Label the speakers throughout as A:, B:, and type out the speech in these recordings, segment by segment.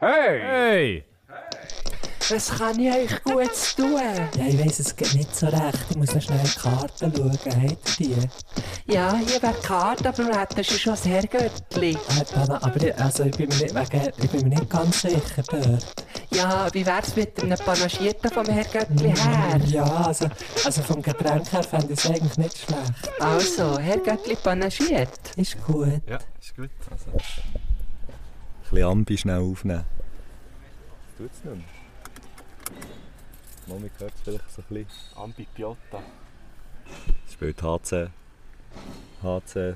A: Hey!
B: Hey!
C: Was kann ich euch Gutes tun?
D: Ja, ich weiss, es geht nicht so recht. Ich muss noch schnell in die Karten schauen. Habt ihr die?
C: Ja, hier wäre die Karte, aber das ist schon das Herrgöttli.
D: Ah, Dana, aber ich, also ich, bin mir nicht, wegen, ich bin mir nicht ganz sicher dort.
C: Ja, wie wär's mit einem Panagierten vom Herrgöttli her?
D: Ja, also, also vom Getränk her fände ich es eigentlich nicht schlecht.
C: Also, Herrgöttli panagiert.
D: Ist gut.
A: Ja, ist gut. Also,
E: Ein bisschen Ambi schnell aufnehmen. Was tut es nicht mehr? Mami hört es vielleicht so ein bisschen.
A: Ambipiota.
E: Es spielt HC. HC.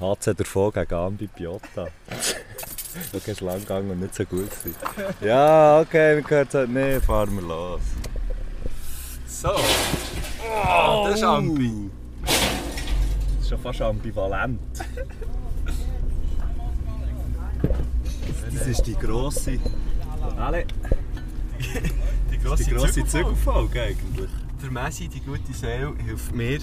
E: HC davon gegen Ambi Piotta. okay, ist lang gegangen und nicht so gut. Gewesen. Ja, okay, wir hören es halt nicht. Fahren wir los.
A: So. Oh, das ist Ambi.
E: Das ist schon fast ambivalent. das ist die grosse. Alle.
A: Die
E: Das
A: grosse,
E: ist die grosse
A: Zügelfolge.
E: Zügelfolge eigentlich.
A: Der Messi, die gute Seele, hilft mir.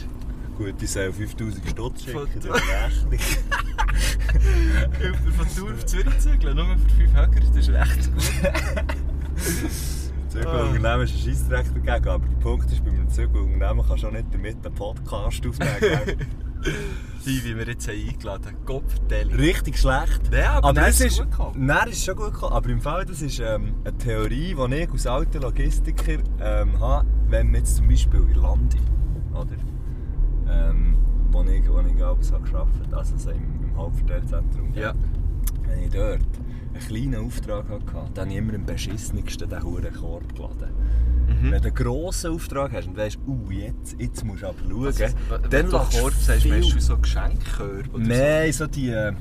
E: Gut, ich soll 5000 Stutz
A: Von-
E: schicken. der Rechnung.
A: Hilft mir von Tour auf Zürich zu zügeln. Nur für 5 Höcker, das ist recht gut.
E: Zügelunternehmen ist ein Scheissdreck dagegen, aber der Punkt ist, bei einem Zügelunternehmen kannst du auch nicht damit einen Podcast aufnehmen. gell?
A: Die, wie wir jetzt haben eingeladen haben. Kopfteller.
E: Richtig schlecht.
A: Nein, aber,
E: Aber
A: dann
E: es
A: hat's
E: ist,
A: gut gehabt.
E: nein, es ist schon gut gekommen. Aber im Fall, das ist ähm, eine Theorie, die ich als alter Logistiker ähm, habe, wenn wir jetzt zum Beispiel in Lande, oder? Ähm, wo ich, wo ich alles habe gearbeitet habe, also so im, im Hauptverteilzentrum.
A: Ja.
E: Wenn ich dort einen kleinen Auftrag hatte, dann habe ich immer am beschissenigsten den huren Korb geladen.
A: Mhm.
E: Wenn du einen grossen Auftrag hast und weißt, uh, jetzt, jetzt musst du aber schauen,
A: Wenn du
E: lässt
A: Korb sagst,
E: viel-
A: meinst du so Geschenkkörbe? oder
E: Nein, so die, äh,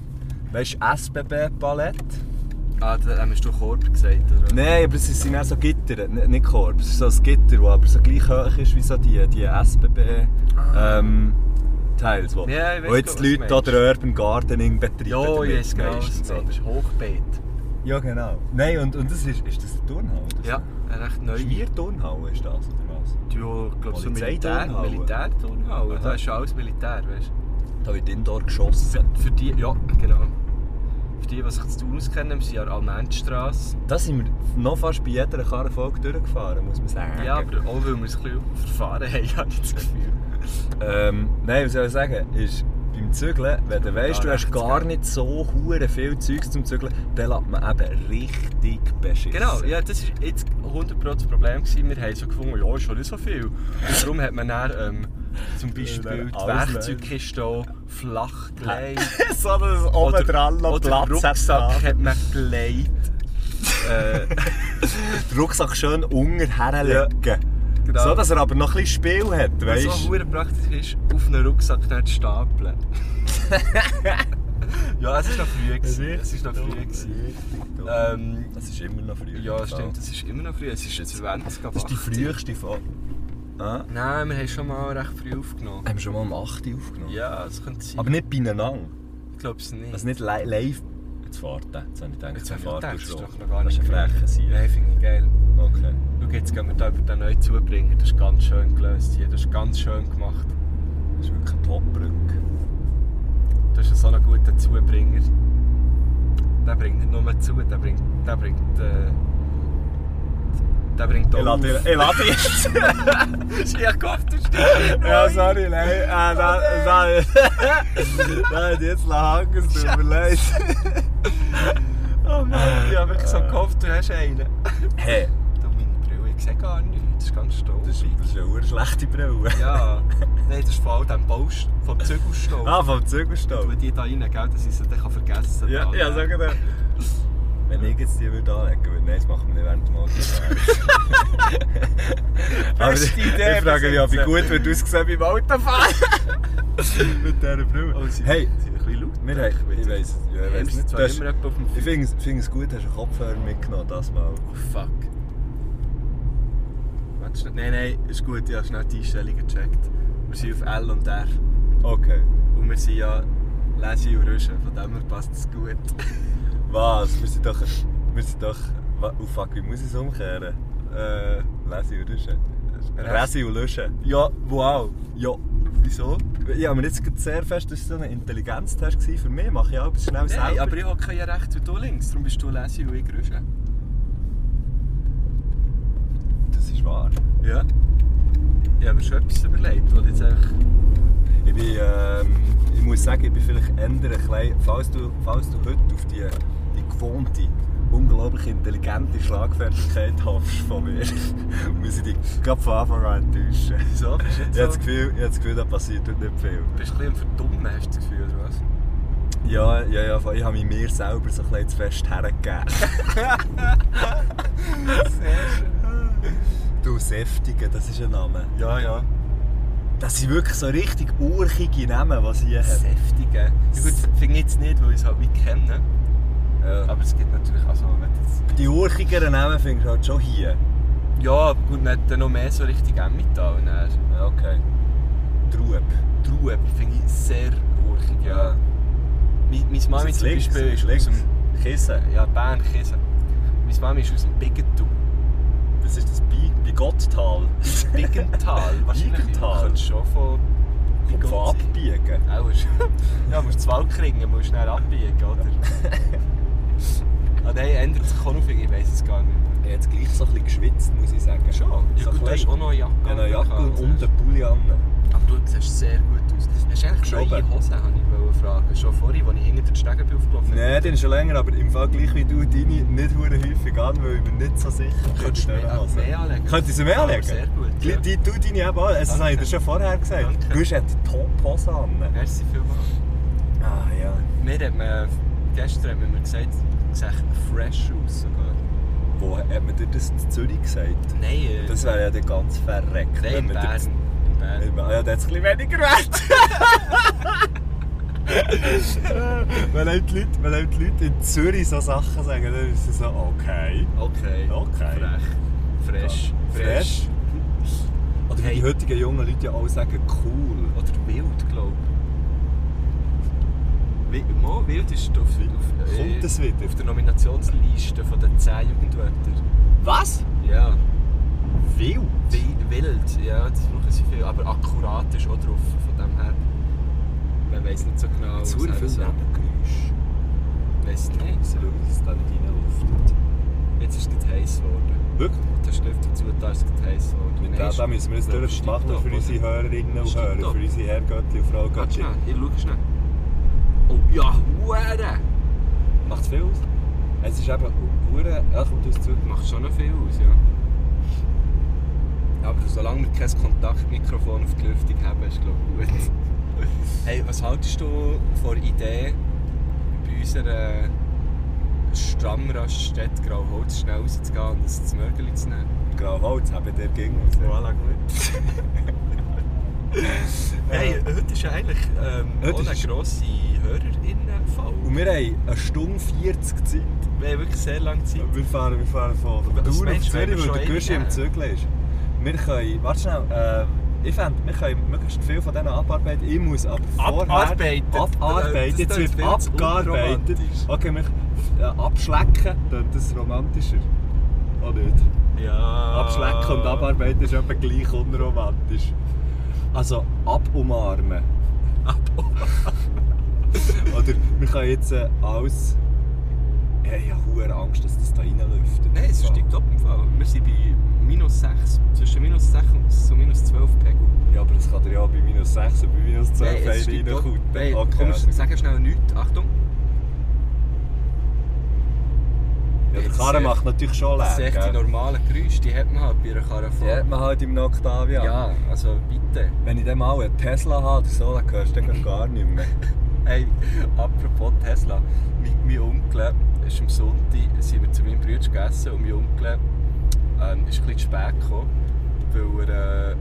E: weißt du, SBB-Palette.
A: So? Ah, dann hast du Korb gesagt, oder?
E: Nein, aber es sind auch so Gitter, n- nicht Korb, es ist so ein Gitter, das aber so gleich hoch ist wie so die, die SBB-Teils. Ähm, Teils, wo,
A: Ah. Ja, ich weiss
E: wo jetzt
A: gut,
E: die
A: was
E: Leute
A: du
E: hier den Urban Gardening betreiben.
A: Ja,
E: damit
A: jetzt genau.
E: meistens,
A: Das
E: oder?
A: ist Hochbeet.
E: Ja, genau. Nein, und, und das ist, ist das eine Turnhalle? Das
A: Ja, eine recht
E: Ist
A: neue.
E: wir Turnhalle ist das, oder was?
A: Du, glaub so Militär,
E: Polizeiturnhalle.
A: Militärturnhalle.
E: Aha.
A: Da ist schon alles Militär, weißt du?
E: Da wird indoor geschossen.
A: Für die, ja, genau. Für die, die sich zu Tun auskennen, wir sind ja an der Almendstrasse.
E: Da sind wir noch fast bei jeder Karrenfolge durchgefahren, muss man sagen.
A: Ja, aber auch weil wir es ein bisschen verfahren haben, habe ich das Gefühl.
E: Ähm, nein, was soll ich sagen? Ist, beim Zügeln, wenn du weißt, du hast gar nicht so hure viel Zeugs zum Zügeln, dann lässt man eben richtig beschissen.
A: Genau, ja, das war jetzt 100% das Problem. Gewesen. Wir haben so gefunden, ja, ist schon nicht so viel. Und darum hat man dann ähm, zum Beispiel die
E: Alles
A: Werkzeugkiste auch flach gelegt.
E: so dass es oben dran noch
A: oder den
E: Platz hat.
A: Rucksack hat man gelegt. äh,
E: Den Rucksack schön unten legen.
A: genau.
E: So, dass er aber noch ein bisschen Spiel hat,
A: Was
E: weißt
A: so
E: du?
A: hure praktisch ist, auf einen Rucksack dann zu stapeln. ja, es war noch früh. Gewesen. Es ist noch früh. Gewesen. Ähm,
E: Es ist immer noch früh.
A: ja, stimmt, es ist immer noch früh. Es ist jetzt 20 ab
E: Das ist die
A: 18.
E: früheste Folge. Ah?
A: Nein, wir haben schon mal recht früh aufgenommen.
E: Haben wir schon mal um 8 Uhr aufgenommen?
A: Ja, das könnte sein.
E: Aber nicht beieinander.
A: ich glaube es nicht.
E: Also nicht li live. Jetzt fahren. Jetzt habe ich gedacht,
A: Jetzt habe ich
E: fahren
A: gedacht,
E: du
A: das ist
E: schon.
A: doch noch gar
E: Das ist
A: nicht
E: ein frecher
A: Nein,
E: Sieg.
A: finde ich geil.
E: Okay.
A: Schau, jetzt gehen wir da über den neuen Zubringer. Das ist ganz schön gelöst hier. Das ist ganz schön gemacht.
E: Das ist wirklich eine Top-Brücke.
A: Das ist so ein guter Zubringer. Der bringt nicht nur zu, der bringt. Der bringt. Äh, der bringt
E: Ich lade
A: auf.
E: ich lade jetzt.
A: Ich Kopf, du stirbst.
E: ja, sorry, nein. Äh, nein, nein. Nein, jetzt lass hängen, es tut mir leid.
A: Oh Mann, ich habe wirklich so
E: Eh.
A: gehofft, du hast einen.
E: Hey,
A: Du, meine Brille, ich sehe gar nichts. Das ist ganz stolz.
E: das ist das ist eine ur schlechte Brille.
A: Ja, nein, das ist vor allem dem Baust vom Zügelstall.
E: Ah, vom
A: Tue
E: Zügelstall.
A: die da rein, gell, dass ich sie dann vergessen kann.
E: Ja, ja, sag dir. Wenn ich jetzt die würde anlegen würde, nein, das machen wir nicht während dem Autofahren. Aber ich,
A: Beste Idee,
E: ich frage mich, ob ich
A: Besitzer.
E: gut würde aussehen beim Autofahren. Mit dieser Brille. hey,
A: Oh, sind ein bisschen laut.
E: wir haben... Ich weiss, ja, ich
A: Wir
E: weiss
A: sind
E: nicht.
A: zwar
E: Du hast-
A: immer etwa auf dem
E: Ich finde es, finde es gut, hast du einen Kopfhörer mitgenommen, das mal.
A: Oh fuck. Warte, schnell- Nein, nein, ist gut, ich habe schnell die Einstellungen gecheckt. Wir sind auf L und R.
E: Okay.
A: Und wir sind ja Lesi und Rüschen, von dem her passt es gut.
E: Was? Wir sind doch... Wir sind doch... wa- Oh fuck, wie muss ich es umkehren? Äh... Lesi und Lüschen. Resi und Lüschen. Ja, wow. Ja, Wieso? Ich habe mir jetzt gerade sehr fest, dass es so ein Intelligenztest war. Für mich mache ich auch etwas schnell
A: Nein,
E: selber.
A: aber ich hocke ja rechts und du links, darum bist du Lesi und ich Grüsche.
E: Das ist wahr.
A: Ja. Ich habe mir schon etwas überlegt, weil jetzt einfach...
E: Ich, bin, ähm, ich muss sagen, ich bin vielleicht ändern klein. Falls du, falls du heute auf die, die gewohnte, unglaublich intelligente Schlagfertigkeit hoffst von mir, muss ich dich gerade von Anfang an enttäuschen.
A: Wieso? Bist du jetzt
E: Ich habe das
A: so-
E: Gefühl, ich habe das Gefühl, da passiert heute nicht viel.
A: Bist du ein bisschen am Verdummen, hast du das Gefühl, oder was?
E: Ja, ja, ja, voll. ich habe mich mir selber so ein bisschen zu fest hergegeben. Du Säftige, das ist ein Name.
A: Ja, ja.
E: Das sind wirklich so richtig urchige Namen, die sie hier haben.
A: Säftig, gell? Ja gut, finde ich jetzt nicht, weil ich es halt nicht kenne. Äh,
E: Ja.
A: Aber es gibt natürlich also, wenn du jetzt...
E: Die urchigeren Namen findest du halt schon hier.
A: Ja, aber gut, man hat dann noch mehr so richtig Emmental. nachher.
E: Ja, okay. Trub.
A: Trub finde ich sehr urchig, ja. Meine, meine Mami
E: Ist
A: zum
E: links?
A: Beispiel ist
E: links.
A: aus dem...
E: Kissen.
A: Ja, Bern, Kiesen. Meine Mami ist aus dem Biggentum.
E: Das ist das Bi Bigotttal.
A: Biggental, wahrscheinlich.
E: Biggental.
A: Könntest schon von...
E: Kommt von
A: Bigott sein.
E: abbiegen.
A: Auch ist. Ja, musst du zwei kriegen, musst schnell abbiegen, oder? ah, nein, ändert sich auch noch viel, ich weiß es gar nicht.
E: Ich habe jetzt gleich so ein bisschen geschwitzt, muss ich sagen.
A: Ja,
E: So
A: gut, du hast auch noch eine Jacke.
E: eine Jacke
A: an,
E: und
A: siehst.
E: einen Pulli an.
A: Aber du siehst sehr gut aus. Hast du eigentlich
E: Geschoben.
A: neue Hosen, habe ich wollte fragen. Schon vorhin, als ich hinter den Stegen bin aufgelaufen bin.
E: Nein, den ist schon länger, aber im Fall gleich wie du, deine nicht hure häufig an, weil ich mir nicht so sicher bin.
A: Könntest du
E: mit
A: mehr,
E: dieser Hose.
A: mehr anlegen?
E: Könntest du sie mehr
A: Ja,
E: anlegen?
A: Sehr gut.
E: Die,
A: Ja.
E: die, du deine eben an. Also, das habe ich dir
A: Danke.
E: schon vorher gesagt.
A: Danke.
E: Du hast eine Top-Hose an.
A: Merci vielmals.
E: Ah ja.
A: Mir hat man, gestern haben wir gesagt, du siehst fresh aus sogar.
E: Wo hat man dir das in Zürich gesagt?
A: Nein, äh,
E: Das wäre ja dann ganz verreckt.
A: nein,
E: wenn
A: in
E: man dir
A: Bern.
E: das-
A: In Bern.
E: Wenn man- Ah ja, das ist ein bisschen weniger wert. wenn, einem die Leute, wenn einem die Leute in Zürich so Sachen sagen, dann ist es so, okay.
A: Okay.
E: Okay.
A: Frech. Fresh.
E: Fresh. Oder wie
A: Hey.
E: die heutigen jungen Leute ja auch sagen, cool.
A: Oder wild, glaube ich. Wi- Mo, wild ist auf, auf,
E: Kommt es wieder?
A: auf der Nominationsliste von den 10 Jugendwörter.
E: Was?
A: Ja.
E: Wild?
A: Wi- Wild, ja, das brauchen sie viel. Aber akkurat ist auch drauf, von dem her. Man weiß nicht so genau,
E: Zu viel Nebengeräusche.
A: Weiß nicht.
E: Schau, dass es da nicht reinluftet.
A: Jetzt ist es heiß geworden.
E: Wirklich?
A: Der Stift dazu da ist es heiß geworden.
E: Mit dem da müssen wir jetzt
A: glaub,
E: durchmachen
A: Stipptop,
E: für unsere Hörerinnen und
A: Stipptop.
E: Hörer, für unsere Herrgötti und
A: Warte
E: Fraugötti.
A: schnell, ich schau schnell. Oh ja, Huere!
E: Macht es viel aus? Es ist eben hure, ja, kommt aus zu.
A: Macht schon noch viel aus, ja. Aber solange wir kein Kontaktmikrofon auf die Lüftung haben, ist glaube ich gut. hey, was haltest du von der Idee, bei unserer Stammraststätte Grauholz schnell rauszugehen und das Zmörgeli zu nehmen?
E: Grauholz, eben der ging.
A: Voilà, gut. hey, heute ist ja eigentlich ähm,
E: Heute
A: ohne
E: ist-
A: grosse HörerInnenfall.
E: Und wir haben eine Stunde 40 Zeit.
A: Wir haben wirklich sehr lange Zeit.
E: Wir fahren, wir fahren von
A: Aber das
E: Thun auf
A: meinst du, wenn wir
E: Zürich,
A: schon
E: weil der Gurschi
A: eine
E: im Zügel ist. Wir können, warte schnell, äh, ich fände, wir können möglichst viel von denen abarbeiten. Ich muss aber vorher...
A: Abarbeiten?
E: Abarbeiten,
A: Das
E: jetzt
A: klingt
E: wird
A: viel zu
E: abgearbeitet.
A: unromantisch.
E: Okay, wir äh, abschlecken, dann das romantischer. Auch nicht.
A: Ja.
E: Abschlecken und abarbeiten ist etwa gleich unromantisch. Also abumarmen. Abumarmen. Oder wir können jetzt äh, alles. Ja, Ich habe hohe Angst, dass das da reinlüftet.
A: Nein, es ist tipptopp im Fall. Wir sind bei minus 6, zwischen minus 6 und zu minus 12 Pegel.
E: Ja, aber das kann dir ja bei minus 6 und bei minus 12
A: es ist
E: hey,
A: tipptopp.
E: reinkommen.
A: Nein, komm,
E: also-
A: sag schnell nichts. Achtung.
E: ja, der
A: jetzt
E: Karren
A: sehr-
E: macht natürlich schon
A: Das sind
E: Lärm.
A: echt die
E: gell?
A: normalen Geräusche, die hat man halt bei einer Karre
E: Die hat man halt im Octavia.
A: Ja, also bitte.
E: Wenn ich dann mal einen Tesla habe oder so, dann hörst du den gar nicht mehr.
A: Hey, apropos Tesla. Mein, mein Onkel ist am Sonntag sind wir zu meinem Bruder gegessen und mein Onkel ähm, ist ein bisschen zu spät gekommen, weil er, äh,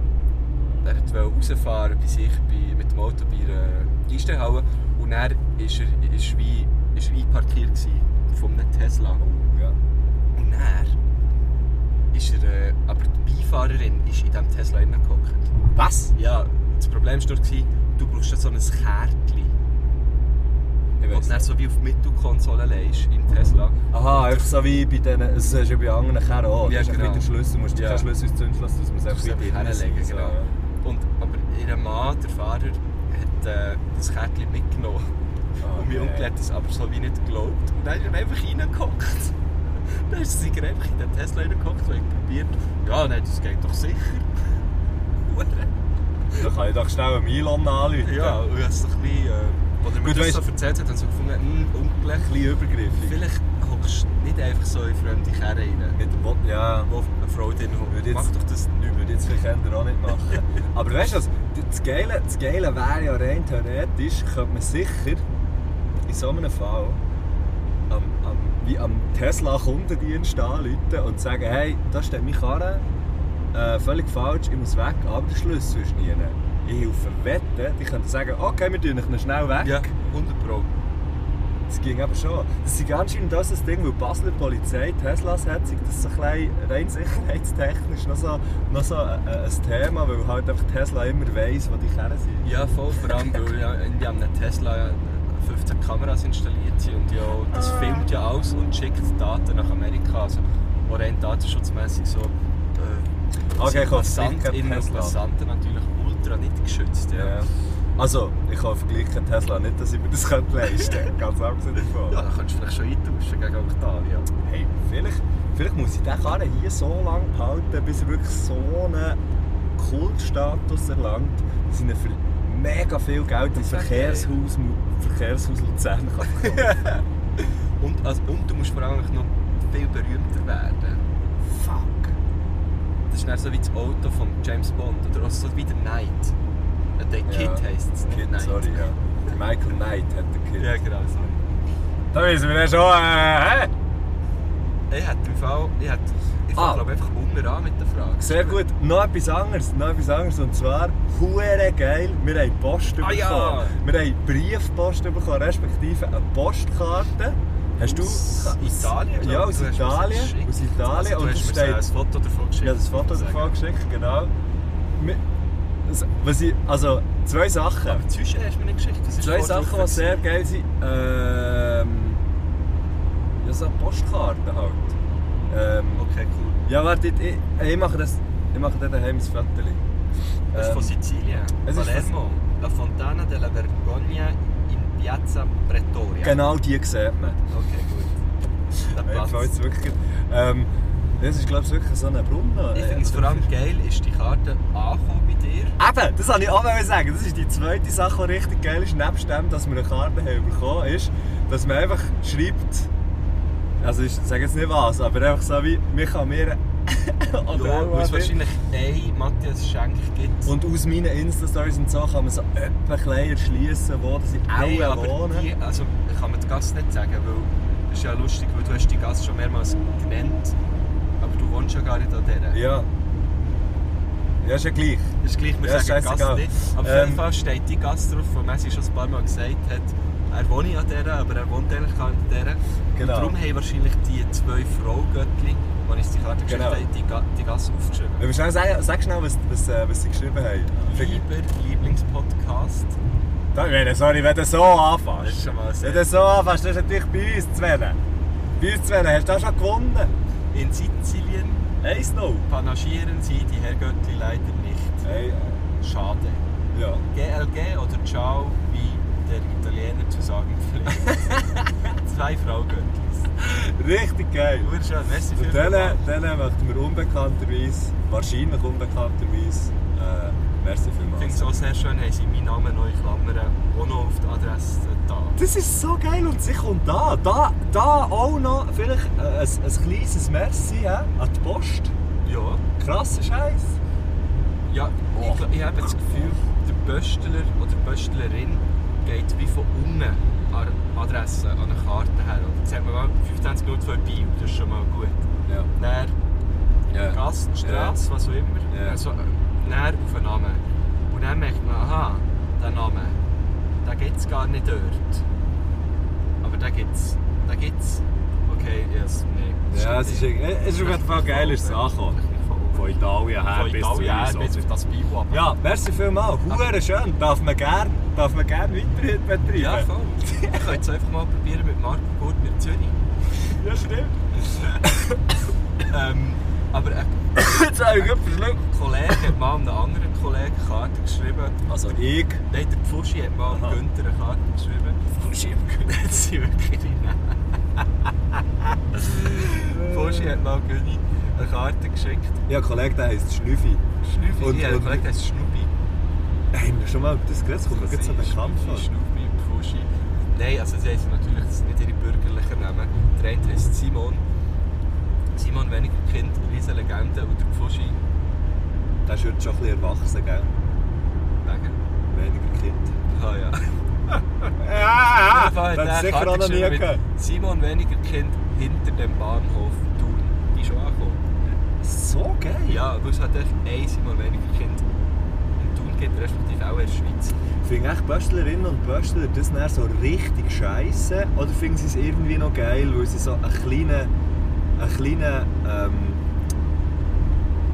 A: er hat wollte rausfahren bei sich bei, mit dem Auto bei einer Eisenhalle und dann ist er, ist wie, ist er einparkiert gewesen von einem Tesla.
E: Ja.
A: Und dann ist er, äh, aber die Beifahrerin ist in diesem Tesla hineingehockt.
E: Was?
A: Ja, das Problem war nur, du brauchst ja so ein Kärtchen.
E: Ich
A: Und
E: weiss
A: dann so wie auf die Mittelkonsole legst im Tesla.
E: Aha, einfach so wie bei diesen, das ist ja bei anderen Kerren auch,
A: Ja,
E: ja, das ist
A: genau.
E: mit dem Schlüssel, musst du
A: Ja.
E: keinen Schlüssel ins Zündschloss, dass man es
A: Du musst es
E: einfach
A: einfach
E: wieder
A: hinlegen,
E: reinlässt,
A: genau.
E: ja.
A: Und, aber ihr Mann, der Fahrer, hat äh, das Kärtchen mitgenommen.
E: Oh,
A: und mein
E: nee.
A: Onkel hat das aber so wie nicht geglaubt. Und dann ist er einfach reingehockt. Dann ist er einfach in den Tesla reingehockt und hat probiert. Ja, nein, das geht doch sicher.
E: Dann kann ich doch schnell Milan anrufen.
A: ja, und das ist doch ein bisschen... Äh, als er mir
E: Gut,
A: das
E: weisst-
A: so erzählt hat, haben sie gefunden, hm, Onkel,
E: Ein bisschen übergriffig.
A: vielleicht hockst du nicht einfach so in fremde Kerre rein.
E: Mit dem Bot, ja.
A: Wo eine Frau drin
E: Würde
A: hockt.
E: jetzt-
A: Mach doch das nicht mehr.
E: Würde jetzt vielleicht eher auch nicht machen. Aber weißt du was? Das Geile, das Geile wäre ja rein theoretisch, könnte man sicher in so einem Fall am, am, wie am Tesla-Kundendienst anrufen und sagen: Hey, da steht meine Karre, äh, völlig falsch, ich muss weg, aber der Schlüssel ist nie. Ich helfe wetten, die könnten sagen: Okay, wir tun euch noch schnell weg.
A: Ja, 100 Pro.
E: Das ging aber schon. Das ist anscheinend auch so ein Ding, weil die Basler Polizei Teslas hat, sei das so ein klein, rein sicherheitstechnisch noch so, noch so ein, ein Thema, weil halt einfach Tesla immer weiss, wo die Kerne sind.
A: Ja, voll, vor allem, weil ja, in einem Tesla ja 15 Kameras installiert sind und ja, das filmt ja alles und schickt Daten nach Amerika. Also, auch rein datenschutzmässig so. Äh,
E: Okay, ich
A: sind
E: kaufe sicher
A: Passantinnen und
E: Tesla.
A: Passanten natürlich ultra nicht geschützt. Ja.
E: Ja. Also, ich kaufe gleich keinen Tesla, nicht, dass ich mir das könnte leisten könnte. Ganz abgesehen davon.
A: Ja, da kannst du vielleicht schon eintauschen gegen Octavia.
E: Hey, vielleicht, vielleicht muss ich den Karren hier so lange behalten, bis er wirklich so einen Kultstatus erlangt, dass ich ihn für mega viel Geld im
A: wär
E: Verkehrshaus, Verkehrshaus Luzern kann.
A: Und, also, und du musst vor allem noch viel berühmter werden.
E: Fuck.
A: Das ist dann so wie das Auto von James Bond oder auch so wie der Knight. Äh, Der Kid
E: Ja.
A: heisst es, nicht
E: Kid,
A: Knight.
E: sorry, ja. Der Michael Knight hat den Kid.
A: Ja, genau, sorry.
E: Da wissen wir ja schon, äh, hä?
A: Ich hätte im Fall, ich hätte, ich
E: Ah.
A: glaube einfach unten an mit der Frage.
E: Sehr gut, noch etwas anderes, noch etwas anderes und zwar, hure geil, wir haben Post
A: Ah,
E: bekommen.
A: ja.
E: Wir haben Briefpost bekommen, respektive eine Postkarte. Hast du...
A: Aus Italien?
E: Ja,
A: glaub ich.
E: aus
A: Du hast mir das
E: Italien,
A: geschickt.
E: aus Italien
A: Also, du
E: und
A: hast
E: es
A: mir so
E: steht-
A: ein Foto davon geschickt.
E: Ja, das Foto
A: muss ich
E: davon
A: sagen.
E: geschickt, genau. Wir- also, Was ich, also, zwei Sachen.
A: Aber zwischen hast du mir nicht geschickt. Das ist
E: Zwei
A: vor der
E: Sachen,
A: Woche
E: die sehr geil sind. Ähm, ja, so Postkarten halt. Ähm,
A: gewesen. Okay, cool.
E: ja, warte, ich, ich- ich mache das. Ich mache dann daheim ein Viertel.
A: Das ist von Sizilien.
E: Ähm, es ist
A: Palermo. La Fontana della Vergogna in Piazza Pretoria.
E: Genau die sieht man.
A: Okay, gut. Der
E: Mir
A: Platz.
E: gefällt's wirklich. Ähm, das ist, glaube ich, wirklich so ein Brunnen. Äh,
A: Ich finde es vor allem geil, ist die Karte angekommen bei dir.
E: Eben, das wollte ich auch mal sagen. Das ist die zweite Sache, die richtig geil ist, nebst dem, dass wir eine Karte haben bekommen, ist, dass man einfach schreibt, also ich sage jetzt nicht was, aber einfach so wie, wir kann mir oder
A: Ja,
E: auch
A: weil es
E: an-
A: wahrscheinlich ein Matthias Schenk gibt.
E: Und aus meinen Insta-Stories und so kann man so etwa klein erschliessen, wo dass ich auch
A: Nein, aber
E: wohne.
A: die, also ich kann mir die Gast nicht sagen, weil es ist ja lustig, weil du hast die Gast schon mehrmals genannt, aber du wohnst ja gar nicht an der.
E: Ja. Ja, ist ja gleich.
A: Das ist gleich, wir
E: Ja,
A: sagen Gast
E: scheißegal.
A: nicht. Aber auf
E: Ähm.
A: jeden Fall steht die Gast drauf, die Messi schon ein paar Mal gesagt hat, er wohne an der, aber er wohnt eigentlich gar nicht an der.
E: Genau.
A: Und darum haben wahrscheinlich die zwei Frau-Göttli, die uns die Karte geschickt
E: Genau.
A: haben, die, Ga- die Gast aufgeschrieben.
E: Aber schnell, sag, sag schnell, was, was, äh, was sie geschrieben haben. Fick-
A: Lieber Lieblingspodcast.
E: Da- ich meine, Sorry, wenn du so anfängst.
A: schon mal
E: Wenn du so anfängst, dann ist natürlich bei uns zu wählen. Bei uns zu wählen, hast du auch schon gewonnen.
A: In Sizilien
E: 1-0.
A: panaschieren sie die Herrgöttli leider nicht.
E: Hey,
A: Schade.
E: ja.
A: GLG oder Ciao, wie der Italiener zu sagen pflegt. Zwei Fraugöttlis.
E: Richtig geil.
A: Nur schön, merci
E: Und
A: für
E: denen, denen möchten wir unbekannterweise, wahrscheinlich unbekannterweise, äh, merci
A: Ich finde
E: vielmals.
A: es auch sehr schön, haben sie meinen Namen neu Klammern auch noch auf die Adresse da.
E: Das ist so geil und sie kommt da. Da, da auch noch vielleicht äh, ein, ein kleines Merci hä, an die Post.
A: Ja,
E: Krasser Scheiß.
A: ja ich, gl- ich habe das Gefühl, der Böstler oder die Böstlerin geht wie von unten an eine Adresse, an eine Karte her. Oder sagen wir mal 25 Minuten von Bio, das ist schon mal gut.
E: Ja.
A: Dann
E: ja.
A: Gassen, Straße, was auch immer.
E: Ja.
A: Also, äh, näher auf den Namen. Und dann merkt man, aha, den Namen, den gibt es gar nicht dort. Aber den gibt es. Den gibt es. Okay, yes, nee. das
E: Ja,
A: stimmt
E: es ist,
A: nicht.
E: es ist auf jeden Fall geil, ist es angekommen. Von Italien her bis
A: Von
E: zu
A: Italien her
E: uns,
A: bis
E: oder?
A: auf das Bio ab.
E: Ja, merci vielmals. Hure schön. Darf man gerne darf man gern weiterhin betreiben.
A: ja voll. Ich könnte es einfach mal probieren mit Marco Gurt mit Zürich.
E: ja stimmt.
A: Ähm, Aber ein
E: Jetzt habe ich gerade verschluckt.
A: Kollege hat mal einem anderen Kollegen eine Karte geschrieben.
E: Also ich...
A: Nein, der Pfuschi hat mal
E: Aha.
A: einem Günther eine Karte geschrieben.
E: Pfuschi.
A: Dann sind wirklich rein. Pfuschi hat mal Günni eine Karte geschickt.
E: Ja, ein Kollege, der heisst Schnüffi.
A: Schnüffi,
E: Und-
A: und, ja, der
E: und-
A: Kollege heisst Schnuppi.
E: Haben wir schon mal über das geredet? Das kommt mir gerade so bekannt vor.
A: Schnuffi, Schnuffi, Pfuschi. Nein, also sie heißen natürlich das sind nicht ihre bürgerlichen Namen. Der eine heisst Simon. Simon weniger Kind, riesen Legende. Und der Pfuschi,
E: Der ist heute schon ein bisschen erwachsen, gell?
A: wegen.
E: Weniger Kind.
A: Ah ja.
E: Ja,
A: Auf jeden Fall hat
E: das hat
A: er
E: sicher auch
A: Karte
E: noch nie
A: geschrieben mit
E: gehört.
A: Simon weniger Kind hinter dem Bahnhof Thun. Die ist schon angekommen.
E: So geil.
A: Ja, dus weil es hat echt ein Simon weniger Kind in Thun gibt, respektive auch in der Schweiz.
E: Finden echt Böstlerinnen und Böstler das dann so richtig scheiße? Oder finden sie es irgendwie noch geil, weil sie so einen kleinen, einen kleinen, ähm,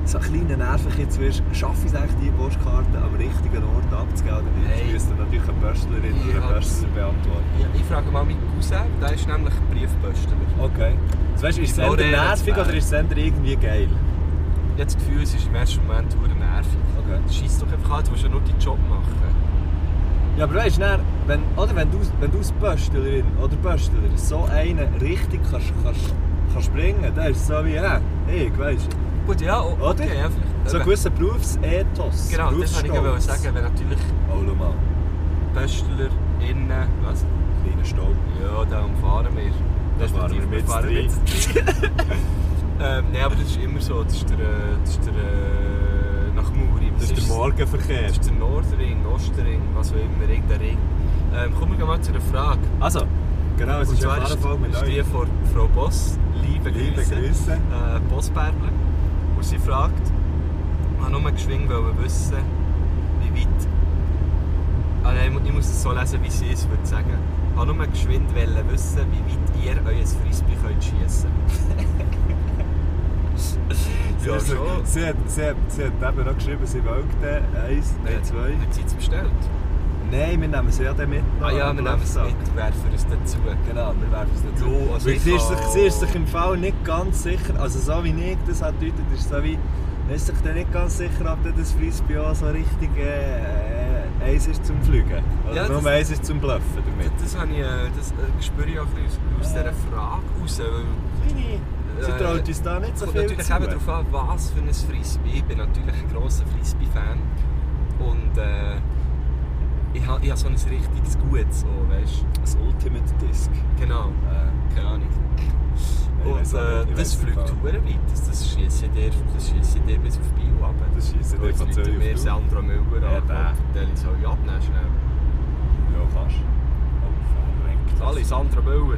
E: so einen kleinen Nervenkitzel zuerst schaffe ich es eigentlich, die Postkarte am richtigen Ort abzugeben oder nicht?
A: Hey.
E: Das müsste natürlich eine Böstlerin oder
A: Ja.
E: ein Böstler beantworten.
A: Ja, ich frage mal meinen Cousin, der ist nämlich Briefböstler.
E: Okay. Das weißt, ist es eher
A: Florian
E: nervig
A: Zwerg.
E: oder ist es eher irgendwie geil?
A: Ich habe das Gefühl, es ist im ersten Moment sehr nervig.
E: Okay.
A: Scheiß doch einfach an, du musst ja nur deinen Job machen.
E: Ja, aber weißt du, dann, wenn, oder wenn du, wenn du als Böstlerin oder Böstler so einen richtig kannst, kannst, kannst bringen, dann ist es so wie, hä, ich weißt du.
A: Gut, ja, o-
E: Oder?
A: okay, ja, vielleicht.
E: So ein
A: Eben.
E: gewisser Berufsethos.
A: Genau, das wollte ich eben
E: Berufsstolz.
A: sagen, wenn natürlich
E: Oh, schau mal,
A: BöstlerInnen, was?
E: kleiner Staub.
A: eh, Ja, da umfahren wir.
E: Da fahren wir mit rein.
A: ähm, Nein, aber das ist immer so. Das ist der, äh, das ist der äh, nach Muri.
E: Das ist der Morgenverkehr.
A: Das ist der Nordring, Ostring, was auch immer, irgendein Ring. Ähm, kommen wir mal zu einer Frage.
E: Also, genau, es
A: Und
E: ist eine
A: zwar ist,
E: Fahrerfolge mit
A: ist die
E: euch.
A: von Frau Boss, liebe
E: Liebe
A: Grüße,
E: Grüße.
A: äh, Bossbärble. Und sie fragt, ich wollte nur geschwind wollen wissen, wie weit... Ah, nein, ich mu- ich muss es so lesen, wie sie es würde sagen. Ich wollte nur geschwind wollen wissen, wie weit ihr euer Frisbee könnt schiessen könnt.
E: Sie- Also, Sie hat, sie, hat, sie hat eben noch geschrieben, sie wollte eins, nein, zwei.
A: Hat sie es bestellt?
E: Nein, wir nehmen sie ja dann mit.
A: Ah ja, wir nehmen es
E: Sack.
A: mit, werfen es dazu.
E: Genau, wir werfen es nicht
A: Jo, also
E: Weil
A: ich
E: sie, ist
A: kann-
E: sich, sie ist sich im Fall nicht ganz sicher, also so wie ich das hat deutet, ist so wie, man ist sich dann nicht ganz sicher, ob dann das Frisbee auch so richtig äh, eins ist zum Fliegen. Oder
A: Ja,
E: nur
A: das-
E: eins ist zum Bluffen damit.
A: Das, habe ich, äh, das äh, spüre ich auch ein bisschen aus aus dieser Frage raus. weil-
E: Kleine, sie
A: Äh,
E: traut uns da nicht so
A: kommt
E: viel
A: natürlich
E: zu.
A: eben darauf an, was für ein Frisbee. Ich bin natürlich ein grosser Frisbee-Fan. Und äh, ich habe ich ha so ein richtiges Gutes, so, weißt du.
E: Das Ultimate Disc.
A: Genau, äh, keine Ahnung.
E: Ich
A: Und
E: weiss auch
A: äh,
E: nicht, ich
A: das
E: weiss
A: fliegt
E: nicht.
A: hure weit. Das, das schiesse dir, das schiesse dir bis auf Bio ab.
E: Das schiessen dir von Zürich auf
A: Mir
E: Thun.
A: Sandra Müller
E: Ja,
A: an.
E: der.
A: Der soll ich abnehmen schnell.
E: Ja, fast. Oh, verreckt.
A: Alle Sandra Müller.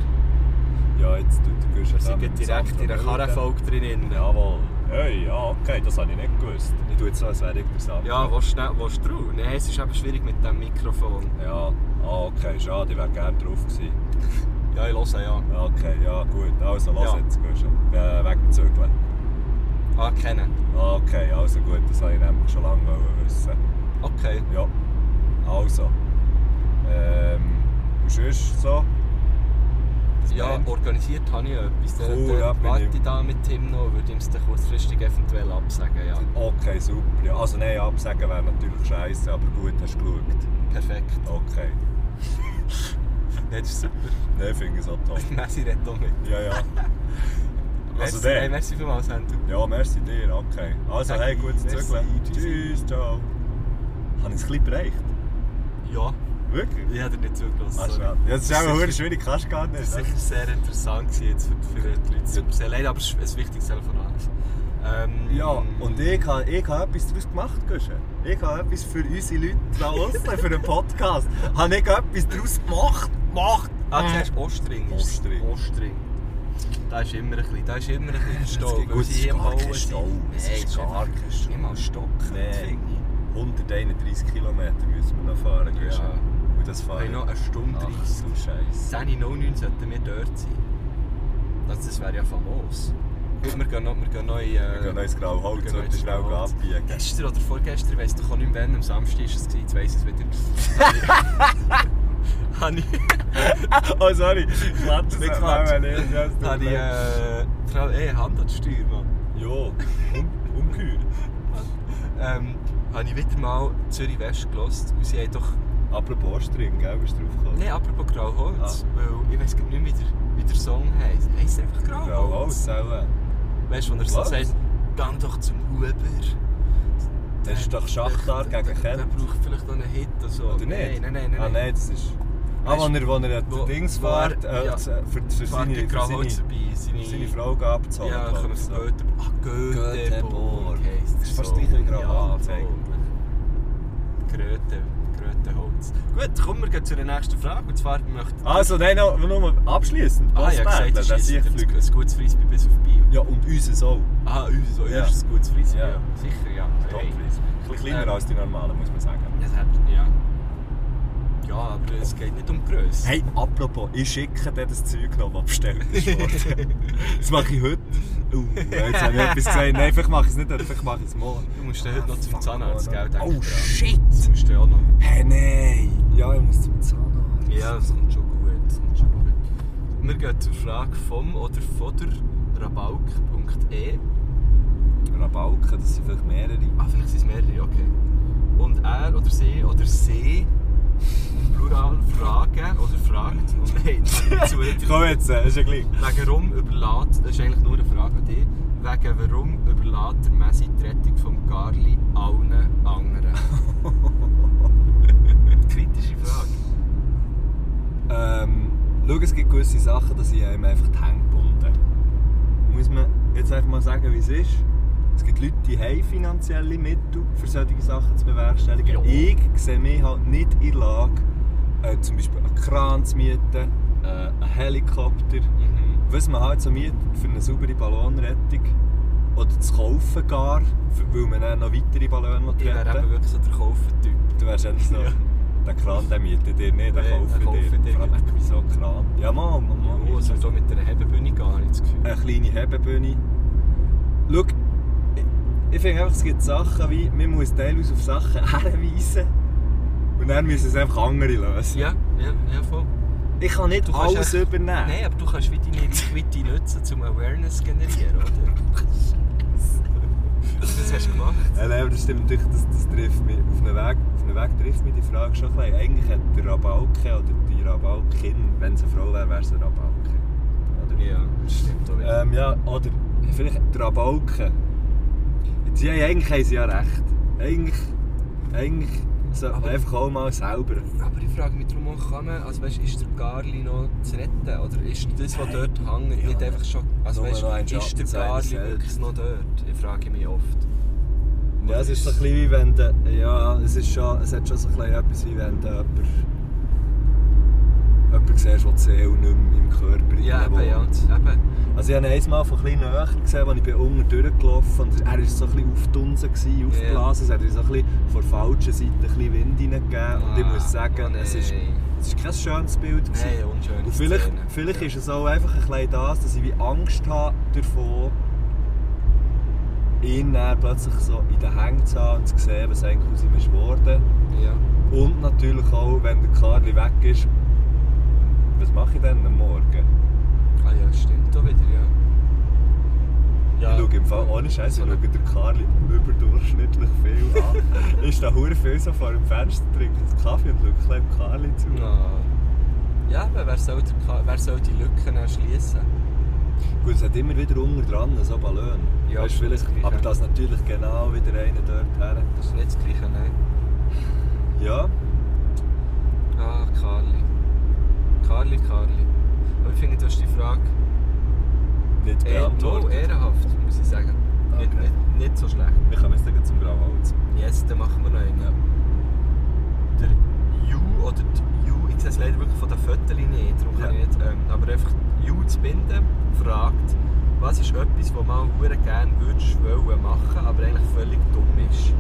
E: Ja, jetzt du, du gehst ja
A: Sie
E: zusammen mit
A: geht direkt in
E: Sandra
A: einer
E: Müller.
A: Karrenfolge drin.
E: Jawohl. Hey, ja, okay, das habe ich nicht gewusst. Ich tue jetzt so, als wäre ich der Sandra.
A: Ja, willst du schnell- willst du drauf? Nein, es ist eben schwierig mit dem Mikrofon.
E: Ja, ah, okay, schade, ich wäre gerne drauf gewesen.
A: Ja, ich höre ja.
E: Ja, Okay, ja, gut. Also, los
A: Ja.
E: jetzt, gehst du äh, weg mit Zügeln.
A: Ah, kennen.
E: Ah, Okay, also gut, das wollte ich nämlich schon lange wollen wissen.
A: Okay.
E: Ja, also. Ähm, und sonst so? Das
A: Ja,
E: Band?
A: organisiert habe ich etwas. Dann-
E: Cool,
A: dann
E: ja, bin
A: warte
E: ich-
A: ich da mit Tim noch, würde ihm es dann kurzfristig eventuell absagen. Ja,
E: Okay, super. Ja, also nein, absagen wäre natürlich scheiße, aber gut, hast du geschaut.
A: perfekt.
E: Okay.
A: Das ist super.
E: Nein, finde ich so toll.
A: Messi redet auch mit.
E: Ja, ja.
A: Merci,
E: Also der-
A: hey, merci vielmals, Andu.
E: Ja, merci dir, okay. Also,
A: Danke,
E: hey, gutes
A: merci,
E: Zügeln.
A: tschüssi.
E: Tschüss, ciao. Habe ich es ein bisschen bereicht?
A: Ja,
E: Wirklich?
A: ich habe dir nicht zugelassen.
E: Ah,
A: sorry.
E: schade. Ja, das ist auch
A: sicher-
E: eine schwierige Kasse gar nicht.
A: Das war
E: oder?
A: sicher sehr interessant gewesen jetzt für, für die Leute zu sehen. Leider, aber es ist ein wichtiges Telefonat. Ähm,
E: Ja, und ich habe, ich habe etwas daraus gemacht, Guschen. Ich habe etwas für unsere Leute da draussen, für den Podcast. Habe ich etwas daraus gemacht? Gemacht!
A: Ah, du sagst Ostring. ist es?
E: Ostring.
A: Ostring. Da ist immer ein bisschen, da ist immer ein bisschen Stau.
E: gibt-
A: weil
E: gut, es
A: sie
E: ist
A: hier am
E: gar kein
A: Bauen sind.
E: Stau. Es
A: Nein,
E: ist gar
A: einfach
E: kein Stau.
A: Nicht mal Stock,
E: Nee.
A: finde ich.
E: 131 Kilometer müssen wir noch fahren, Guschen.
A: Ja.
E: Und das
A: Wir
E: fahren
A: haben noch eine Stunde
E: Ach,
A: 30.
E: du Scheiße.
A: 10.09 sollten wir dort sein. Das, das wäre ja famos. Gut, wir gehen noch, wir gehen noch in, äh,
E: Wir gehen noch ins
A: wir
E: Grauholz
A: gehen noch
E: und
A: ins
E: schnell
A: Grauholz.
E: abbiegen.
A: Gestern oder vorgestern, ich weiss doch auch nicht mehr wann, am Samstag war es, gewesen, jetzt weiss ich es wieder. habe ich,
E: Oh, sorry.
A: Klatsch,
E: Nicht
A: das
E: Klatsch.
A: hat man
E: Ja, das tut
A: habe ich
E: mir leid.
A: äh, Frau E. Handelsteuer, Mann.
E: Ja, um, umgeheuer.
A: Ähm, habe ich wieder mal Zürich West gehört und sie haben doch...
E: Apropos String, gell, bist du draufgekommen?
A: Nein, apropos Grauholz,
E: Ah.
A: weil ich weiss gar nicht mehr, wie der, wie der Song heisst. Heisst er einfach
E: Grau
A: Grauholz?
E: Holz, auch.
A: Weißt du, wenn er so
E: Was?
A: sagt, geh doch zum Huber.
E: Das ist doch Schachtar
A: Der-
E: gegen
A: Der der
E: Kent.
A: braucht vielleicht noch einen Hit oder so.
E: Oder nicht?
A: Nein, nein, nein. nein,
E: Ah, nein, das ist... Ah,
A: Weißt
E: wenn er, wenn er
A: wo-
E: die Dings
A: wo er-
E: fährt, äh,
A: ja.
E: für, für, für
A: Fahrt
E: seine,
A: der
E: für
A: Grauholz
E: seine,
A: dabei, seine...
E: seine Frau abzuholen.
A: Ja,
E: glaub
A: kommen
E: ich, so.
A: wir von Göteborg. Ah, Göteborg
E: Göteborg.
A: heisst der
E: Das ist fast
A: Song.
E: gleich wie Grauholz
A: Ja, voll.
E: eigentlich.
A: Gröte, Gröteholz. Gut, kommen wir gleich zu der nächsten Frage. Und zwar möchte...
E: Also, nein, noch, nur abschließend.
A: Ah, ja, gesagt,
E: Postmädchen,
A: das ist
E: dass ich fliege.
A: ein gutes Frisbee bis auf Bio.
E: Ja, und unseres auch.
A: Ah, unser so,
E: Ja.
A: ist ein gutes Frisbee.
E: Ja.
A: Ja. Sicher, ja.
E: Top
A: Hey.
E: Frisbee. Ein bisschen kleiner
A: Ähm.
E: als die normalen, muss man sagen.
A: Das hat, ja. Ja, aber es geht nicht um Größe.
E: Hey, apropos, ich schicke dir das Zeug noch, was bestellt ist worden. Das mache ich heute. Uh, jetzt habe ich etwas gesagt. Nein, vielleicht mache ich es nicht, vielleicht mache ich es morgen.
A: Du musst ja
E: Ah,
A: heute noch zum
E: fuck,
A: Zahnarzt,
E: Mann.
A: gell? Denk
E: Oh
A: dran.
E: shit!
A: Das musst du ja auch noch.
E: Hey, nein! Ja, ich muss zum Zahnarzt.
A: Ja, das kommt schon gut. Das kommt schon gut. Wir gehen zur Frage vom oder von der rabalk.e.
E: Rabalken, das sind vielleicht mehrere.
A: Ah, vielleicht sind es mehrere, okay. Und er oder sie oder sie plural fragen oder fragt. Oh nein, zu
E: Komm jetzt, äh, ist ja gleich.
A: Wegen warum überlässt, das ist eigentlich nur eine Frage an dich, wegen warum überlässt der Messi die Rettung vom Garli allen anderen? Kritische Frage.
E: Ähm, schau, es gibt gewisse Sachen, dass ich ihm einfach die Hände gebunden Muss man jetzt einfach mal sagen, wie es ist. Es gibt Leute, die haben finanzielle Mittel, für solche Sachen zu bewerkstelligen.
A: Ja.
E: Ich sehe mich halt nicht in der Lage, äh, zum Beispiel einen Kran zu mieten, äh, einen Helikopter,
A: Mhm.
E: was man halt so mietet für eine saubere Ballonrettung. Oder zu kaufen gar, für- weil man dann noch weitere Ballone
A: Ich wäre
E: retten
A: eben wirklich so der Kaufen-Typ.
E: Du wärst eben so,
A: Ja.
E: der Kran der mietet dir nicht, der
A: Nein,
E: kauft
A: den kauft
E: dir.
A: dir.
E: Vor allem, wieso Kran? Ja, Mann, Mann, Mann.
A: Ja, es wird auch mit einer Hebebühne gehen, habe ich das Gefühl.
E: eine kleine Hebebühne. Schau, ich- ich finde einfach, es gibt Sachen wie, man muss teilweise auf Sachen hinweisen und dann müssen es einfach andere lösen.
A: Ja, ja, ja voll.
E: Ich kann nicht
A: Du kannst
E: alles
A: echt-
E: übernehmen.
A: Nein, aber du kannst wie deine Reichweite nutzen, um Awareness zu generieren, oder? das hast du gemacht.
E: Ja, nein, aber das stimmt natürlich, das, das trifft mich. Auf einem, Weg, auf einem Weg trifft mich die Frage schon ein bisschen. Eigentlich hat der Rabalke oder die Rabalkin, wenn es eine Frau wäre, wäre es eine Rabalke. Oder?
A: Ja, das stimmt auch wieder.
E: Ähm, ja, oder vielleicht die Rabalken. Sie haben, eigentlich haben sie ja recht. Eigentlich, eigentlich sollte man
A: Aber-
E: einfach auch mal selber.
A: Aber ich frage mich darum, auch, kann man, also weißt, ist der Garli noch zu retten? Oder ist das, was dort hängt,
E: Ja,
A: nicht einfach schon... Also
E: nur
A: weißt,
E: noch ein
A: ist
E: Schatten
A: der
E: seiner
A: Garli
E: selbst.
A: wirklich noch dort? Ich frage mich oft.
E: Ja, es ist so ein bisschen wie wenn du, ja, es ist schon, es hat schon so ein bisschen etwas wie wenn du jemanden, jemanden siehst, der die Seele nicht mehr im Körper
A: Ja,
E: drin
A: eben, ja.
E: wohnt.
A: Eben.
E: Also ich habe ihn einmal von ein bisschen näher gesehen, als ich bin unten durchgelaufen und er war so ein bisschen aufgedunsen, gewesen, aufgeblasen. Es hat ihm so ein bisschen von der falschen Seite ein bisschen Wind hineingegeben und ich muss sagen,
A: Ah,
E: es, ist,
A: nein.
E: es ist kein schönes Bild. gewesen.
A: Nein, unschöne
E: Und vielleicht,
A: Szene.
E: vielleicht
A: Ja.
E: ist es auch einfach ein bisschen das, dass ich wie Angst habe davon, ihn dann plötzlich so in den Hängen zu haben und zu sehen, was eigentlich aus ihm ist geworden.
A: Ja.
E: Und natürlich auch, wenn der Karli weg ist, was mache ich dann am Morgen?
A: Ah ja, stimmt auch wieder, ja.
E: Ich schaue im Fall, ohne Scheiß, ich schaue den Karli überdurchschnittlich viel an. ist da hure viel so vor dem Fenster, trinkt einen Kaffee und schaut ein bisschen dem Karli zu.
A: Ja. Ja, aber wer soll, der, Ka- wer soll die Lücken erschließen?
E: Gut, es hat immer wieder unten dran, so Ballon.
A: Ja,
E: Weißt du, vielleicht-
A: das ist
E: aber
A: gleich, ja.
E: das natürlich genau wieder einer dort her.
A: Das ist nicht das Gleiche, nein.
E: Ja,
A: Ah, Karli. Karli, Karli. Aber ich finde, du hast die Frage
E: nicht
A: eh, no,
E: beantwortet.
A: ehrenhaft, muss ich sagen. Nicht,
E: Okay.
A: nicht, nicht so schlecht.
E: Wir kommen jetzt gleich zum Grauholz.
A: Jetzt dann machen wir noch einen. Der Ju oder die Ju, ich sehe es leider wirklich von der Fotos nicht, darum kann
E: Ja.
A: ich nicht. Ähm, aber einfach Ju zu binden fragt, was ist etwas, was man hure gerne würdest wollen machen, aber eigentlich völlig dumm ist.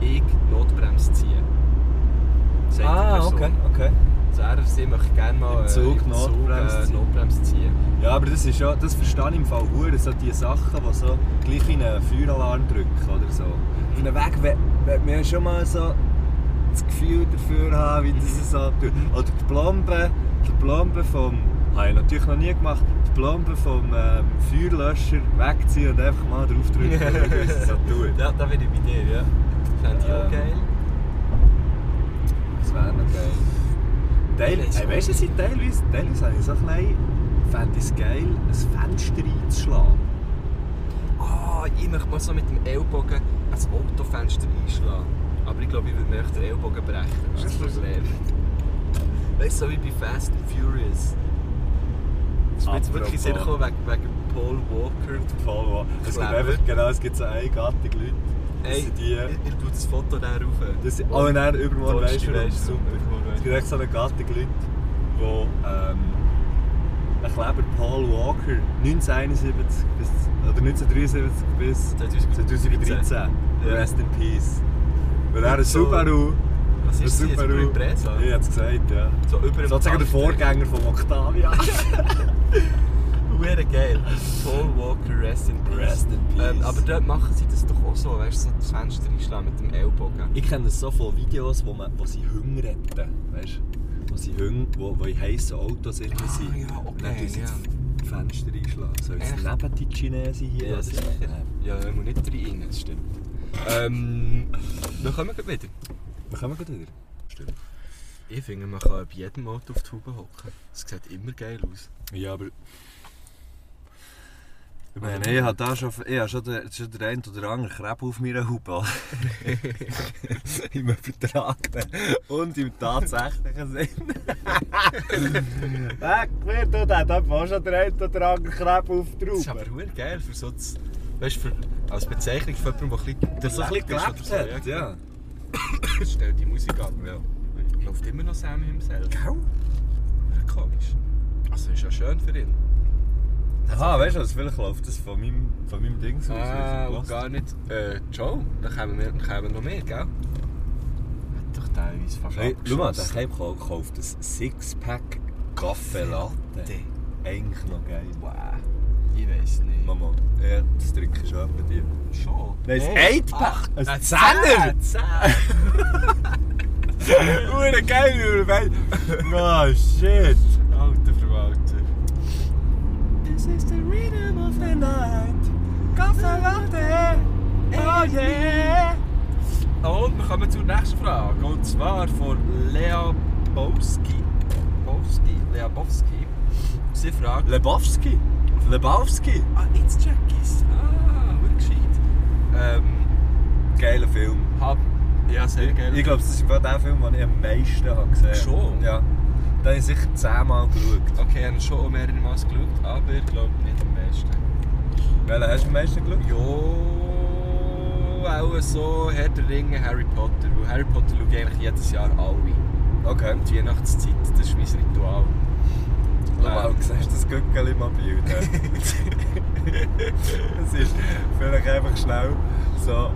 A: Ich Notbremse ziehen. Sagt die Person.
E: Ah, okay.
A: Also er oder sie möchte gerne mal äh,
E: Im Zug
A: im Zug,
E: Notbremse
A: äh,
E: ziehen.
A: Notbremse ziehen.
E: Ja, aber das ist ja, das verstehe ich im Fall hure, so die Sachen, die so gleich in einen Feueralarm drücken oder so. Auf einem Weg we- wird man ja schon mal so das Gefühl dafür haben, wie das es antut. Oder die Plombe, die Plombe vom, habe ich natürlich noch nie gemacht, die Plombe vom ähm, Feuerlöscher wegziehen und einfach mal drauf drücken, wie es so tut.
A: Ja, da bin ich bei dir, ja. Fände ich auch
E: Ähm,
A: geil.
E: Das wäre noch geil. Teil,
A: Ich weiss
E: hey, weißt du, es sind teilweise, teilweise habe ich so ein bisschen, fände ich es geil, ein Fenster einzuschlagen.
A: Ah, ich möchte mal so mit dem Ellbogen ein Autofenster einschlagen. Aber ich glaube, ich würde mir echt den Ellbogen brechen. Das ist das Problem. Weißt du, so wie bei Fast and Furious. Das ist mir jetzt wirklich Sinn
E: Apropos.
A: gekommen wegen, wegen Paul Walker.
E: Voll, es gibt
A: Clever.
E: einfach, genau, es gibt so eine Gattung Leute, das
A: Ey,
E: sind
A: ich,
E: die...
A: ich tue das Foto dann rauf.
E: Das, aber dann Oh, übermorgen
A: Donnerstag
E: weisst du warum.
A: weisst du,
E: Super.
A: übermorgen
E: Es
A: weisst du.
E: gibt echt so eine Gattung Leute, die ähm, einen Kleber Paul Walker 1971 bis, oder 1973 bis
A: 2013.
E: 2013
A: Ja.
E: Rest in Peace. Und er ein
A: so-
E: Subaru.
A: Was
E: ein
A: ist das? Über
E: Subaru.
A: Impresa?
E: Ich hab's gesagt, ja.
A: So über dem
E: Sozusagen der
A: Tag-
E: Vorgänger von Octavia.
A: Hure geil. Paul Walker, Rest in Peace.
E: Rest in Peace.
A: Ähm, aber dort machen sie das doch auch so, weißt du, so das Fenster einschlagen mit dem Ellbogen.
E: Ich kenne so viele Videos, wo, man, wo sie Hunger retten. Weißt du? Wo sie Hunger, wo, wo in heißen Autos irgendwie
A: Ah,
E: sind.
A: ja,
E: Und
A: okay,
E: dann tun sie
A: ja.
E: die Fenster einschlagen. Soll es
A: Echt?
E: neben die Chinesen hier
A: Ja, sicher.
E: Nein.
A: Ja, da muss nicht rein, das stimmt. Ähm, dann kommen wir wieder.
E: Wir kommen gleich wieder. Stimmt.
A: Ich finde, man kann bei jedem Auto auf die Haube hocken. Das sieht immer geil aus.
E: Ja, aber. Ich meine, ich habe da schon, ich habe schon, den, schon den einen oder anderen Krebs auf meiner Hupe. Im übertragenen und im tatsächlichen Sinn. Weg, mir tut er, da hast schon den einen oder anderen Krebs auf der
A: Das ist aber hure geil für so das, weißt, für, als Bezeichnung für jemanden, der ein bisschen
E: Der so ein bisschen
A: gelebt
E: gelebt
A: ist oder so,
E: hat, ja.
A: genau. Stell die Musik ab. Ja. Läuft immer noch Sam himself.
E: Gell?
A: Hure Komisch. Also ist ja schön für ihn.
E: Aha, weißt du was, vielleicht läuft das von meinem, von meinem Ding so
A: Ah, und gar nicht. Äh, Joe, da kommen, wir, da kommen noch mehr, gell? Hat doch teilweise fast
E: Hey, schau mal, der
A: abgeschossen.
E: Keim kauft ein Sixpack Kaffee Latte. Eigentlich noch geil.
A: Wow. Ich weiß nicht.
E: Mama, ja, das trinke ich schon bei dir.
A: Schon.
E: Nein, ein
A: Hey.
E: Eightpack!
A: Ah,
E: Ein
A: Zehner! Zehner!
E: Uhr geil, über Wein! Oh shit!
A: Alter Verwalter.
E: This is the rhythm of the night. Kaffee Latte! Oh yeah!
A: Und wir kommen zur nächsten Frage. Und zwar von Lea Bowski. Bowski? Lea Bowski. Sie fragt.
E: Lebowski! Lebowski!
A: Ah, jetzt check ich's. Ah, wirklich gescheit. Ähm,
E: Geiler Film.
A: hab. Ja, sehr geil.
E: Ich glaube, das ist im Fall der Film, den ich am meisten habe gesehen habe.
A: Schon?
E: Ja. Den habe ich sicher zehnmal geschaut.
A: Okay, ich habe ihn schon auch mehrere Mal geschaut, aber ich glaube nicht am meisten.
E: Welchen hast du am meisten geschaut?
A: Jo, auch so Herr der Ringe, Harry Potter. Weil Harry Potter schaue ich eigentlich jedes Jahr alle.
E: Okay.
A: Und die Weihnachtszeit, das ist mein Ritual.
E: Wow,
A: Ähm,
E: du siehst das Gückeli mal bilden. Es ist vielleicht einfach schnell so.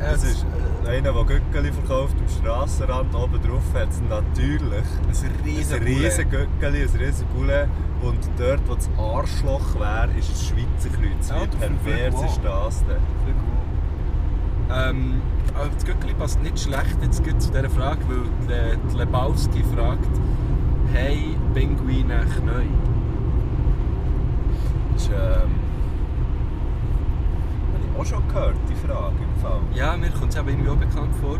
E: Es
A: es- äh,
E: ist einer, der Gückeli verkauft am Strassenrand. Oben drauf hat es natürlich
A: ein riesen
E: ein riesen Gückeli, ein riesen Gulle. Und dort, wo das Arschloch wäre, ist das Schweizer Kreuz.
A: Ja,
E: Wie
A: und auf dem
E: pervers
A: Flugwagen.
E: ist das denn?
A: Ähm, aber das Gückli passt nicht schlecht jetzt gerade zu dieser Frage, weil äh, die Lebowski fragt, hey, Pinguine Knäu?
E: Das ist, ähm, habe ich auch schon gehört, die Frage im Fall.
A: Ja, mir kommt es eben irgendwie auch bekannt vor.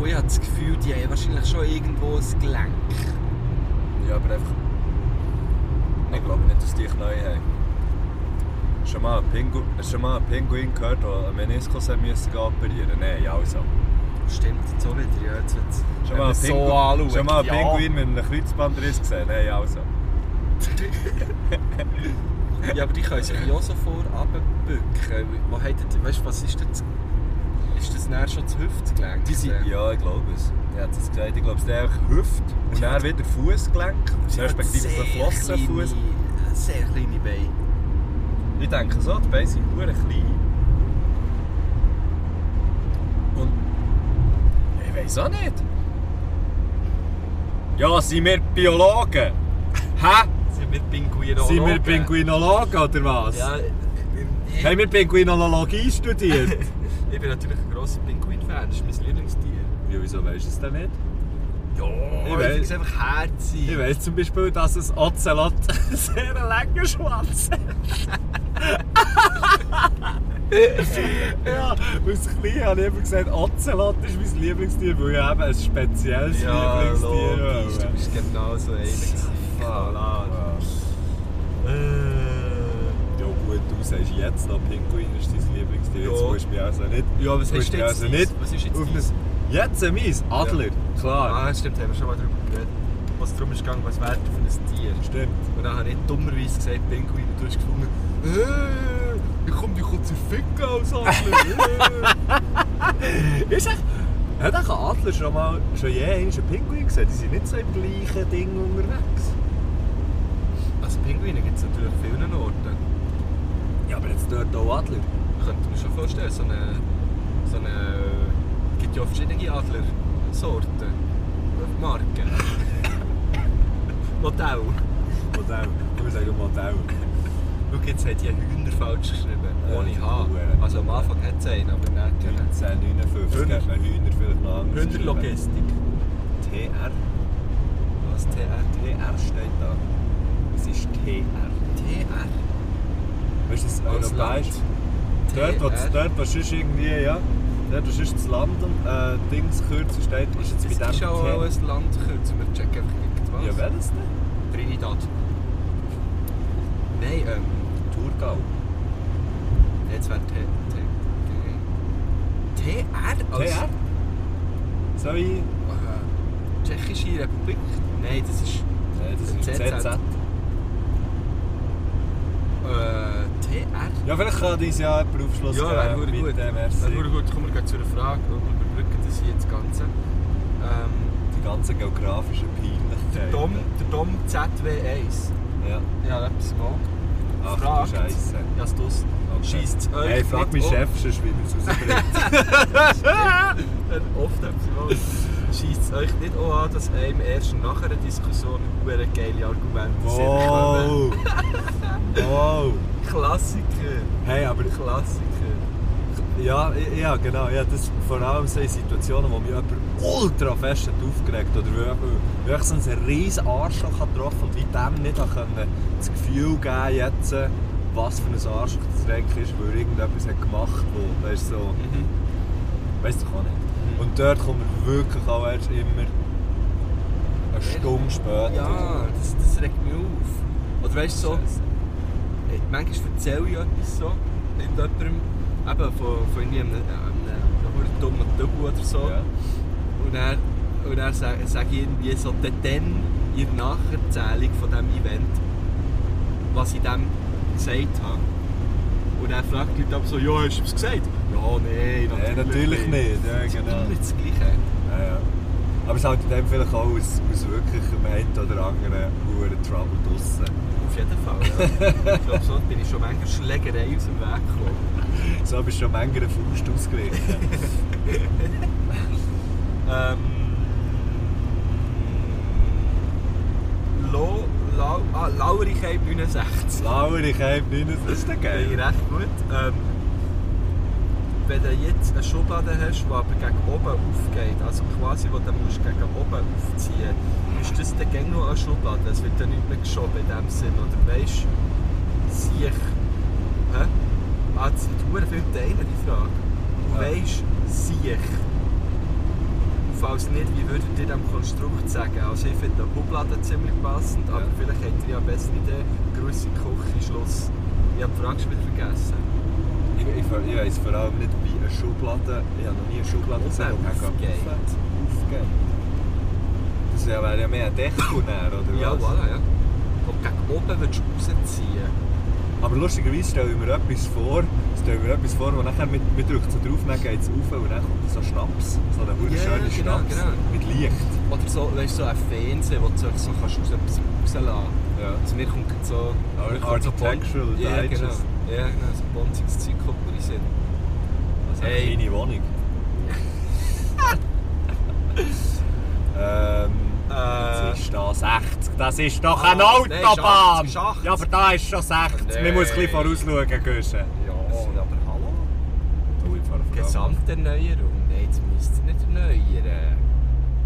A: Und ich habe das Gefühl, die haben wahrscheinlich schon irgendwo ein Gelenk.
E: Ja, aber einfach. Ich glaube nicht, dass die neu haben. Schon mal einen Pingu hast du schon mal einen Pinguin gehört, der einen Meniskus hat müssen gehen operieren Nein, ja, also.
A: Stimmt, jetzt auch wieder. Ja, jetzt wird's,
E: Schon mal
A: wenn man
E: einen
A: es so
E: Pingu-
A: anschaut.
E: schon mal einen
A: ja.
E: Pinguin mit einem Kreuzbandriss gesehen? Nein, ja, also.
A: Ja, aber die können sich ja auch so vor runterbücken. Wo hat das, weißt du, was ist das? Ist das näher schon das Hüftgelenk?
E: Die sind, ja, ich glaube es. Er hat es gesagt, ich glaube, es ist einfach Hüfte und dann wieder Fußgelenk, respektive so Flossenfuß.
A: Sehr kleine Beine.
E: Ich denke so, die Beine sind hure klein. Und. Ich weiß auch nicht. Ja, sind wir Biologen? Hä?
A: Sind wir Pinguine
E: Sind wir Pinguinologen oder was?
A: Ja, ich, ich,
E: Haben wir Pinguinologie studiert?
A: ich bin natürlich ein grosser Pinguin-Fan. Das ist mein Lieblingstier.
E: Ja, wieso weißt du es denn nicht?
A: Ja,
E: weiss.
A: ich finde einfach herzig.
E: Ich weiss zum Beispiel, dass ein Ocelot einen sehr langen Schwanz hat. ja, als Klein habe ich immer gesagt, Ocelot ist mein Lieblingstier, weil ich eben ein spezielles
A: Ja,
E: Lieblingstier
A: logisch, du
E: habe.
A: bist genau so einer. gewesen. Klar. Äh,
E: Ja gut, du sagst jetzt noch, Pinguin ist dein Lieblingstier, jetzt
A: Ja.
E: musst du mich also nicht...
A: Ja, was
E: musst
A: hast
E: mich
A: du jetzt
E: also
A: deins?
E: nicht
A: Was ist jetzt
E: auf
A: deins?
E: ein- Jetzt ein Mies, Adler, klar.
A: Ah, stimmt, haben wir schon mal darüber geredet. Was darum ist gegangen, was wäre für ein Tier?
E: Stimmt.
A: Und dann habe ich dummerweise gesagt, Pinguin, und du hast gefunden, äh, ich komme dich kurz in Ficken aus Adler.
E: Ist echt... Hat ein Adler schon mal schon je einen Pinguin gesehen? Die sind nicht so im gleichen Ding unterwegs.
A: also Pinguine gibt es natürlich an vielen Orten.
E: Ja, aber jetzt dort auch Adler.
A: Ich könnte mir schon vorstellen, so eine. So eine es gibt ja verschiedene Adlersorten. Marken. Modell.
E: Modell. Wir sagen Modell.
A: Schau, jetzt hat die Hühner falsch geschrieben.
E: Ja,
A: Ohne
E: das
A: H.
E: ist cool.
A: Also am Anfang hat es einen, aber nicht keinen.
E: 1959
A: Hühner.
E: hat man Hühner vielleicht noch anders geschrieben.
A: Hühnerlogistik.
E: TR.
A: Was TR?
E: TR steht da. Es ist TR.
A: TR?
E: Weißt du, das
A: Als
E: europäisch? Dort, wo das- dort, was ist irgendwie, ja. Dort, was ist das Land und äh, Dings kürzer steht, ist jetzt
A: Es
E: mit dem
A: ist auch
E: T.
A: ein Land kürzer, wir checken einfach irgendwas.
E: Ja, welches denn?
A: Trinidad. Nein, ähm,
E: Thurgau.
A: jetzt wäre T... T... T... TR? als-
E: TR? So wie.
A: Äh, Tschechische Republik? Nein, das ist...
E: Nein, das ist
A: ZZ.
E: ZZ. eh,
A: Äh, TR?
E: Ja, vielleicht kann dieses Jahr ein Berufsschluss
A: Ja, wäre gut.
E: mit dem
A: Wäre
E: merci.
A: verdammt gut. Kommen wir gleich zu einer Frage und überbrücken das hier das Ganze. Ähm,
E: Die ganzen geografischen Peinlichkeiten.
A: Dom, der Dom ZW1.
E: Ja.
A: Ja, etwas mal.
E: Ach
A: Fragt.
E: du Scheiße.
A: Ja, das draussen. Scheisst euch
E: Hey, frag
A: nicht
E: meinen
A: um.
E: Chef schon, wie wir es rausbringen.
A: Dann oft etwas mal. Scheisst es euch nicht auch an, dass einem erst nach einer Diskussion hure geile Argumente sind?
E: Wow! wow!
A: Klassiker!
E: Hey, aber ich-
A: Klassiker!
E: ja, ich- ja, genau. Ja, das, vor allem so in Situationen, wo mich jemand ultra fest hat aufgeregt hat oder wo- wo ich so einen riesen Arschloch hat getroffen und wie dem nicht hat können, das Gefühl geben jetzt, äh, was für ein Arschloch das Dreck ist, weil er irgendetwas hat gemacht hat. Weißt du, so, weißt du, kann nicht. Und dort kommt man wirklich auch erst immer eine Stunde später.
A: Ja, das, das regt mich auf. Oder weißt du, so,
E: Scheisse.
A: Hey, manchmal erzähle ich etwas so, irgendjemandem, eben von, von irgendwie einem, einem, einem dummen Double oder so.
E: Ja.
A: Und er, und er sage sag ich irgendwie so, dann dann in der Nacherzählung von diesem Event, was ich dem gesagt habe. Und er fragt die Leute ab so, ja, hast du es gesagt? Ja, nein, natürlich,
E: Nein, natürlich nicht. Ja,
A: Das ist
E: genau.
A: immer das Gleiche.
E: Ja, ja. Aber es hält in dem vielleicht auch aus, aus wirklich dem einen oder anderen hohen Trouble draussen.
A: Auf jeden Fall, ja. ich glaube, so bin ich schon manchmal Schlägerei aus dem Weg gekommen.
E: So bist du schon manchmal einen Faust ausgerichtet.
A: Ähm, Lo, Lau, ah, Laurigkeit 69.
E: Lauer, ich habe nicht, das ist doch
A: Finde ich
E: geil.
A: recht gut. Ähm, wenn du jetzt eine Schublade hast, die aber gegen oben aufgeht, also quasi, wo du musst gegen oben aufziehen musst, ist das dann gäng noch eine Schublade? Es wird dann nicht mehr geschoben in dem Sinn, oder weißt du? Sieh ich. Hä? Ah, das sind verdammt viele Teile, die Frage. Du
E: Ja.
A: weißt, sieh ich. Und falls nicht, wie würdet ihr dem Konstrukt sagen? Also ich finde den Schublade ziemlich passend, aber
E: Ja.
A: vielleicht habt ihr ja eine bessere Idee. Grüße Küche, Schluss. Ich habe die Frage schon wieder vergessen.
E: Ich, ich, ver- ich weiss vor allem nicht, wie eine Schublade. Ich habe noch nie eine Schublade gesehen, die gegen
A: Aufgeht.
E: oben aufgeht. Das wäre ja mehr ein Deckkunär, oder
A: Ja,
E: was?
A: voilà, ja. Und gegen oben würdest du rausziehen.
E: Aber lustigerweise stelle ich mir etwas vor, stelle ich mir etwas vor, wo nachher mit, mit drückt so drauf, dann geht es auf und dann kommt so Schnaps. So eine
A: Ja,
E: wunderschöne
A: genau,
E: Schnaps
A: genau.
E: mit Licht.
A: Oder so, weißt, du, so ein Fernseher, wo du so so kannst aus etwas rauslassen
E: Ja.
A: Also mir kommt gerade so...
E: Aber
A: mir kommt so
E: Architectural
A: Bon- ja, genau.
E: Digest.
A: Ja, genau, so bonziges Zeug kommt mir in den Sinn.
E: Das
A: Hey.
E: ist meine Wohnung. ähm,
A: Äh.
E: jetzt ist da 60. Das ist doch
A: Ah,
E: eine
A: nein,
E: Autobahn!
A: 80, 80.
E: Ja, aber da ist schon 60.
A: Nee.
E: Man muss ein bisschen vorausschauen, Güsse.
A: Ja, aber hallo?
E: Oh, ich fahre voran.
A: Gesamterneuerung? Nein, jetzt heisst es nicht erneuern.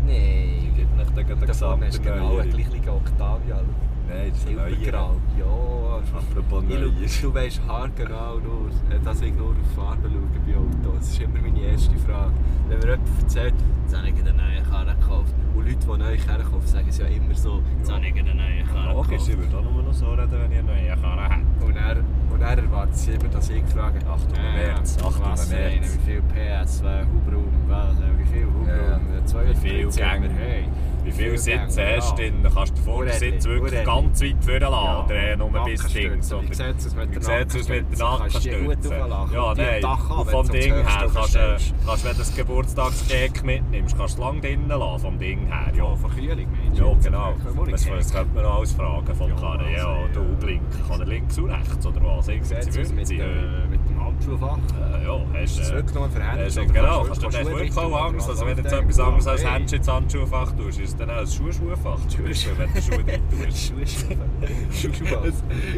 A: Nein.
E: Gib nicht den, den
A: Da vorne
E: gesamten
A: ist genau ein
E: Neuerung.
A: gleicher Octavia.
E: Nein, das ist ein
A: Silbergrau.
E: Neuerung.
A: Ja,
E: Apropos
A: Ich schau-
E: Neues.
A: Du weißt haargenau nur, äh, dass ich nur auf Farbe schaue bei Autos. Das ist immer meine erste Frage. Wenn mir jemand erzählt, jetzt habe ich eine neue Karre gekauft. Und Leute, die neue Karre kaufen, sagen es ja immer so, jetzt habe ich eine neue Karre
E: Logisch,
A: gekauft.
E: ich würde auch nur noch so reden, wenn ich eine neue Karre hätte.
A: Und er, und er erwartet sie immer, dass ich frage, Achtung,
E: Äh,
A: März,
E: Achtung,
A: was für
E: März.
A: eine, wie viel PS, äh, Hubraum, was, äh, wie viel Hubraum,
E: Ja,
A: äh, zwei,
B: Wie viel
A: drei Zimmer,
B: Gänge?
A: hey.
B: Wie viele
A: Gänge,
B: Sitze hast du
A: ja.
B: denn? Kannst du den Vordersitz
A: Uredli,
B: wirklich
A: Uredli.
B: ganz weit vorne
A: Ja,
B: laden? Oder eh nur ein bisschen
A: Nackenstütze.
B: Dings?
A: Wie sieht es aus mit
B: Wie
A: der
B: sieht es aus mit der
A: Nackenstütze? Kannst du die
B: Nackenstütze?
A: gut hochladen?
B: Ja,
A: Und die
B: nein.
A: Dach an,
B: Und
A: wenn
B: vom
A: du
B: Ding eh,
A: zum
B: her
A: Höchsten
B: kannst du,
A: stellst.
B: kannst, wenn du das Geburtstagssteak mitnimmst, kannst du es lange drinnen lassen, vom Ding her. Ja,
A: Ja, Verkühlung, meinst du?
B: ja genau.
A: Verkühlung.
B: Das, das könnte man noch alles fragen vom
A: Ja,
B: Karren. Ja,
A: also,
B: der
A: ja.
B: Ublink. Kann er links und rechts oder was?
A: Wie
B: Irgendwie
A: sieht es aus
B: würden
A: mit,
B: sie.
A: äh, mit dem Handschuhfach?
B: Äh, Ja, hast
A: Ist es
B: äh,
A: zurückgenommen für Hände?
B: Hast du,
A: Oder
B: genau,
A: kannst
B: kannst du
A: du
B: hast
A: Schuhe
B: wirklich
A: richten
B: auch
A: oder
B: Angst.
A: was
B: Also wenn du jetzt
A: läuft
B: etwas
A: denn?
B: anderes als
A: Hey.
B: Handschuhe ins Handschuhfach tust, ist es dann auch ein Schuhschuhfach. Wenn du Schuhe drin tust.
A: Schuhe schieben. Schuhe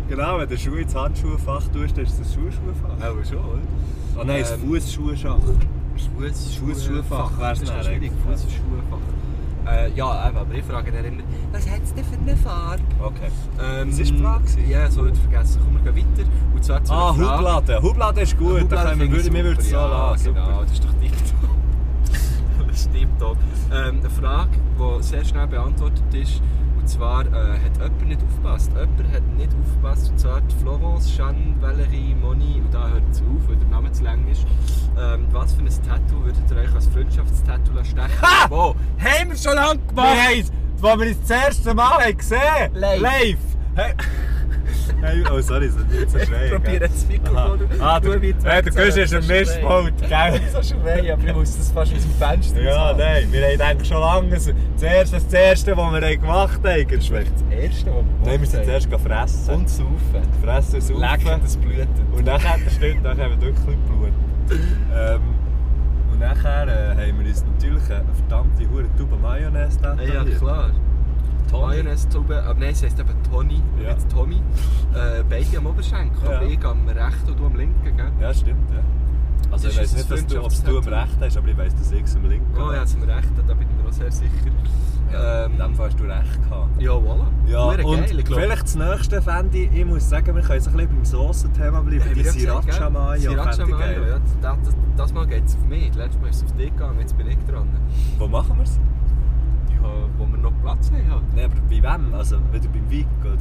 E: Genau, wenn du Schuhe ins Handschuhfach tust, dann ist das Schuhschuhfach.
A: Aber schon, oder?
B: Oh,
E: Ah nein, das
A: Ähm.
E: Fußschuhschach.
A: Fuß,
E: Fußschuhfach wär's
A: Das ist
E: dann
A: schwierig,
E: eigentlich.
A: Fußschuhfach. Äh, ja, eben, aber ich frage dann immer, was hat es denn für eine Farbe?
E: Okay.
A: Ähm,
E: Das ist die Frage gewesen.
A: Ja, so nicht vergessen. Kommen wir gehen weiter. Und zwar zu
E: Ah,
A: einer Frage-
E: Hubladen. Hubladen ist gut.
A: Hubladen
E: da können
A: finde
E: wir,
A: ich
E: wir würden es so
A: super, ja,
E: lassen. Super.
A: Genau, das ist doch TikTok. das ist TikTok. Ähm, eine Frage, die sehr schnell beantwortet ist. Und zwar äh, hat jemand nicht aufgepasst. Jemand hat nicht aufgepasst. Und zwar die Florence, Jeanne, Valerie, Moni. Und da hört es auf, weil der Name zu lang ist. Ähm, was für ein Tattoo würdet ihr euch als Freundschaftstattoo lassen stechen? Ha! Wo? Haben wir schon lange gemacht!
E: Nein, als wir uns das erste Mal haben gesehen haben.
A: Live.
E: Hey. hey. Oh, sorry, das ist nicht so schräg.
A: Ich probiere das Mikrofon.
E: Aha. Ah, der,
A: Schau, wie
E: hey,
A: es
E: der Gusch ist ein
A: wegzählt. Das
E: Mischpult, gell?
A: Das ist schwer, aber ich muss das fast aus dem Fenster
E: Ja,
A: raushaben.
E: nein, wir haben eigentlich schon lange so- das erste, das erste, was wir haben gemacht haben. Das schmeckt.
A: Das erste, was
E: Nein, wir sind zuerst fressen.
A: Und saufen.
E: fressen, saufen.
A: Leck, das blutet.
E: Und nachher, das stimmt, nachher haben wir wirklich Blut. Ähm, und nachher äh, haben wir uns natürlich eine verdammte hure Tube Mayonnaise da.
A: Ja, klar. Mayonnaise-Tube, aber nein, sie heisst eben Tony,
E: Ja.
A: nicht Tommy. Äh, beide am Oberschenkel,
E: Ja.
A: aber ich am rechten und du am linken, gell?
E: Ja, stimmt, ja. Also ich
A: Ist
E: weiss
A: es
E: nicht, dass du, ob du
A: Freundschaftstattoo?
E: am Rechten hast, aber ich weiss, dass ich es am Linken
A: Oh ja, zum rechten, da bin ich mir auch sehr sicher.
E: Ähm, in dem Fall hast du Recht gehabt.
A: ja, voilà. Hure
E: und
A: geil, ich glaub.
E: vielleicht das Nächste fände ich, ich muss sagen, wir können jetzt ein bisschen beim Soßen-Thema bleiben. Die
A: Haben wir ja gesagt, gell?
E: Sriracha Mayo
A: Sriracha
E: fände ich
A: Mayo, ja.
E: geil.
A: Das, das, das Mal geht es auf mich. Letztes Mal ist es auf dich gegangen, jetzt bin ich dran.
E: Wo machen wir es?
A: Ja, wo wir noch Platz haben halt.
E: Nein, aber bei wem? Also, wenn du beim Week oder...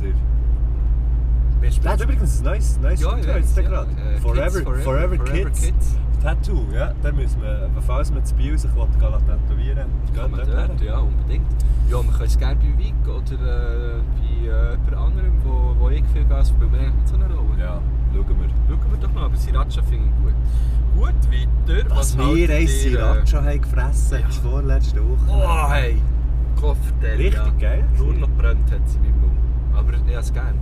A: Bist
E: Der hat übrigens ein neues, neues
A: Ja, ich
E: Tattoo
A: weiss,
E: jetzt
A: ja.
E: gerade.
A: Äh,
E: forever,
A: Kids,
E: forever, Kids.
A: Kids.
E: Tattoo, ja. Da müssen wir, falls wir zu Biel sich wollen, gehen lassen tätowieren
A: Kann man
E: Geht dort
A: dort,
E: hin.
A: ja, unbedingt. Ja, man kann es gerne bei Wig oder äh, bei äh, jemand anderem, wo, wo ich viel Gas bin, wir eigentlich nicht so eine Rolle.
E: Ja, schauen wir.
A: Schauen wir doch noch, aber Sriracha finde ich gut. Gut, weiter.
E: Dass wir
A: haltet
E: ein
A: ihr, äh,
E: Sriracha haben gefressen
A: Ja.
E: ja. vorletzte Woche.
A: Oh, hey! Kofferteil,
E: Richtig geil.
A: Nur noch brennt hat sie in meinem Mund. Aber ich habe es gerne.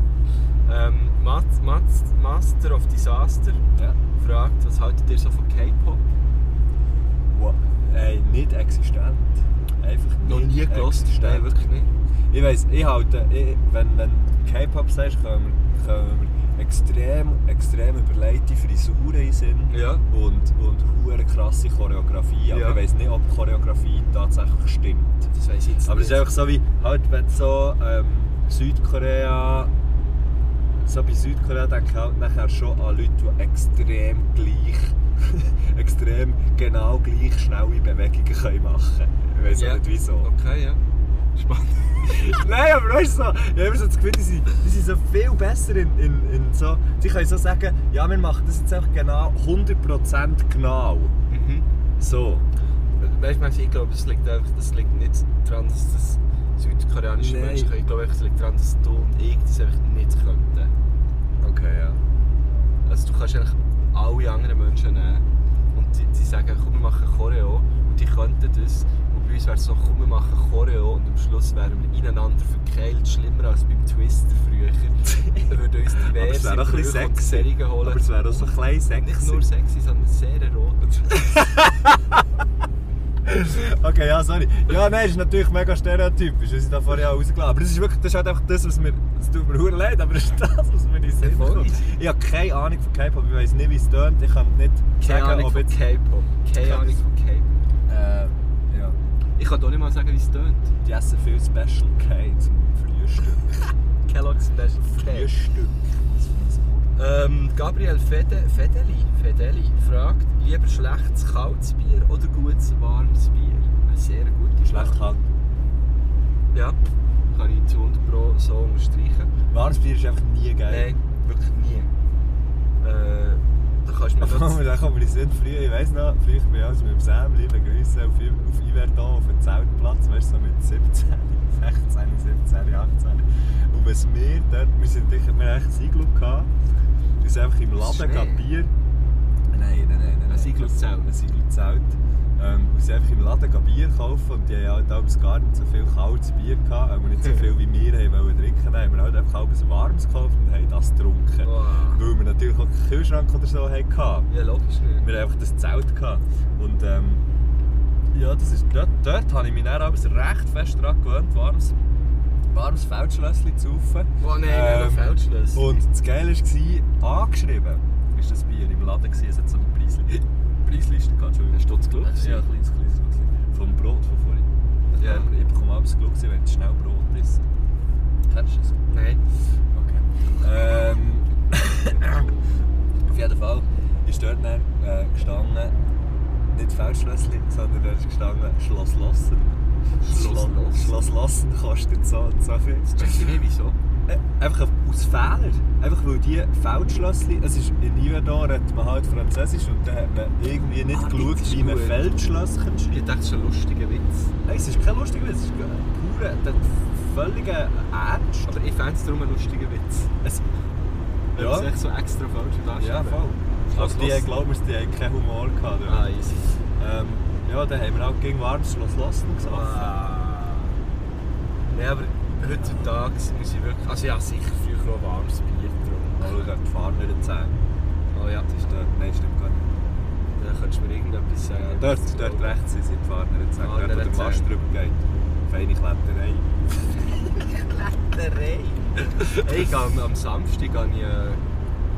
A: Ähm, Mats- Mats- Master of Disaster
E: Ja.
A: fragt, was haltet ihr so von K-Pop?
E: Wow. Ey, nicht existent. Einfach
A: Noch
E: nicht
A: nie gehört?
E: existent.
A: Nein, wirklich nicht.
E: Ich weiss, ich halte, ich, wenn, wenn du K-Pop sagst, kommen, kommen wir extrem, extrem überlegte Frisuren in den Sinn.
A: Ja.
E: Und, und hure krasse Choreografie. Aber
A: Ja.
E: ich weiss nicht, ob die Choreografie tatsächlich stimmt.
A: Das weiss ich jetzt
E: Aber es
A: nicht.
E: ist einfach so wie, halt, wenn du so ähm, Südkorea. So bei Südkorea denke ich halt nachher schon an Leute, die extrem gleich, extrem genau gleich schnelle Bewegungen können machen können. Ich weiß
A: Ja.
E: auch nicht wieso.
A: Okay, ja. Spannend.
E: Nein, aber weißt du so, ich habe immer so das Gefühl, die sind, die sind so viel besser in, in, in so. Sie können so sagen, ja, wir machen das jetzt einfach genau 100% genau.
A: Mhm.
E: So.
A: Weißt du, ich glaube, es liegt einfach, das liegt nicht daran, dass das südkoreanische
E: Nein.
A: Menschen können. Ich glaube, einfach, es liegt daran, dass du und ich das einfach nicht könnten.
E: Okay, ja.
A: Also du kannst eigentlich alle anderen Menschen nehmen und die, die sagen, komm, wir machen Choreo und die dus könnten das. Und bei uns wäre es so, komm, wir machen Choreo und am Schluss wären wir ineinander verkeilt, schlimmer als beim Twister früher. Dann würden uns
E: Aber es
A: diverse
E: wäre auch ein bisschen
A: Brüche und
E: sexy.
A: Zerrungen holen.
E: Aber es wäre auch so ein kleines
A: Nicht nur sexy, sondern sehr erotisch.
E: Okay, ja, sorry. Ja, nein, ist natürlich mega stereotypisch, was ich da vorher auch rausgelassen habe. Aber das ist wirklich, das ist halt einfach das, was mir, es tut mir verdammt leid, aber das ist das, was mir in den Sinn
A: Voll
E: kommt.
A: easy.
E: Ich habe keine Ahnung von K-Pop, ich weiss nicht, wie es tönt, ich kann nicht
A: Keine
E: sagen,
A: Ahnung
E: ob
A: von
E: jetzt...
A: K-Pop. Keine
E: Kann
A: Ahnung
E: das-
A: von K-Pop. Äh,
E: Ja.
A: ich kann doch nicht mal sagen, wie es tönt.
E: Die essen viel Special K zum Frühstück.
A: Kellogg's Special
E: Frühstück. Das ist mein Wort.
A: Ähm, Gabriel Fede, Fedeli, Fedeli fragt, lieber schlechtes kaltes Bier oder gutes warmes Bier? Eine sehr gute Frage.
E: Schlecht kalt.
A: Ja, kann ich zu 100 Pro so unterstreichen.
E: Warmes Bier ist einfach nie geil. Nein. Wirklich nie.
A: Äh, da kannst du mir
E: Da kann man, da kann man uns nicht früher, ich weiss noch, früher bin ich alles mit dem Sam lieben Grüße auf, auf Iverdon auf den Zeltplatz, weißt du, so mit 17, 16, 17, 18. Und was wir dort, wir sind sicher, wir haben echt ein Einglut gehabt, wir sind einfach im Laden
A: Schnee?
E: gehabt, Bier. Nein, nein, nein, nein.
A: Ein Igluzelt.
E: Ein Igluzelt. Ähm, wir sind einfach im Laden gehabt, Bier kaufen und die haben halt abends gar nicht so viel kaltes Bier gehabt, aber nicht so viel wie wir haben wollen trinken. Dann haben wir halt einfach halbes warmes gekauft und haben das getrunken.
A: Wow.
E: Weil wir natürlich auch keinen Kühlschrank oder so hatten.
A: Ja, logisch nicht.
E: Wir haben einfach das Zelt gehabt. Und ähm, ja, das ist, dort, dort habe ich mich dann aber recht fest daran gewöhnt, warmes, warmes Feldschlösschen zu saufen.
A: Oh nein, ähm,
E: Ähm,
A: Feldschluss.
E: Und das Geile war, angeschrieben ist das Bier im Laden. gewesen. Es hat so eine Preisli Preisliste gehabt. Entschuldigung.
A: Hast du das Glück?
E: Ja, ein kleines, kleines Glückchen. Vom Brot von vorhin. Ich
A: Ja.
E: bekomme- Ich bekomme abends Glück, wenn ich schnell Brot isst. Kennst du das?
A: Nein.
E: Okay. Ähm, auf jeden Fall ist dort dann, äh, gestanden, nicht Feldschlössli, sondern dort ist gestanden Schloss Lossen.
A: Schloss Lossen.
E: Schloss Lossen kostet so und so viel.
A: Check ich nicht, wieso?
E: Äh, einfach aus Fehler. Einfach weil die Feldschlössli, es ist in Iverdor redet man halt Französisch und dann hat man irgendwie nicht
A: Ah, das
E: geschaut,
A: ist
E: wie man
A: gut.
E: Feldschlösschen schreibt.
A: Ich dachte, das ist ein lustiger Witz.
E: Nein, es ist kein lustiger Witz, es ist pure, der völlige Ernst.
A: Aber ich fände es darum einen lustigen Witz.
E: Es,
A: Wenn ja. es echt so extra falsch darstellt.
E: Ja, voll. Also die, glaub mir, die haben keinen Humor gehabt. dort.
A: Ah, easy.
E: Ähm, ja, dann haben wir auch gegen warmes Schloss Lassen gesoffen.
A: Ah. Nein, aber heutzutage muss ich wirklich. Also ja, sicher früher auch warmes Bier
E: Aber
A: getrunken.
E: wir können die Fahne nicht sagen.
A: Oh ja,
E: Das ist dort, nein, eh, stimmt gar nicht.
A: dann könntest du mir irgendetwas sagen.
E: Ja, dort, dort rechts sind die Fahne nicht sagen.
A: Fahne
E: Dort, wo der
A: nicht
E: Mast
A: sagen.
E: drüber geht. Feine Kletterei.
A: Kletterei. hey, ich gehe am, am Samstag gehe ich, äh,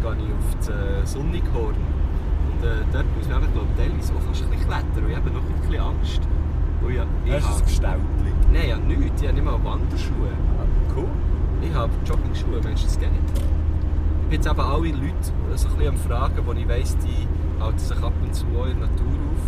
A: gehe ich auf das äh, Sonnighorn. Und äh, dort muss man eben, glaube ich, teilweise auch fast ein bisschen klettern. Und ich habe noch ein bisschen Angst. Und ja, ich
E: Das ist
A: habe,
E: ein Gestäutli.
A: nein, ich habe nichts. Ich habe nicht mal Wanderschuhe.
E: Cool.
A: Ich habe Joggingschuhe, meinst du das geht? Ich bin jetzt eben alle Leute so ein bisschen am Fragen, wo ich weiss, die halten sich ab und zu auch in der Natur auf.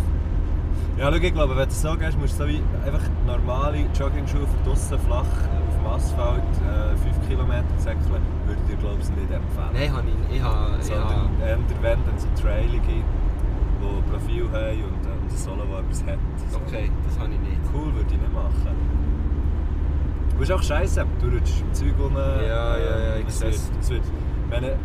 E: Ja, schau, ich glaube, wenn du es so gehst, musst du so wie einfach normale Joggingschuhe für draussen flach eh, auf dem Asphalt äh, 5 km säckeln. Würde ich dir, glaube ich, nicht empfehlen.
A: Nein, habe ich, ich habe... Ich habe
E: Sondern eher wenn dann so Trailer gibt, die ein Profil haben und, äh, und ein Solo, der etwas hat. So.
A: okay, das habe ich nicht.
E: Cool würde ich nicht machen. Du bist auch scheiße, du rutschst im Zeug rum.
A: Ja, ja, ja, ich
E: es
A: sehe
E: wird,
A: es.
E: es wird, ich meine,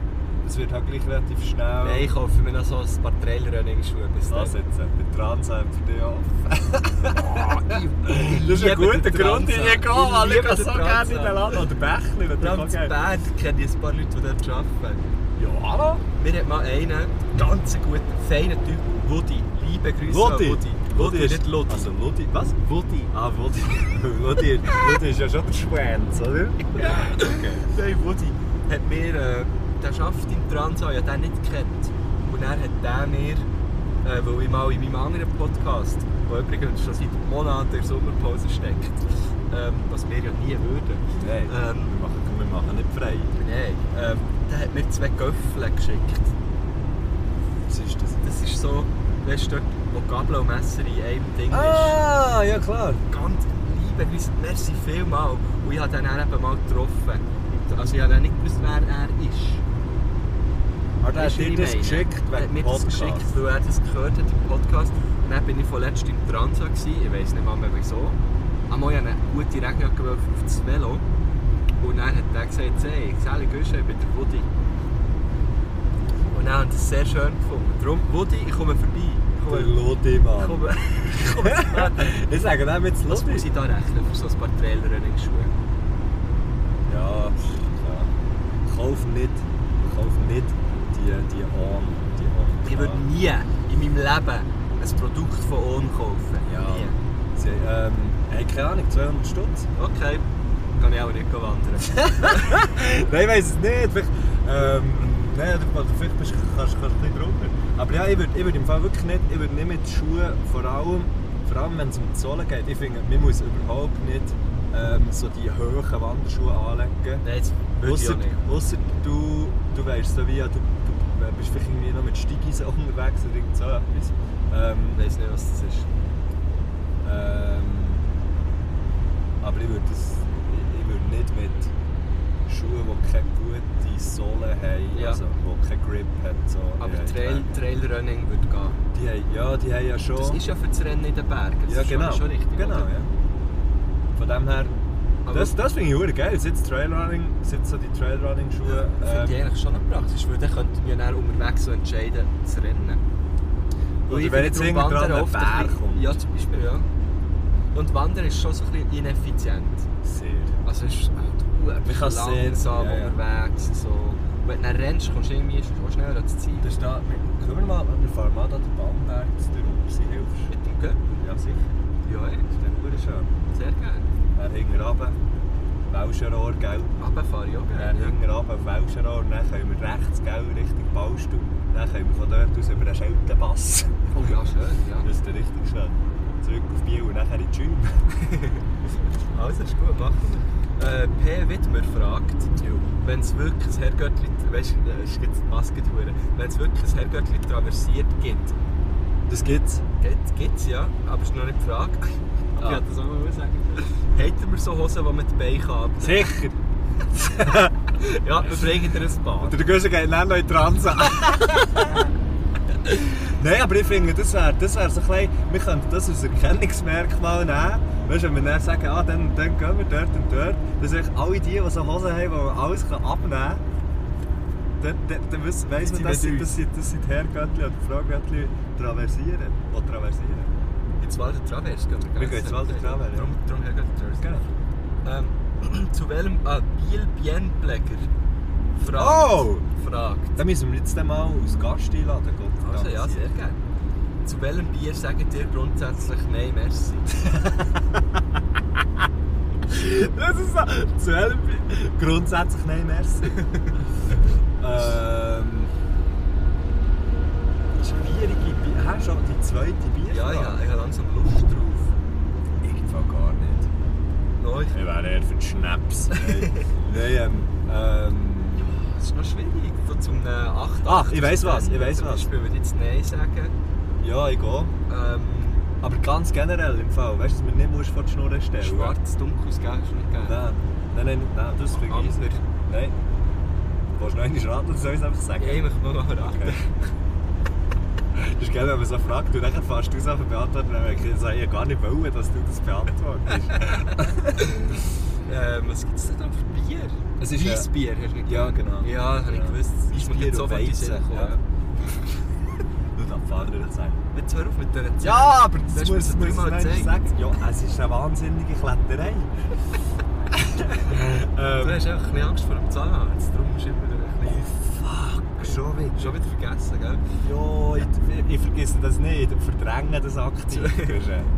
E: es wird halt gleich relativ schnell
A: Nein, ich kaufe mir noch so ein paar Trailrunning-Schuhe bis dann.
E: ansetzen. Der Transam für dich auf.
A: Ich
E: Das ist ein
A: liebe
E: guter
A: den
E: Grund, in
A: Transam.
E: die gehen, weil ich
A: liebe
E: kann
A: den
E: so gerne in den
A: Transam.
E: Laden. Oder Bächli, wenn
A: Vor
E: du
A: allem
E: auch
A: in
E: gerne.
A: Bern kenne ich ein paar Leute, die dort arbeiten.
E: Ja, hallo?
A: Mir hat mal einen, ganz guter, feiner Typ, Woody. Liebe Grüße
E: Ludi!
A: an Woody. Woody,
E: ist-
A: nicht Ludi.
E: Also Ludi, was?
A: Woody.
E: Ah, Woody. Woody, Woody ist ja schon der Schwanz, oder?
A: Nein, Woody hat mir, äh, der schafft im Transau, ja den nicht kennt. Und er hat der mir, äh, weil ich mal in meinem anderen Podcast, wo übrigens schon seit Monaten in der Sommerpause steckt, ähm, was wir ja nie würden,
E: Nein,
A: Ähm.
E: wir, machen, wir machen nicht frei.
A: nein, ähm, der hat mir zwei Göffel geschickt.
E: Was ist das?
A: Das ist so, weißt du, dort, wo Gabel und Messer in einem Ding ist.
E: Ah, ja klar.
A: ganz liebe Grüße, merci vielmal. Und ich habe den dann eben mal getroffen. Und Also ich habe dann nicht gewusst, wer er ist.
E: Aber der hat
A: Weisst du,
E: dir
A: wie ich
E: das
A: meine?
E: geschickt
A: Er hat
E: wegen
A: mir das
E: Podcast.
A: geschickt, weil er das gehört hat im Podcast. Und dann bin ich vorletzt im Transa, gewesen. ich weiß nicht mal mehr wieso. Am Morgen eine gute Regenjacke wollte für auf das Velo. Und dann hat er gesagt, hey, Sally Güsche, ich bin der Woody. Und dann habe ich das sehr schön gefunden. Darum, Woody, ich komme vorbei. Ich
E: Der
A: komme,
E: Lodi,
A: ich
E: Mann.
A: komme, ich komme zu Bern.
E: Ich sage dem jetzt
A: Was muss
E: Lodi.
A: ich da rechnen für so ein paar Trailrunning-Schuhe?
E: Ja, pff, ja. Kauf nicht, kauf nicht die, die On. Die On
A: Ich würde nie in meinem Leben ein Produkt von On kaufen.
E: Ja.
A: Nie.
E: Sie, ähm, hey, keine Ahnung, 200 Stutz?
A: Okay, kann ich auch nicht wandern.
E: Nein, ich weiß es nicht. Vielleicht, ähm, nein, oder vielleicht bist, kannst kannst du ein bisschen drunter. Aber ja, ich würde ich würd im Fall wirklich nicht, ich würde nicht mit Schuhen, vor allem, vor allem wenn es um die Sohle geht, ich finde, man muss überhaupt nicht ähm, so die hohen Wanderschuhe anlegen.
A: Nein, jetzt würde ich
E: Ausser,
A: auch nicht.
E: ausser du, du weißt so wie, ja, du, du bist vielleicht irgendwie noch mit Stigis unterwegs oder irgend so etwas. Ähm, ich weiß nicht, was das ist. Ähm, aber ich würde das, ich, ich würde nicht mit Schuhen, die keine gute Sohle haben,
A: Ja.
E: also die keinen Grip hat. So, die
A: Aber
E: haben-
A: Trail, Trailrunning würde gehen.
E: Die haben, ja, die haben ja schon...
A: Das ist ja für das Rennen in den Bergen. Das
E: ja,
A: ist schon-
E: genau.
A: schon richtig.
E: genau,
A: oder?
E: ja. Von dem her,
A: Aber
E: das, das finde ich verdammt geil. Sitzt Trailrunning, sitzt so die Trailrunning-Schuhe. ähm,
A: Finde ich eigentlich schon noch praktisch, weil dann könnten wir dann um unterwegs so entscheiden, zu rennen.
E: Oder
A: Weil ich
E: wenn
A: finde,
E: jetzt
A: darum
E: hinten dran
A: Wandern
E: ein
A: oft
E: Bär
A: bisschen-
E: kommt.
A: Ja, zum Beispiel, ja. Und Wandern ist schon so ein bisschen ineffizient.
E: Sehr.
A: Also es ist halt
E: Man kann
A: verdammt
E: sehr-
A: langsam
E: ja, ja.
A: unterwegs. So. Wenn du dann rennst, kommst du irgendwie schon schneller ans Ziel.
E: Das da, wir, können wir mal, wir fahren mal da den Bamberg zu dir rüber, sie hilfst.
A: Mit dem Göpp?
E: Ja, sicher.
A: Ja, ja,
E: Das ist dann gut schön.
A: sehr gerne.
E: Dann hinten runter, Welscherohr, gell?
A: Runterfahren, ja,
E: Dann
A: gerne. Ja.
E: hinten runter auf Welscherohr, dann können wir rechts, gell, Richtung Ballstuhl. Dann können wir von dort aus über den Scheltenpass.
A: Oh ja, schön, ja.
E: Das ist dann richtig schön. Zurück auf Biel und nachher in die Schule.
A: Alles Also, ist gut, machen wir. Äh, P. Wittmer fragt, wenn es wirklich ein Herrgöttli, weißt du, äh, es gibt die Maske die Hure. wenn es wirklich ein Herrgöttli traversiert gibt,
E: Das gibt's.
A: gibt es ja, aber es ist noch nicht die Frage.
E: Ah.
A: Ja, das auch mal sagen. Hätten wir so Hosen, die man die Beine kann?
E: Sicher!
A: Ja, wir bringen dir ein paar.
E: Der Güsse geht dann noch in die Transa. Nein, aber ich finde, das wäre das wär so klein. Wir könnten das als Erkennungsmerkmal nehmen. Weißt, wenn wir dann sagen, ah, dann, dann gehen wir dort und dort, dass eigentlich alle Dus die, die so Hosen haben, wo man alles kann abnehmen kann, dann, dann, dann wissen- weiss
A: Sind
E: man,
A: sie
E: das sind,
A: mit uns?
E: das, sind, das sind Herrgöttli oder Fraugöttli traversieren. Die traversieren.
A: Jetzt Walder Travers gehen
E: Wir gehen jetzt Walter Travers, ja.
A: Darum, darum Herrgöttli Travers. Ähm, zu welchem ah, Biel Bienenpfleger fragt?
E: Oh!
A: fragt.
E: Dann müssen wir jetzt dann mal als Gast einladen. Gott,
A: Also Oh, ja, sehr gerne. Zu welchem Bier sagt ihr grundsätzlich Nein, merci?
E: Das ist so. Zu helfen. Grundsätzlich nein, merci. ähm. Schwierige Bier. Hast du schon die zweite Bier?
A: Ja, ja, ich habe langsam Lust drauf.
E: Irgendwann gar nicht.
A: Neu.
B: Ich wäre eher für den Schnaps.
E: Nein, ähm. ähm
A: Das ist noch schwierig, so zum äh, 8
E: Ach, ich weiss was, ich weiss was.
A: Zum Beispiel würde ich jetzt Nein sagen.
E: ja, ich gehe.
A: Ähm,
E: Aber ganz generell im Fall. Weißt du, dass man nicht musst vor die Schnur stellen
A: schwarz, dunkles, gell, ist nicht geil.
E: Nein, nein, nein, nein, das vergiss
A: Amber.
E: nicht. Nein. Willst du noch einmal raten, soll ich es einfach sagen?
A: Ja, ich möchte nur noch raten.
E: Okay. Das ist geil, wenn man so fragt und dann fährst du Sachen beantworten, dann merke ich, ich habe gar nicht wollen, dass du das beantwortest.
A: Ähm, was gibt es denn da für Bier?
E: Es ist, äh,
A: Weissbier, hast du nicht
E: ja,
A: gemeint?
E: genau.
A: Ja, das habe
E: Ja.
A: ich gewusst. Das ist mir
E: Weissbier
A: jetzt
E: und
A: sofort in den Sinn
E: Weizen,
A: gekommen.
E: Nur dann fahren wir sein.
A: Jetzt hör auf mit dieser Zeit.
E: aber
A: Das hast du mir dreimal gezeigt.
E: sagen. Ja, es ist eine wahnsinnige Kletterei.
A: Du
E: ähm,
A: hast einfach ein bisschen Angst vor dem Zahnarzt, darum musst du immer ein bisschen...
E: Oh, schon wieder.
A: Schon wieder vergessen, gell?
E: Ja, ich, ich vergesse das nicht. Verdrängen das aktiv.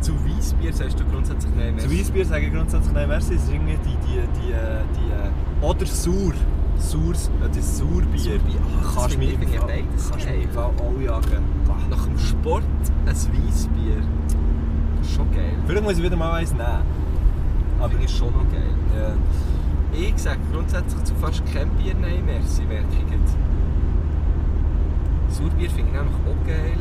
A: Zu Weissbier sagst du grundsätzlich Nein, merci.
E: Zu Weissbier sage ich grundsätzlich nein, merci. Es ist irgendwie die, die, die, äh, die äh, oder sauer. Saures, äh, das Sauerbier.
A: Sauerbier. Ah, das
E: kannst du mir
A: finde ich-
E: im
A: finde
E: Fall,
A: ich beides
E: kannst du mir
A: geil.
E: im Fall auch jagen.
A: Nach dem Sport ein Weissbier. Schon geil.
E: Vielleicht muss ich wieder mal eins nehmen.
A: Aber
E: Aber,
A: ist schon noch geil.
E: ja.
A: Ich sage grundsätzlich zu fast keinem Bier Nein, merci, merke ich jetzt. Sauerbier finde ich nämlich auch geil.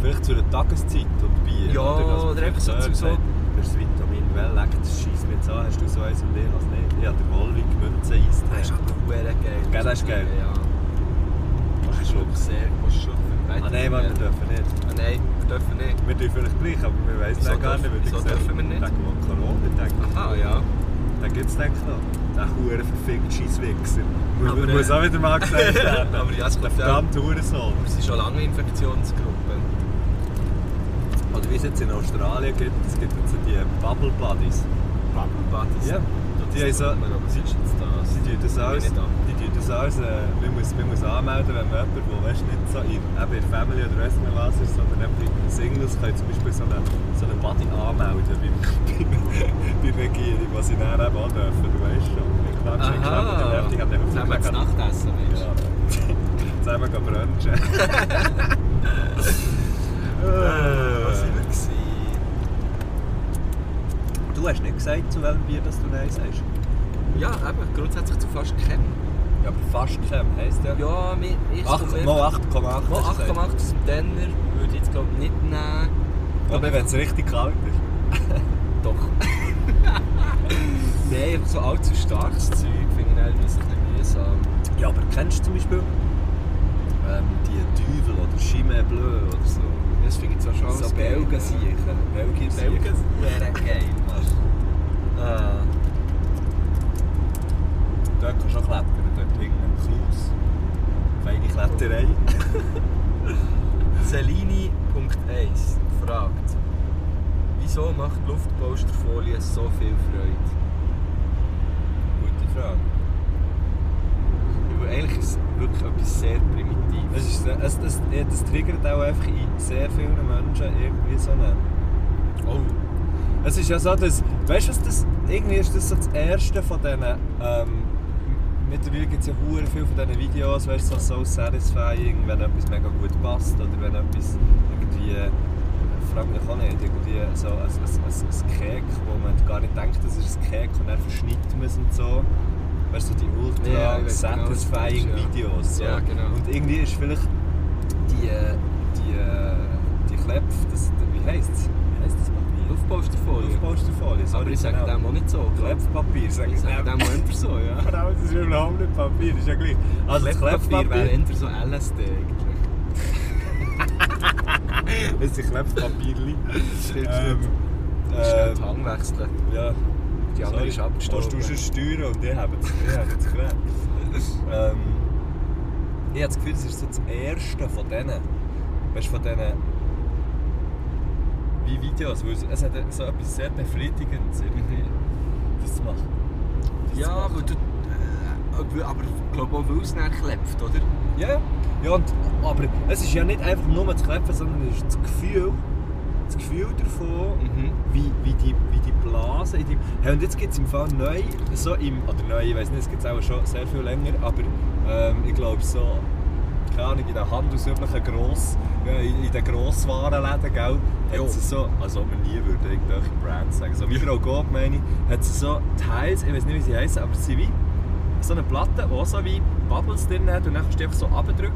E: Vielleicht zu einer Tageszeit oder Bier.
A: Ja, oder einfach so zu so-
E: Das ist Vitamin Well, leck, das schießt mir jetzt an. Hast du so eins und ich habe nicht. Ich habe den Wollwig Münze eins.
A: Das ist auch sehr geil.
E: Gell, Ah, das ist geil.
A: Ja. Das ist wirklich sehr, was schon
E: Ah nein, warte, wir dürfen nicht.
A: Ah, nein, wir dürfen nicht.
E: Wir dürfen vielleicht gleich, aber wir wissen
A: Wieso
E: es gar nicht.
A: dürfen-
E: weil die
A: wieso
E: Gesellschaft-
A: dürfen wir nicht?
E: Wegen dem Corona, denke ich.
A: Aha, ja.
E: Den gibt es denke ich noch. Der hure verfickt Scheisswichser.
A: Aber,
E: Muss,
A: äh,
E: muss auch wieder mal gesagt werden.
A: Aber ja, es
E: Der
A: kommt ja.
E: verdammte Hurensohn.
A: Wir sind schon lange Infektionsgruppe.
E: Oder wie es jetzt in Australien gibt, es gibt jetzt so die Bubble Buddies.
A: Buddies.
E: Ja. Die haben
A: Das
E: so...
A: sagt man, aber siehst du jetzt das?
E: Sie tun das alles,
A: Ich bin nicht
E: die tun das alles äh, man, muss, man muss anmelden, wenn man jemanden, der weißt, nicht so in, eben in der Family oder weiss nicht was ist, sondern eben in Singles, kann zum Beispiel so einen so eine Buddy anmelden bei, bei, der Regierung, was sie dann eben auch dürfen, du weißt schon. Ich klatsche, ich klatsche, ich klatsche, ich habe den
A: Zusammen zu Nacht essen, Mensch.
E: Ja. Zusammen gehen brunchen. äh,
A: Was sind wir gewesen?
F: gesagt, zu welchem Bier dass du Nein sagst?
A: Ja, eben, grundsätzlich zu fast keinem.
E: Ja, aber fast Cam heisst ja.
G: Ja, mir- ich
E: Acht-
G: komme
E: mal
G: einfach-
E: 8,8.
G: Mal
E: hast du gesagt.
G: 8,8 aus dem Denner würde ich jetzt glaube ich nicht nehmen.
E: Aber wenn es richtig kalt ist.
G: Doch.
A: Nein, aber so allzu starkes Zeug finde ich dann ein bisschen mühsam.
E: Ja, aber kennst du zum Beispiel ähm, die Teufel oder Chimay Bleu oder so?
A: Das finde ich zwar schon alles
E: so
A: geil, ja.
E: Belgensiechen. Belgensiechen.
A: Belgen-
E: Wäre geil, Mann. Ah. Dort kannst du auch klettern, dort liegt ein Klaus. Feine Kletterei.
G: Celini.1 fragt, wieso macht Luftpolsterfolie so viel Freude?
E: Gute Frage.
G: Weil eigentlich ist es wirklich etwas sehr primitiv.
E: Es ist, es, es, ja, das triggert auch einfach in sehr vielen Menschen irgendwie so eine... Oh. Es ist ja so, dass... Weißt du, was das... Irgendwie ist das so das erste von diesen... Ähm, mittlerweile gibt es ja hure viel von diesen Videos, weißt du, so so satisfying, wenn etwas mega gut passt oder wenn etwas irgendwie... äh, Frag mich auch nicht, irgendwie so ein, ein, ein, ein Cake, wo man gar nicht denkt, das ist ein Cake und dann verschneidet man es und so. Weißt du, die ultra
A: Ja, ich weiss genau, was du
E: satisfying
A: meinst, ja.
E: Videos. So.
A: Ja, genau.
E: Und irgendwie ist vielleicht die, äh, die, äh, die Klepf, das, wie heisst es? Wie heisst das Papier?
G: Luftpolsterfolie.
E: Luftposterfolie, sorry. genau.
G: Aber ich sage dem auch nicht so.
E: Klepfpapier, sag
G: Ich sage dem auch eher so, ja.
E: Genau, das ist überhaupt nicht Papier, ist ja gleich. Also das
G: Papier wäre
E: Klepfpapier,
G: eher so LSD eigentlich.
E: das ist Klepfpapierli.
A: Stimmt,
E: ähm,
A: stimmt. Schnell
E: ähm,
A: die Hand wechseln.
E: ja.
A: Die andere ist abgestorben.
E: Kannst du schon steuern und die haben es die haben es gekriegt. ähm, ich habe das Gefühl, das ist so das erste von denen. Weißt du, von denen. Wie Videos. Weil es, es hat so etwas sehr Befriedigendes, irgendwie, das zu machen. Das zu
G: Ja,
E: machen.
G: aber du. äh, Aber ich glaube auch, weil es dann klebt, oder?
E: Ja, ja und, aber es ist ja nicht einfach nur das Klepfen, sondern es ist das Gefühl, das Gefühl davon, wie, wie, die, wie die Blase in die... Hey, und jetzt gibt es im Fall neu, so im, oder neu, ich weiß nicht, es gibt es auch schon sehr viel länger, aber ähm, ich glaube so, keine Ahnung, in den handelsüblichen Gross, ja, in, in den Grosswarenläden, gell, hat es so, also ob man nie würde irgendwelche Brands sagen, so wie Frau Gob, meine ich, hat es so Teils, ich weiß nicht, wie sie heißen, aber sie sind wie so eine Platte, die auch so wie Bubbles drin hat und dann kannst du die einfach so abdrücken.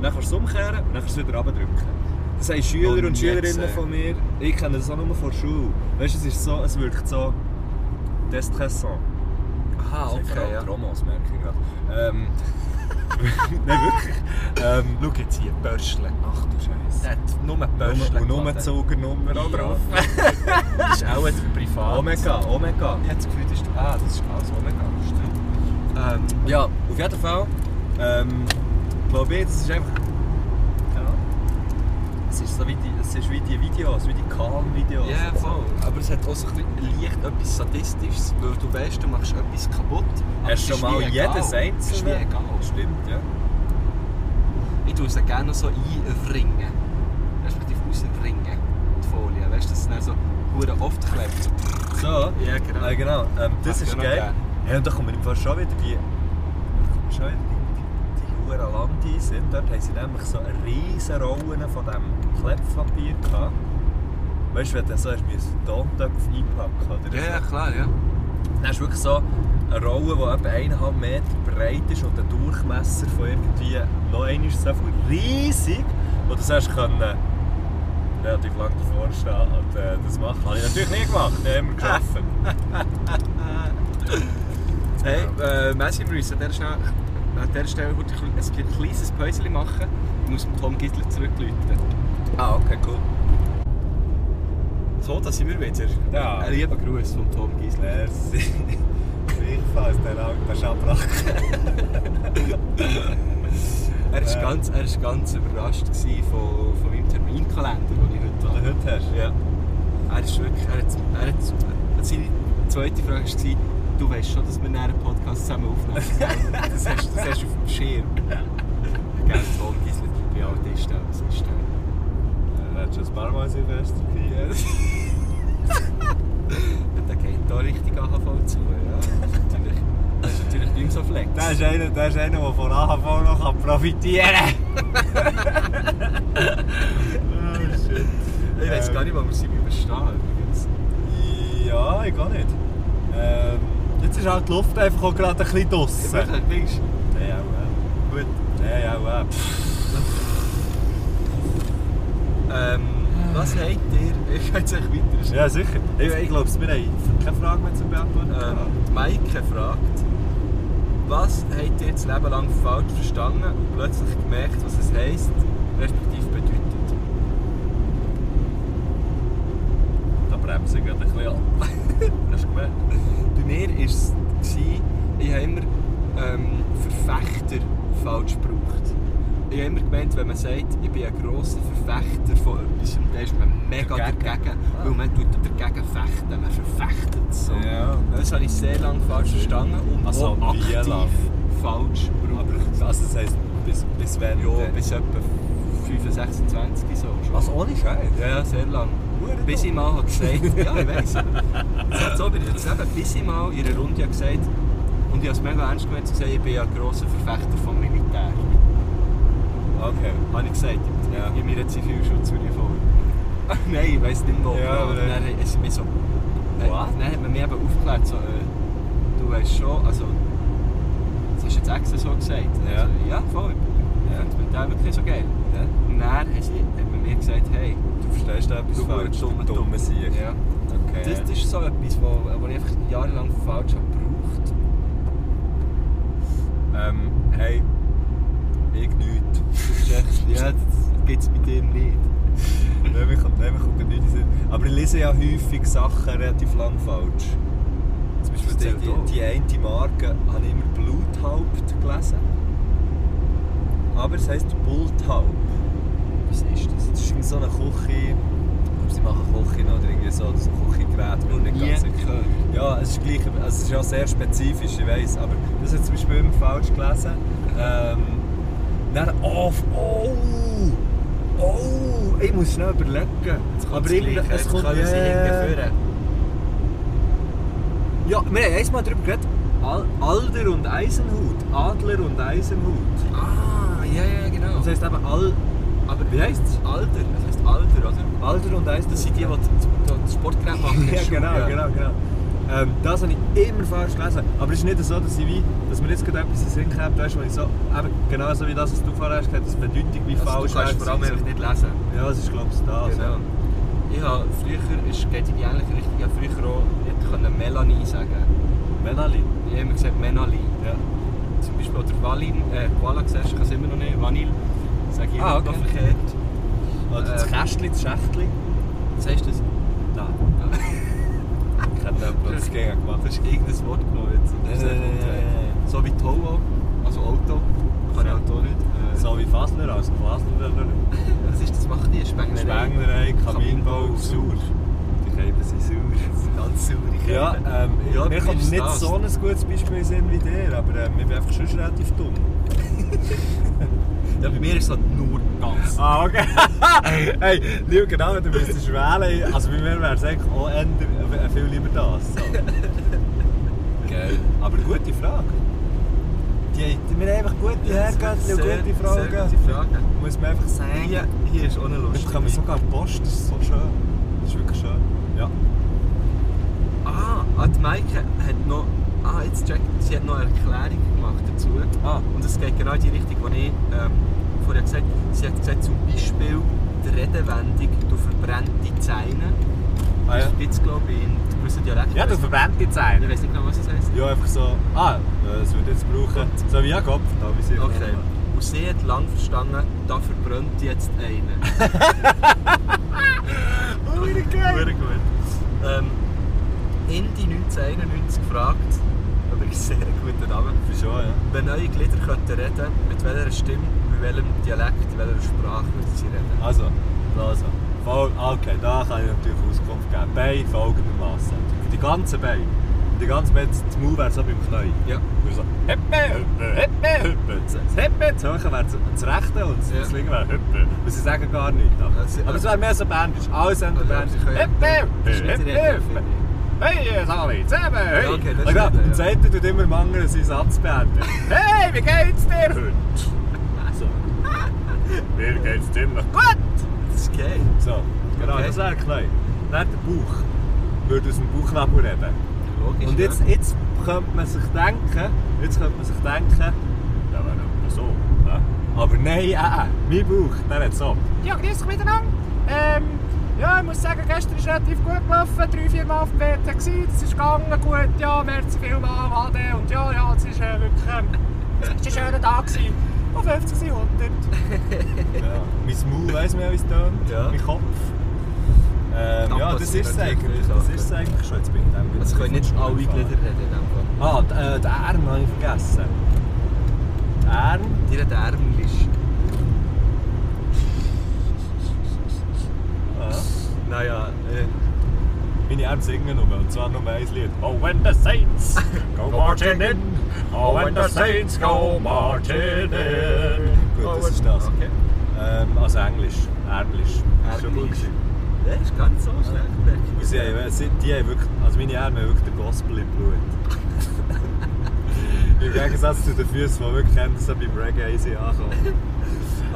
E: Dann kannst du es umkehren und dann kannst du es wieder abdrücken. Das haben Schüler
A: Noch nie
E: und Schülerinnen
A: gesehen.
E: von mir. Ich kenne das auch nur von der Schule. Weißt du, es ist so, es wirkt so destressant.
A: Ah,
G: Aha, okay. Ja.
E: Promos, merke ich gerade. Ähm, Nein, wirklich. Ähm, schau jetzt hier, Börschle. Ach du Scheiße.
A: Der hat nur Böschle
E: Und nur eine Zugernummer auch drauf.
A: Das ist auch ein Privat.
E: Omega, Omega.
A: Ich habe das Gefühl, das ist... Ah, das ist alles Omega. Stimmt.
G: Ähm,
E: Ja, auf jeden Fall. Ähm, glaube ich, es ist einfach. Ja. Es ist so wie die, es ist wie die Videos, wie die Calm-Videos.
G: Ja, voll. Aber es hat auch so ein bisschen leicht etwas Sadistisches, weil du weißt, du machst etwas kaputt. aber
E: Hast
G: es
E: schon
G: ist
E: mal
G: wie egal. Es
E: jedes
G: ist wie
E: einzelne?
G: egal.
E: Stimmt, ja.
G: Ich tue es dann gerne noch so einringen. Respektive ausringen, die Folie. Weißt du, dass es dann so hure oft klebt.
E: So,
G: Ja, genau.
E: äh, genau. Ähm, das
G: Ach,
E: ist
G: genau,
E: geil.
G: ja.
E: Hey, und da kommen im Fall schon wieder die. Schon wieder die, die, die Huren Landis sind. Dort haben sie nämlich so riesen Rollen von diesem Klepppapier gehabt. Weißt du, wenn du so hast, müssen Tontöpfe einpacken oder
G: Ja,
E: so.
G: ja, klar, ja.
E: Dann hast du wirklich so eine Rolle, die etwa eineinhalb Meter breit ist und ein Durchmesser von irgendwie noch einmal so viel riesig. Und das hast du können relativ lang davor stehen und äh, das machen. Habe ich natürlich nie gemacht, ich habe immer getroffen.
A: Hey, äh, Messi, wir müssen an dieser Stelle, an dieser Stelle kurz ein kle- ein kleines Päuschen machen. Ich muss dem Tom Gittler zurückläuten.
E: ah, okay, cool.
A: So, da sind wir wieder.
E: Ja.
A: Ein lieber Gruß von Tom Giesler.
E: Merci. Gleichfalls, der alten Schabrack.
A: Er war ganz, er ist ganz überrascht gewesen von, von meinem Terminkalender, den ich heute
E: Den
A: habe.
E: du heute hast.
A: Ja. Er ist wirklich, er hat, er hat, seine zweite Frage war, du weißt schon, dass wir nachher einen Podcast zusammen aufnehmen. gell? das, hast, das hast du auf dem Schirm. Gell, Tom Giesler, wie alt ist der? Was ist der?
E: Du hast schon ein paar Mal Silvester gehabt.
A: Der geht da richtig AHV zu. Ja. Das ist natürlich, das ist natürlich nicht mehr so flex.
E: Das ist einer, das ist einer, der von AHV noch profitieren kann. oh shit. Oh,
A: ich weiß gar nicht, wo wir sie überstehen übrigens.
E: Ja, ich Ähm, auch die Luft einfach auch gerade ein bisschen
A: Ich
E: draussen.
A: würde halt links.
E: Nein, auch äh. Gut. Nein, auch äh.
A: Ähm, was habt ihr? Ich gehe jetzt echt weiter.
E: Ja, sicher. Ich, ich glaube, wir haben keine Frage mehr zu beantworten.
A: Ähm, Maike fragt, was habt ihr das Leben lang falsch verstanden und plötzlich gemerkt, was es heisst, respektive bedeutet?
H: Da bremse ich gerade ein bisschen ab. Hast du gemerkt?
A: Bei mir war es, gewesen, ich habe immer ähm, Verfechter falsch gebraucht. Ich habe immer gemeint, wenn man sagt, ich bin ein grosser Verfechter von etwas, dann ist man mega dagegen, weil man tut dagegen fechten, man verfechtet es so.
E: Ja.
A: Das habe ich sehr lange falsch verstanden und
E: Also,
A: auch
E: wie
A: aktiv
E: lang?
A: falsch gebraucht.
E: Also, das heisst, bis, bis wenn.
A: Ja,
E: denn?
A: bis etwa 25, 26 so schon.
E: Was, Also, ohne Scheiß?
A: Ja, ja, sehr lang.
E: Hure
A: Bis ich mal habe gesagt ja, ich weiß. Es hat so bei dir zusammen, bis ich mal in einer Runde habe gesagt und ich habe es mega ernst gemeint, zu sagen, ich bin ja ein grosser Verfechter vom Militär.
E: Okay.
A: Habe ich gesagt, in-
E: Ja.
A: in meiner Zivilschutzuniform. Nein, ich weiß nicht mehr, wo.
E: Ja,
A: genau,
E: aber
A: aber dann ist es mir so... Äh,
E: What?
A: Dann hat man mich eben aufgeklärt, so, äh, du weißt schon, also... Das hast du jetzt extra so gesagt.
E: Ja.
A: Also, ja, voll. Ich finde das Militär wirklich so geil.
E: Ja.
A: Und dann hat sie- hat man mir gesagt, hey,
E: Du verstehst da etwas
A: Du
E: falsch.
A: dummer
E: du dummer Sieg.
A: ja.
E: Okay.
A: Das, das ist so etwas, wo, wo ich einfach jahrelang falsch habe gebraucht.
E: Ähm, hey, ich nichts.
A: Das ist echt, ja, das gibt es bei dir nicht.
E: Nein, mir kommt, nein, mir kommt nichts in den Sinn. Aber ich lese ja häufig Sachen relativ lang falsch. Zum Beispiel
A: Erzähl
E: die,
A: doch.
E: die, die eine Marke habe ich immer Bluthaupt gelesen. Aber es heisst Bulthaupt.
A: Was ist das?
E: Das ist irgendwie so eine Küche. Ich glaube, sie machen Küche noch oder irgendwie so, so ein Küchengerät, nur nicht ganz sicher.
A: gehört.
E: Ja, es ist gleich, also es ist ja sehr spezifisch, ich weiß, aber das hat zum Beispiel immer falsch gelesen. Ähm, dann, oh, oh, oh, ich muss schnell überlegen.
A: Aber
E: aber immer, es kommt,
A: äh, können sie hinten
E: ja,
A: führen.
E: ja, wir haben einmal darüber geredet, Al Alder und Eisenhut, Adler und Eisenhut.
A: Ah, ja, ja, genau.
E: Das heisst eben Al,
A: aber
E: wie heisst's?
A: Alter, das heisst Alter, oder?
E: Alder und Eisenhut.
A: Das sind die, die die- die das Sportgerät machen.
E: Ja,
A: Schuhe,
E: genau,
A: ja.
E: genau, genau. Ähm, das habe ich immer falsch gelesen. Aber es ist nicht so, dass, ich wie, dass mir jetzt gerade etwas in den Sinn gehabt hast, wo ich so, eben genau so wie das, was du vorher hast, gesagt, das Bedeutung wie
A: Also,
E: falsch
A: du kannst
E: wäre,
A: vor allem
E: so-
A: einfach nicht lesen.
E: Ja, es ist glaube ich das.
A: Genau.
E: Ja.
A: Ich habe früher, es geht in die ähnliche Richtung, ich habe früher auch nicht können Melanie sagen
E: Menali.
A: Ich habe immer gesagt Melanie.
E: Ja.
A: Zum Beispiel oder Valin, äh, Koala siehst, ich kann es immer noch nicht, Vanille. Sag ich
E: Ah,
A: immer noch
E: okay.
A: verkehrt.
E: Oder das
A: Ähm.
E: Kästchen, das Schächtchen.
A: Sagst du das?
E: Nein,
A: Ja.
E: ich hätte jemanden das Äh, Gegen gemacht.
A: Du hast irgendein Wort genommen jetzt. und das
E: Nein, nein,
A: ist nicht
E: nein,
A: umgedreht.
E: nein, nein.
A: So wie Tolo, also Auto. Kann ich Auto nicht. Äh,
E: So wie Fasler, also Fasler.
A: Was ist das? Macht die Spengler?
E: Spenglerei, Kaminbau,
A: Kaminbau,
E: sauer. Die Käben sind sauer.
A: Ganz sauer. ich
E: Ja,
A: kenne.
E: ähm,
A: Ja,
E: mir
A: bei mir
E: kommt
A: ist
E: nicht
A: das.
E: so ein gutes Beispiel in den Sinn wie der, aber ähm, ich bin einfach schon relativ dumm.
A: ja, bei mir ist das nur ganz.
E: Ah, okay. hey, lieber genau, du müsstest wählen. Also bei mir wäre es eigentlich auch eher, äh, viel lieber das. So.
A: Geil.
E: Aber gute Frage. Die, die, wir haben einfach gute Herrgöttli und gute Fragen.
A: Sehr gute Fragen.
E: Muss man einfach sagen.
A: Hier, hier ist auch eine
E: Jetzt
A: lustige.
E: kann man sogar Post, das ist so schön. Das ist wirklich schön. Ja.
A: Ah, ah, die Maike hat noch. Ah, jetzt checkt. Sie hat noch eine Erklärung gemacht dazu.
E: Ah.
A: Und es geht genau in die Richtung, die ich ähm, vorher gesagt habe. Sie hat gesagt, zum Beispiel die Redewendung, du verbrennte Zeine.
E: Ah, ja.
A: Das gibt es, glaube ich, in gewissen Dialekten.
E: ja, du verbrennt die
A: Ich
E: Zeit.
A: weiß nicht genau, was es heisst.
E: Ja, einfach so. Ah, äh, das würde jetzt brauchen. So wie ja, Kopf, da wie sie.
A: Okay. Und sie hat lang verstanden, da verbrennt jetzt einer.
E: Oh, wie geil!
A: Sehr gut. Ähm, Indy 1991 gefragt, übrigens sehr guter Name,
E: Für schon, ja.
A: wenn neue Glieder könnten reden, mit welcher Stimme, mit welchem Dialekt, in welcher Sprache würden sie reden?
E: Also, also. Voll, okay, da kann ich natürlich Auskunft geben. Bein folgendermaßen. Für die ganzen Beine. Die ganze Beine, das Maul wäre so beim Knie.
A: Ja.
E: Würde so, hüppe, hüppe, hüppe, hüppe. Das hüppe, das hohe wäre das rechte und das
A: Ja.
E: linke wäre hüppe. Und sie sagen gar nichts.
A: Ja,
E: Aber,
A: sie-
E: aber es wäre mehr so bandisch. Alles haben wir
A: Also,
E: bandisch.
A: sie können-
E: Hüppe,
A: Das ist
E: hüppe,
A: nicht die
E: hüppe,
A: Rede,
E: hüppe.
A: finde ich.
E: Hey, äh, Sami, zusammen, hey!
A: Ja, okay, das
E: Und
A: stimmt,
E: dann-
A: ja.
E: Und das eine tut immer dem anderen seinen Satz beenden. Hey, wie geht's dir heute? So. Mir geht's ziemlich gut!
A: Das ist geil.
E: So, genau,
A: Okay.
E: das wäre klein. Dann der Bauch. Würde aus dem Bauchnabel reden.
A: logisch.
I: Und jetzt, jetzt könnte man sich denken, jetzt könnte man sich denken,
J: Da wäre etwa so. hä?
I: aber nein, äh, äh, mein Bauch, der hat es ab. Ja, grüß dich miteinander. Ähm, ja, ich muss sagen, gestern ist relativ gut gelaufen, drei, vier Mal auf dem Bett gewesen, das ist gegangen gut, ja, merci vielmals, Ade und ja, ja, es ist äh, wirklich, ähm, es ist ein schöner Tag gewesen. Auf 50 sind 100.
E: Ja. Mein Maul weiss mehr, wie es tönt.
A: Ja.
E: Mein Kopf. Ähm,
A: Da
E: ja, das
A: passieren
E: ist es
A: natürlich
E: eigentlich.
A: viele
E: Das
A: Sachen.
E: ist es eigentlich schon. Jetzt bin ich dem
A: Also können nicht alle Glieder reden. in dem Fall.
E: Ah, die, äh, die Arme habe ich vergessen. Die Arme?
A: Die reden ärmlich.
E: Ah.
A: Naja, äh,
E: Meine Arme singen nur. Und zwar nur ein Lied.
J: Oh, when the Saints go marching in. Oh, when the Saints go marching in. Oh,
E: Gut, das ist das.
A: Oh, okay.
E: Ähm, also Englisch. Ärmlich. Schon
A: Ärmlich.
E: gut.
A: Ja, ist gar nicht so schlecht. merke
E: Und sie haben, äh, sie, die haben wirklich, also meine Arme haben wirklich den Gospel im Blut. Im Gegensatz zu den Füßen, die wirklich haben, dass sie beim Reggae easy ankommen.
A: ich.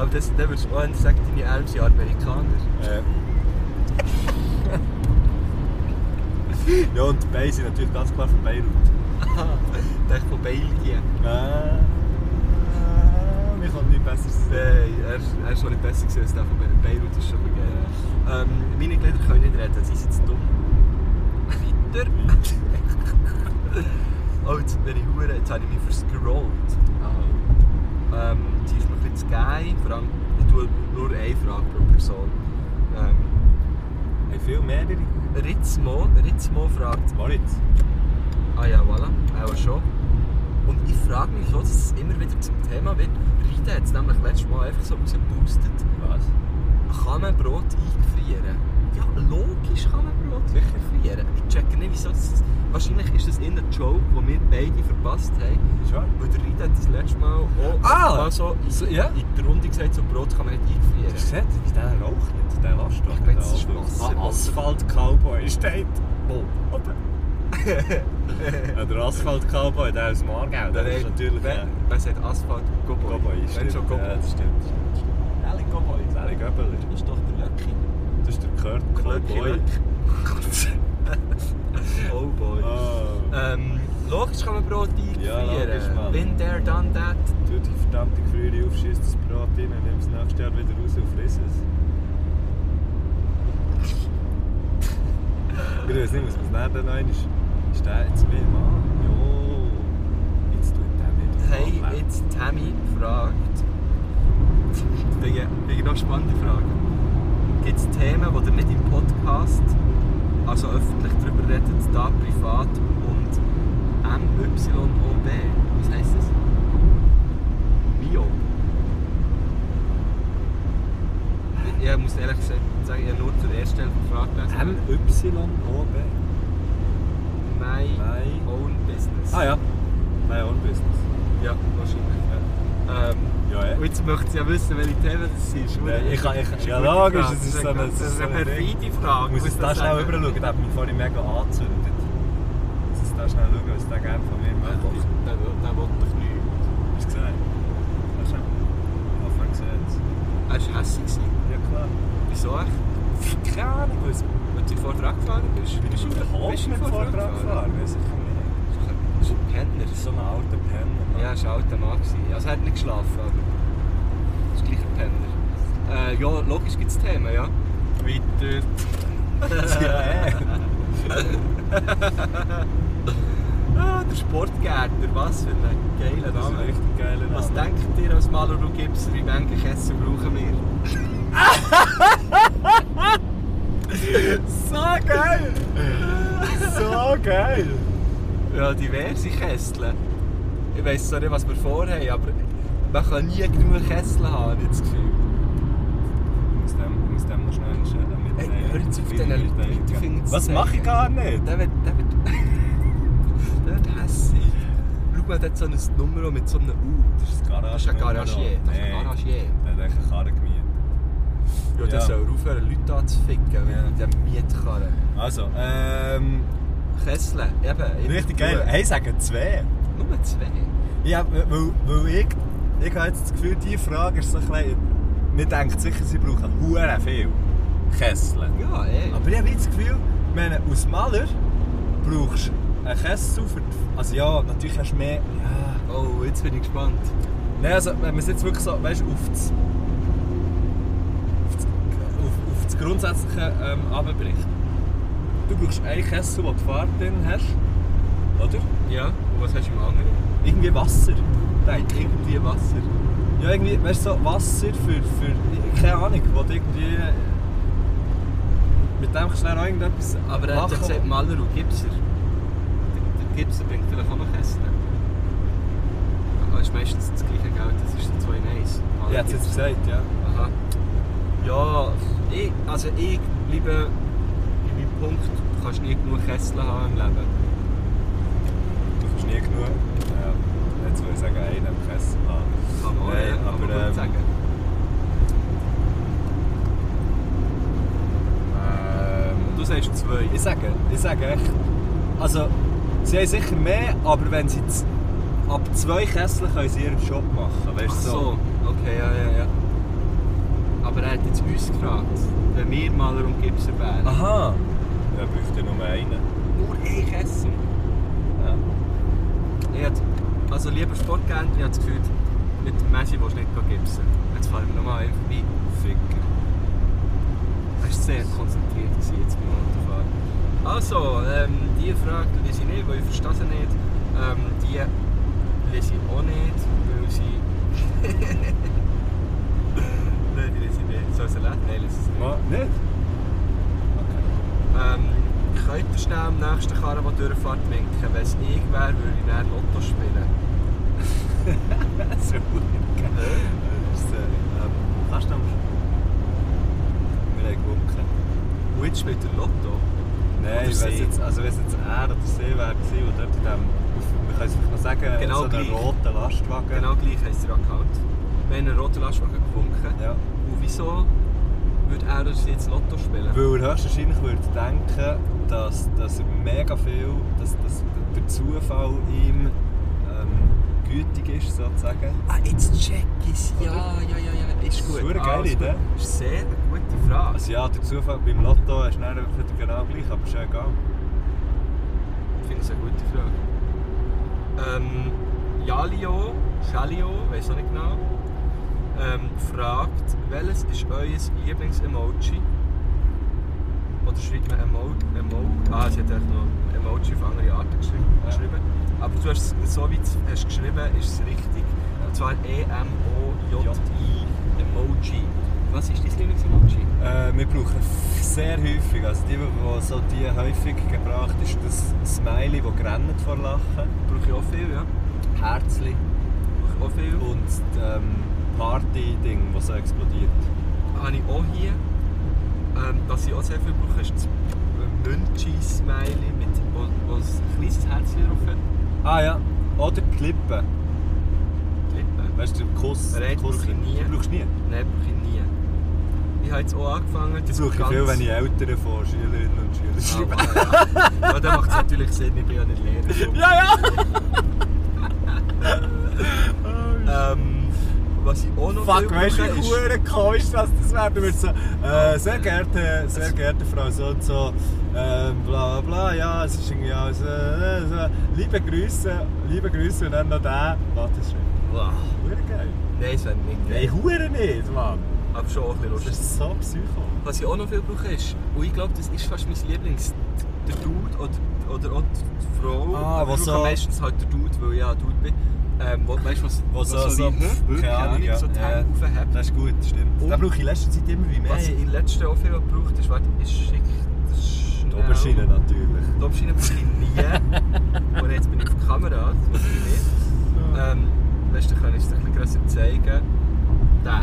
A: Aber das, dann würdest du auch einer sagen, deine Ärmel sind Amerikaner.
E: Äh. ja, und die Beine sind natürlich ganz klar von Beirut.
A: Aha, ich denke von Belgien.
E: Äh, äh, wir können nicht besser sein.
A: Nein, Äh, er, ist- er ist schon nicht besser gewesen als der von Be- Beirut, ist schon vergeben. Ähm, meine Glieder können nicht reden, sie sind zu dumm. Weiter. oh, jetzt bin ich hure, jetzt habe ich mich verscrollt. Ähm, die ist mir ein bisschen zu geil, vor allem, ich tue nur eine Frage pro Person. Ähm,
E: Haben viel mehrere?
A: Ritzmo, Ritzmo fragt,
E: Moritz?
A: ah ja, voilà, auch schon. Und ich frage mich schon, dass es immer wieder zum Thema wird. Rita hat es nämlich letztes Mal einfach so rausgeboostet.
E: Was?
A: Kann man Brot eingefrieren? Ja, logisch kann man Brot eingefrieren. Ich checke nicht, wieso das... Wahrscheinlich ist das in Joke, den wir beide verpasst haben.
E: Ist wahr?
A: Weil der Rita hat das letzte Mal auch
E: Ah!
A: mal so in,
E: So, ja.
A: in der Runde gesagt, so Brot kann man nicht eingefrieren.
E: Hast du gesehen, wie der raucht nicht? Der lässt doch
A: Ich meine, das ist Wasser.
J: Asphalt-Cowboy steht
A: Wo?
J: oben. Ja, der Asphalt-Cowboy, der aus Margau, der ist natürlich...
A: Wer,
J: äh,
A: wer sagt Asphalt? Cowboy.
E: Cowboy ist
A: Wenn schon Cowboy.
E: Ja, das stimmt.
A: Alle Cowboy.
E: Der ist Göbeler.
A: ist doch der Löcki.
E: Das ist der Kurt Cowboy.
A: oh boy.
E: Ah.
A: Ähm, logisch kann man Brot eingefrieren.
E: Ja, logisch, Mann.
A: Been there, done that.
E: Du die verdammte Gefriere aufschießt das Brot rein und nimmst es nächstes Jahr wieder raus und frisst es. Ich weiß nicht, muss man es näher dann noch einmal- Ist der jetzt mehr Mann? Jo. Jetzt tut der wieder.
A: Hey, jetzt Tammy fragt. Wegen, wegen noch spannende Frage. Gibt es Themen, die ihr nicht im Podcast, also öffentlich darüber redet, da privat und MYOB? Was heisst das? Mio. Ich, ich muss ehrlich gesagt sagen, ich habe nur zur ersten Teil der Frage gelesen.
E: MYOB.
A: My,
E: My-
A: Own Business.
E: Ah ja. My own business.
A: Ja, wahrscheinlich. Ja. Ähm,
E: Ja, eh. ja.
A: Und jetzt möchte sie ja wissen, welche Themen das ist. oder?
E: Nein, ich kann- ich-
A: Das
E: ja,
A: eine gute
E: logisch,
A: Frage.
E: es ist so eine-
A: Das
E: es ist
A: ist
E: so
A: eine
E: eine
A: perfide Frage.
E: Ich muss jetzt da
A: das
E: schnell
A: sagen.
E: rüber schauen, der hat mich vorhin mega angezündet. Ich muss jetzt da schnell schauen, was der gerne von mir
A: Der will
E: möchte.
A: der will- der will doch nicht.
E: Hast du gesehen? Hast du Anfang gesehen?
A: Er war hässlich. gewesen.
E: Ja klar.
A: Wieso echt?
E: Keine Ahnung, was
A: Weil du vorher angefahren bist.
E: Bin ich schon überhaupt
A: Bist
E: nicht
A: du
E: mit
A: vorher angefahren?
E: Vortragfahren? Weiß ich nicht.
A: Das ist ein Pendler.
E: So ein alter Penner.
A: Ja, er war ein alter Mann. gewesen. Also er hat nicht geschlafen, aber... Das ist gleich ein Pendler. Äh, ja, logisch gibt es Themen, ja. Weiter. Ah, der Sportgärtner, was für ein geiler
E: Das ist
A: Name.
E: ein richtig geiler
A: Was
E: Name.
A: denkt ihr als Maluru Gipser, wie viele Käse brauchen wir? so geil!
E: So geil!
A: Ja, diverse Kästle. Ich weiss zwar nicht, was wir vorhaben, aber man kann nie genug Kästle haben, habe ich das Gefühl.
E: Ich muss dem, ich muss dem noch schnell einen Schädel mitnehmen.
A: Ey, hör jetzt auf,
E: Wie viel
A: den
E: Leute denken.
A: Mittelfinger zu
E: Was mache ich
A: zeigen.
E: gar nicht?
A: Der wird, der wird, der wird hässlich. Schau mal, der hat so eine Nummer mit so einem U.
E: Das ist ein Garage.
A: Das ist ein Garagier. Das ist ein Garagier.
E: Der hat eigentlich eine Karre gemietet.
A: Ja, der
E: Ja.
A: soll aufhören, Leute anzuficken,
E: Ja.
A: mit dem Mietkarren.
E: Also, ähm...
A: Kessel, eben.
E: Richtig geil. Hey, sagen zwei.
A: Nur zwei.
E: Ja, weil, weil ich, ich habe jetzt das Gefühl, diese Frage ist so ein bisschen... Man denkt sicher, sie brauchen hure viel Kesseln.
A: Ja, ey.
E: Ah, Aber ich habe jetzt das Gefühl, ich meine, als Maler brauchst du Ein Kessel für die... Also ja, natürlich hast du mehr... Ja.
A: Oh, jetzt bin ich gespannt.
E: Nein, also wenn man es jetzt wirklich so, weißt du, auf das... Auf das, auf, auf das Grundsätzliche ähm, runterbricht. Du brauchst einen Kessel, wo du Fahrt drin hast. Oder?
A: Ja, und was hast du im anderen?
E: Irgendwie Wasser, denke ich.
A: Irgendwie Wasser.
E: Ja, irgendwie, weißt du, so Wasser für, für keine Ahnung, wo du irgendwie... Mit dem kannst du dann auch irgendetwas
A: Aber er hat ja gesagt, Maler und Gipser. Der, der Gipser bringt vielleicht auch noch Kästen. Aber es ist meistens das gleiche Geld, das ist der 2 in 1.
E: Ja, hat es jetzt gesagt, ja.
A: Aha. Ja, ich, also ich bleibe in meinem Punkt, du kannst nie genug Kessel haben im Leben.
E: Du kannst nie genug... Ja, jetzt würde ich sagen, einen am Kessel haben.
A: Kann man auch,
E: Nein,
A: ja, kann man
E: aber,
A: gut
E: ähm,
A: sagen.
E: Ähm,
A: Du sagst zwei.
E: ich sage, ich sage echt... Also, sie haben sicher mehr, aber wenn sie... z- Ab zwei Kesseln können sie ihren Job machen, weißt du
A: Ach so, okay, ja, ja, ja. Aber er hat jetzt uns gefragt, wenn wir Maler und Gipser wären.
E: Aha. Dann braucht ihr nur einen.
A: Nur ein Kessel. Ich hätte, also lieber Sport gerne, ich habe das Gefühl, mit dem Messi willst du nicht gehen gipsen. Jetzt fahren wir nochmal einen vorbei. Ficker. Er war sehr konzentriert gewesen jetzt beim Autofahren. Also, ähm, die Frage lese ich nicht, weil ich verstehe sie nicht. Ähm, die lese ich auch nicht, weil sie... Nein, die lese ich nicht. Soll ich sie lesen? Nein, lese ich sie nicht.
E: Nicht?
A: Ähm, könnt ihr schnell am nächsten Karren, der durchfährt, winken? Wenn es ich wäre, würde ich dann Lotto spielen.
E: Das ist ja gut. Das ist, äh, ähm, Kannst du noch? Wir haben gewunken.
A: Und jetzt spielt er Lotto. Oder
E: Nein,
A: sie.
E: wenn es jetzt, also wenn es jetzt er oder sie wäre, gewesen, der dort in dem, auf, wir können es vielleicht noch sagen,
A: Genau
E: so einen
A: gleich.
E: roten Lastwagen.
A: Genau gleich heisst der Account. Wir haben einen roten Lastwagen gewunken.
E: Ja.
A: Und wieso würde er uns jetzt Lotto spielen?
E: Weil er höchstwahrscheinlich würde denken, dass, dass er mega viel, dass, dass der Zufall ihm ähm, gütig ist, sozusagen.
A: ah, jetzt check ich's. Ja, ja, ja, ja. Ist
E: gut.
A: gut.
E: Super geile Idee.
A: Das ist sehr eine gute Frage.
E: Also ja, der Zufall beim Lotto ist nicht einfach genau gleich, aber ist ja egal.
A: Ich finde es eine gute Frage. Ähm, Jalio, Schalio, weiß auch nicht genau, ähm, fragt, welches ist euer Lieblings-Emoji? Oder schreibt man Emo Emo Ah, sie hat eigentlich noch Emoji auf andere Arten geschrieben. geschrieben. Aber du hast es so wie du hast geschrieben, ist es richtig. Und zwar E E-M-O-J-I, Emoji. Was ist dein Lieblings-Emoji?
E: Äh, wir brauchen f- sehr häufig, also die, die so die häufig gebracht ist, das Smiley, das grennt vor Lachen,
A: Brauche ich auch viel, ja.
E: Herzli
A: Brauche ich auch viel.
E: und das ähm, Party-Ding, das so explodiert.
A: habe ich auch hier. Ähm, was ich auch sehr viel brauche, ist das Münchi-Smiley, mit wo, wo ein kleines Herzchen drauf hat.
E: Ah ja, oder die Lippen,
A: Die Lippen.
E: weißt du, der Kuss.
A: Nein, die
E: Kuss
A: brauche ich nie.
E: Die brauchst du nie?
A: Nein, brauche ich nie. Ich habe jetzt auch angefangen,
E: Das brauche ich viel, wenn ich Eltern von Schülerinnen und Schülern schreibe.
A: Ah, ja. ja, dann macht es natürlich Sinn, ich bin ja nicht Lehrer. Ähm, was ich auch noch viel
E: Fuck,
A: brauche,
E: weißt du, wie
A: ist-
E: hure komisch das, das wäre? Du würdest so, äh, sehr geehrte, sehr geehrte Frau so und so, äh, bla bla bla, ja, es ist irgendwie alles, äh, äh, so, liebe Grüße, liebe Grüße und dann noch der, warte schon,
A: Wow.
E: hure geil.
A: Nein, es wäre nicht
E: Nein,
A: geil.
E: hure nicht, Mann.
A: Aber schon auch ein bisschen
E: Das
A: lustig.
E: ist so psycho.
A: Was ich auch noch viel brauche, ist, und ich glaube, das ist fast mein Lieblings, der Dude oder, oder auch die Frau.
E: Ah,
A: Aber
E: was
A: ich
E: so-
A: brauche meistens halt der Dude, weil ich ja ein Dude bin. Ähm, wo, weißt du, was,
E: Was so-
A: was
E: so-
A: wie, hm,
E: keine
A: keine
E: Ahnung,
A: Ahnung,
E: ja.
A: so die
E: Ja.
A: Hände aufheben.
E: Das ist gut, stimmt.
A: Und-
E: Den brauche ich in letzter Zeit immer wie mehr.
A: Was ich in letzter auch viel gebraucht habe, warte, ist schick.
E: Die Oberschiene natürlich.
A: Die Oberschiene brauche ich nie. Und jetzt bin ich auf Kamera, das muss ich nicht. Ähm, weißt du, dann kann ich es dir ein bisschen grösser zeigen. Der.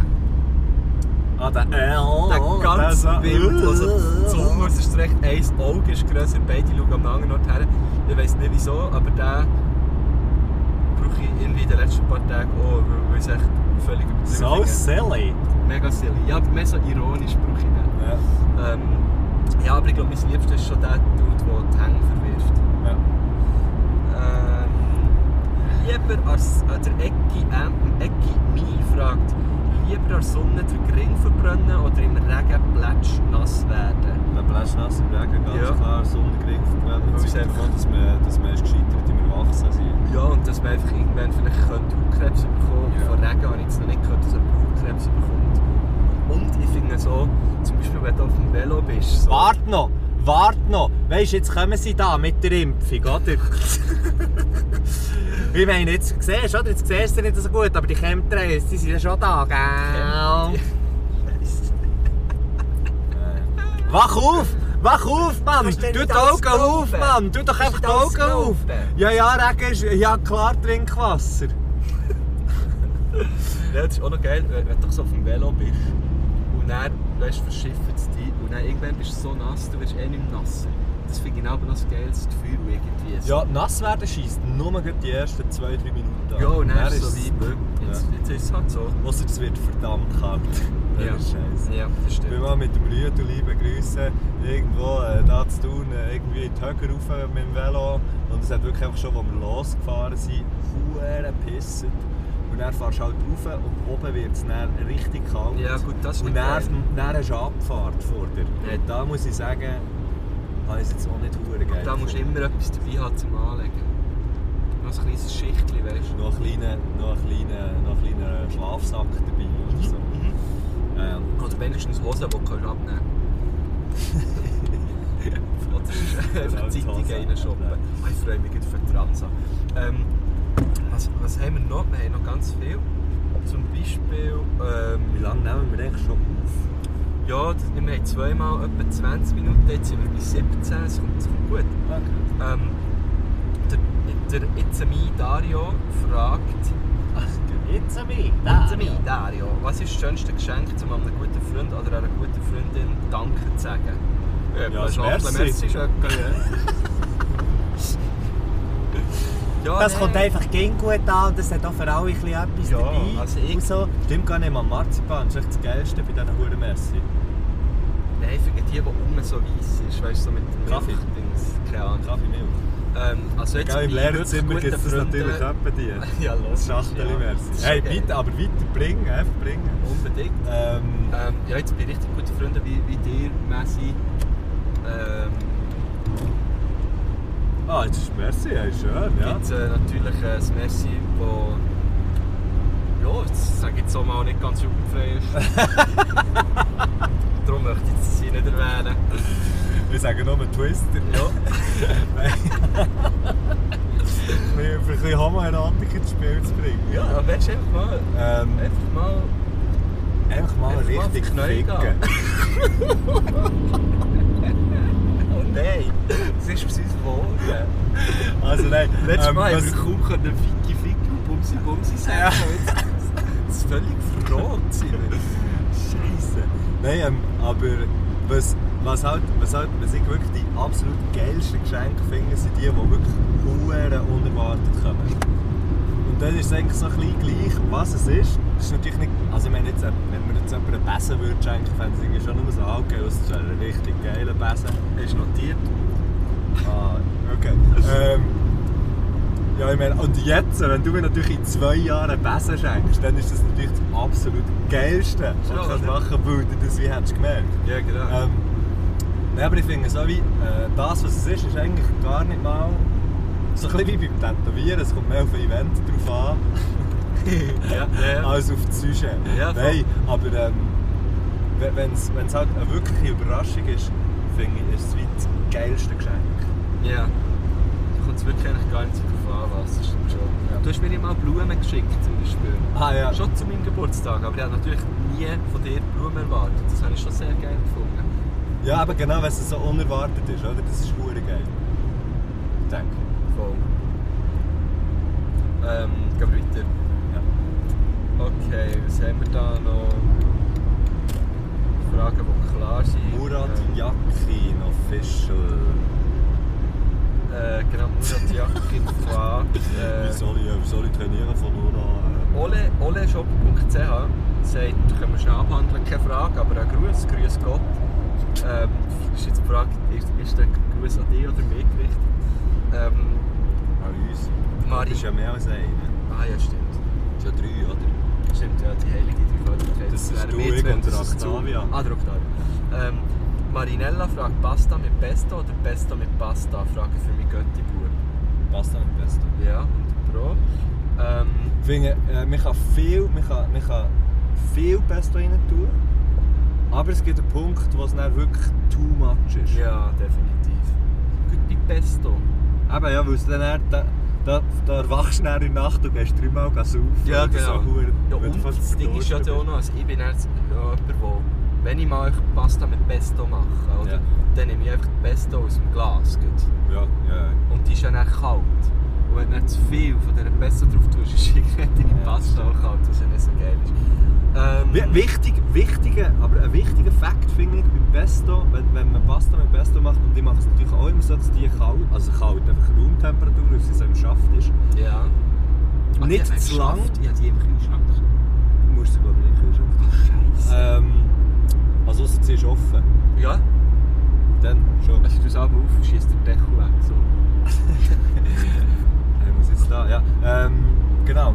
E: Ah, der L.
A: Der ganze
E: so-
A: Bild, also zum Haus ist recht, ein Auge ist grösser, beide schauen am anderen Ort her. Ich weiss nicht wieso, aber den brauche ich irgendwie in den letzten paar oh, Tagen auch, weil- weil es echt völlig
E: So
A: übertrieben ist.
E: silly.
A: Mega silly. Ja, aber mehr so ironisch brauche ich den.
E: Ja.
A: Ähm, ja, aber ich glaube, mein Liebster ist schon der Dude, der die Hänge verwirft.
E: Ja.
A: Ähm, lieber als äh, der Ecki, ähm, Ecki Mi fragt, lieber an der Sonne den Ring verbrennen oder im Regen plätsch nass werden?
E: Dann Schnass im Regen, ganz
A: Ja.
E: klar, Sonnengericht.
K: Oh,
A: Weil
E: Es
A: es
E: ist
A: einfach-
E: einfach, dass wir, dass wir erst gescheitert im Erwachsen sind.
A: Ja, und dass man einfach irgendwann vielleicht könnte Hautkrebs bekommen
E: Ja.
A: könnte. Von Regen habe ich jetzt noch nicht gehört, dass jemand Hautkrebs bekommt. Und ich finde so, zum Beispiel wenn du auf dem Velo bist, so,
K: Wart noch, wart noch. Weißt du, jetzt kommen sie da mit der Impfung, oder? ich meine, jetzt siehst du, oder? Jetzt siehst du nicht so gut, aber die Chemtrails, die sind ja schon da, gell? Wach auf! Wach auf, Mann!
A: Kannst du denn
K: Tu
A: nicht
K: die
A: alles
K: Augen auf,
A: glauben?
K: Mann! Tu doch einfach
A: Ist
K: die
A: alles
K: Augen auf!
A: glauben?
K: Ja, ja, Regen ist... Ja, klar, Trinkwasser.
A: Ja, das ist auch noch geil, wenn, wenn du so auf dem Velo bist und dann weißt, verschifft es dich und dann irgendwann bist du so nass, du wirst eh nicht mehr nass. Das finde ich aber noch so geil, das Gefühl wo irgendwie. so-
E: Ja, nass werden schießt nur gerade die ersten 2-3 Minuten. an.
A: ja und dann,
E: Dann
A: ist es so
E: es-
A: wie, jetzt, jetzt ist es halt so.
E: Ausser es wird verdammt kalt. Das
A: Ja.
E: ist scheiße.
A: Ja, das
E: Ich bin
A: stimmt.
E: mal mit dem Rüdeli begrüßen, irgendwo äh, da zu tun, äh, irgendwie in die Höhe rauf mit dem Velo. Und es hat wirklich einfach schon, als wir losgefahren sind, Huren gepisset. Und dann fährst du halt rauf und oben wird es dann richtig kalt.
A: Ja gut, das ist
E: und
A: nicht
E: dann,
A: geil.
E: dann hast du Abfahrt vor dir.
A: Ja.
E: Und da muss ich sagen, habe ich es jetzt auch nicht Huren geil.
A: Da musst du immer etwas dabei haben zum Anlegen. Noch ein kleines Schichtchen, weißt du.
E: noch einen kleinen, noch einen kleinen, noch einen kleinen Schlafsack dabei
A: Mhm,
E: oder so. Ähm,
A: Oder wenigstens Hosen, die du kannst abnehmen kannst. Oder einfach
E: Genau, die
A: Zeitungen
E: Hosen.
A: reinschoppen. Oh, Ich freue mich gerade für die Transa. Ähm, was, was haben wir noch? Wir haben noch ganz viel. Zum Beispiel...
E: wie
A: Ähm,
E: lange nehmen wir eigentlich schon auf?
A: ja, das- wir haben zweimal etwa 20 Minuten. Jetzt sind wir bei 17. Es kommt, es kommt gut. Ähm, der, der Itzemi Dario fragt...
K: It's a me,
A: Dario. Dario, was ist das schönste Geschenk, um einem guten Freund oder einer guten Freundin Danke zu sagen?
E: das
A: ist
E: Merci.
A: Apfel, Merci Schöcke, ja. ja,
K: Das
A: nee.
K: kommt einfach gegen gut an und das hat auch für alle ein bisschen etwas
A: Ja,
K: dabei.
A: also ich-
K: und so.
E: Stimmt gar nicht mal Marzipan, das ist echt das Geilste bei diesen Huren Merci.
A: Nein, für die, die unten so weiss ist, weißt du, so mit dem
E: Kaffee.
A: Dings. Keine Ahnung.
E: Kaffeemilch.
A: Ähm, also jetzt
E: Gell, Im
A: bei
E: Lehrerzimmer
A: wirklich
E: gibt es das
A: guten
E: natürlich
A: Freunden-
E: öppe die.
A: Ja,
E: Das
A: los.
E: Schachteli Merci. Hey, bitte, aber weiterbringen, einfach bringen.
A: Unbedingt.
E: Ähm,
A: Ähm, ja, jetzt bei richtig guten Freunden wie, wie dir, Messi. Ähm,
E: ah, jetzt ist Merci, hey, schön, ja.
A: Jetzt äh, natürlich äh, das Messi, wo ja, das sage ich jetzt auch mal nicht ganz jugendfrei ist. Darum möchte ich jetzt sie nicht erwähnen.
E: Wir sagen nur Twister.
A: Ja,
E: Für ein bisschen Homo-Erotik ins Spiel zu bringen.
A: ja aber willst du einfach mal,
E: Ähm,
A: einfach mal
E: einfach mal
A: einfach mal auf die
E: richtig
A: Knie
E: ficken.
A: Oh nein, das ist für uns geworden.
E: Also nein,
A: Letztes
E: ähm,
A: Mal haben wir
E: was-
A: kaum können Ficki Ficki und Bumsi Bumsi sagen. Ehm, Ja. Jetzt das ist völlig verrot sind wir.
E: Scheiße. Nein, ähm, aber was, was, halt, was, halt, was ich wirklich die absolut geilsten Geschenke finde, sind die, die wirklich huere unerwartet kommen. Und dann ist es eigentlich so ein bisschen gleich, was es ist. Das ist natürlich nicht, also ich meine, jetzt, ähm, wenn wir jetzt jemandem einen Besen würden schenken, fände ich es irgendwie schon nur so, ah, okay, das ist ein richtig geiler Besen.
A: Ist notiert.
E: Ah, okay. Ähm, ja, ich meine, und jetzt, wenn du mir natürlich in zwei Jahren einen Besen schenkst, dann ist das natürlich das absolut Geilste, was
A: Ja,
E: du kannst
A: oder?
E: machen kannst, weil du das wie hättest gemerkt.
A: Ja, genau.
E: Ähm, nein, aber ich finde, so wie, äh, das, was es ist, ist eigentlich gar nicht mal so ein bisschen wie beim Tätowieren. Es kommt mehr auf ein Event drauf an,
A: Ja, ja, ja.
E: als auf das Sujet.
A: Ja, voll.
E: Nein, aber ähm, we- wenn es wenn es halt eine wirkliche Überraschung ist, finde ich, ist es wie das geilste Geschenk.
A: Ja. Da kommt es wirklich eigentlich gar nicht so drauf an, was das stimmt schon. Du hast mir ja mal Blumen geschickt zum Beispiel.
E: Ah ja.
A: Schon zu meinem Geburtstag, aber ich habe natürlich nie von dir Blumen erwartet. Das habe ich schon sehr geil gefunden.
E: Ja, aber genau, wenn es so unerwartet ist, oder? Das ist hure geil. Danke.
A: Voll. Ähm, gehen wir weiter. Okay, was haben wir da noch? Fragen, die klar sind. Ähm,
E: Murat Yakin Official.
A: Äh, äh, genau, Murat Jakin fragt.
E: Wie
A: Äh,
E: soll ich, wie soll ich trainieren von Murat?
A: Ole, oleshop.ch sagt, können wir schnell abhandeln, keine Frage, aber ein Gruß, Grüß Gott. Ähm, ist jetzt die Frage, ist, ist der Gruß an dich oder mich gerichtet? Ähm,
E: äh, An uns.
A: Mari.
E: Das ist ja mehr als einer.
A: ah ja, stimmt.
E: Das ist ja drei, oder?
A: Stimmt, ja, die Heilige Dreifaltigkeit.
E: Das ist
A: wäre
E: du,
A: mir jetzt,
E: ich
A: wenn
E: und der
A: das dazu-
E: Octavia.
A: Ah, der Octavia. Ähm, Marinella fragt Pasta mit Pesto oder Pesto mit Pasta? Frage für meinen Götti-Bub.
E: Pasta mit Pesto.
A: Ja, und Pro. Ähm,
E: Ich finde, äh, man, kann viel, man, kann, man kann viel Pesto rein tun, aber es gibt einen Punkt, wo es dann wirklich too much ist.
A: ja, definitiv. Götti Pesto.
E: Eben, ja, weil es dann, eher- da, da, da erwachst du dann in der Nacht und gehst dreimal saufen.
A: Ja,
E: weil du
A: genau.
E: So, verdammt-
A: Ja,
E: weil du
A: und
E: fast
A: das Ding ist ja
E: verdorben
A: auch noch, also ich bin jetzt ja, jemand, der, wenn ich mal einfach Pasta mit Pesto mache, oder,
E: Ja.
A: dann nehme ich einfach die Pesto aus dem Glas. Gut.
E: bist. Ja, ja, ja.
A: Und die ist ja dann kalt. Und wenn du dann zu viel von dieser Pesto drauf tust, ist irgendwie deine
E: Ja, das
A: Pasta auch kalt, was ja nicht so geil ist. Ähm,
E: Wi- Wichtig, wichtige, aber ein wichtiger Fakt finde ich beim Pesto, wenn, wenn man Pasta mit Pesto macht, und ich mache es natürlich auch immer so, dass die kalt, also kalt, einfach Raumtemperatur, weil sie so im Schaft ist,
A: Ja. Ah, die
E: Nicht
A: hat man
E: zu lang.
A: geschafft. Ich habe die im Kühlschrank.
E: musst du glaube ich nicht in den Kühlschrank tun.
A: Scheiße.
E: Ähm, also ausser sie ist offen,
A: Ja.
E: dann schon.
A: Also du es aber auf und schießt den Deckel weg. So.
E: Ich muss jetzt da, ja. Ähm, genau.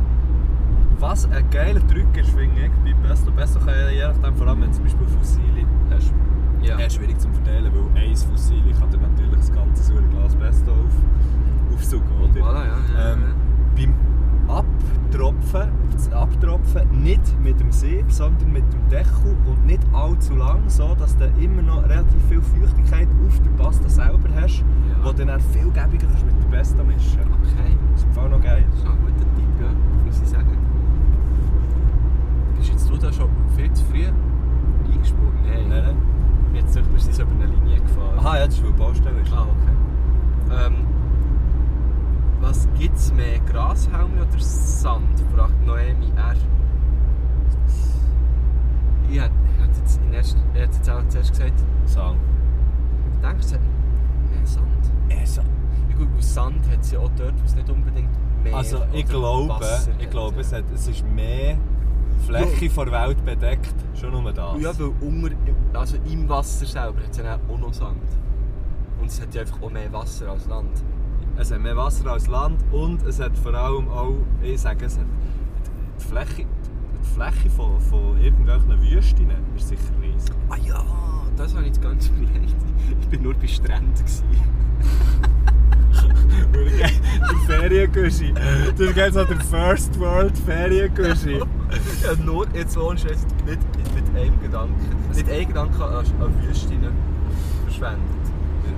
E: Was ein geiler Trick ist, finde ich, bei Pesto. Pesto kann ja je nachdem, vor allem wenn du zum Beispiel Fossili hast.
A: Ja.
E: Ja, schwierig zu verteilen, weil ein Fossili kann dir natürlich das ganze saure Glas Pesto auf, aufsuchen, oder?
A: Voilà, ja. ja,
E: Ähm, beim Abtropfen, das Abtropfen nicht mit dem Sieb, sondern mit dem Deckel und nicht allzu lang, so dass du immer noch relativ viel Feuchtigkeit auf der Pasta selber hast,
A: Ja.
E: wo du dann viel gäbiger kannst mit der Pesto mischen.
A: ja. Okay.
E: Das ist im Fall noch geil.
A: Das ist noch ein guter Tipp, ja. Muss ich sagen. Bist jetzt du da schon viel zu früh eingesprungen? Nein.
E: Nein, nein.
A: Jetzt sind wir sind über eine Linie gefahren.
E: Aha, Ah, ja, das ist, weil die Baustelle ist.
A: Ah, okay. Ähm, was gibt es mehr, Grashalme oder Sand? fragt Noemi R. Ich hätte ich hätte jetzt, in erster, ich hätte jetzt auch zuerst gesagt,
E: Sang.
A: denkst du, es hat mehr Sand? Ja gut, weil Sand hat es ja auch dort, wo es nicht unbedingt mehr
E: Also ich
A: oder
E: glaube,
A: Wasser
E: ich
A: hat,
E: glaube
A: ja.
E: es, hat, es ist mehr Fläche vor Welt bedeckt, schon nur das.
A: Ja, weil unter, also im Wasser selber hat es ja dann auch noch Sand. Und es hat ja einfach auch mehr Wasser als Land.
E: Es hat mehr Wasser als Land und es hat vor allem auch, ich sage es, hat die Fläche, die Fläche von, von irgendwelchen Wüsten ist sicher riesig.
A: Ah ja, das habe ich jetzt ganz verlegt. Ich war nur bei Stränden. gewesen.
E: Die Ferienguschi, das geht so der First World Ferienguschi.
A: ja, nur, jetzt wohnst du jetzt nicht mit einem Gedanken. Mit einem Gedanken an, an Wüstinnen verschwendet.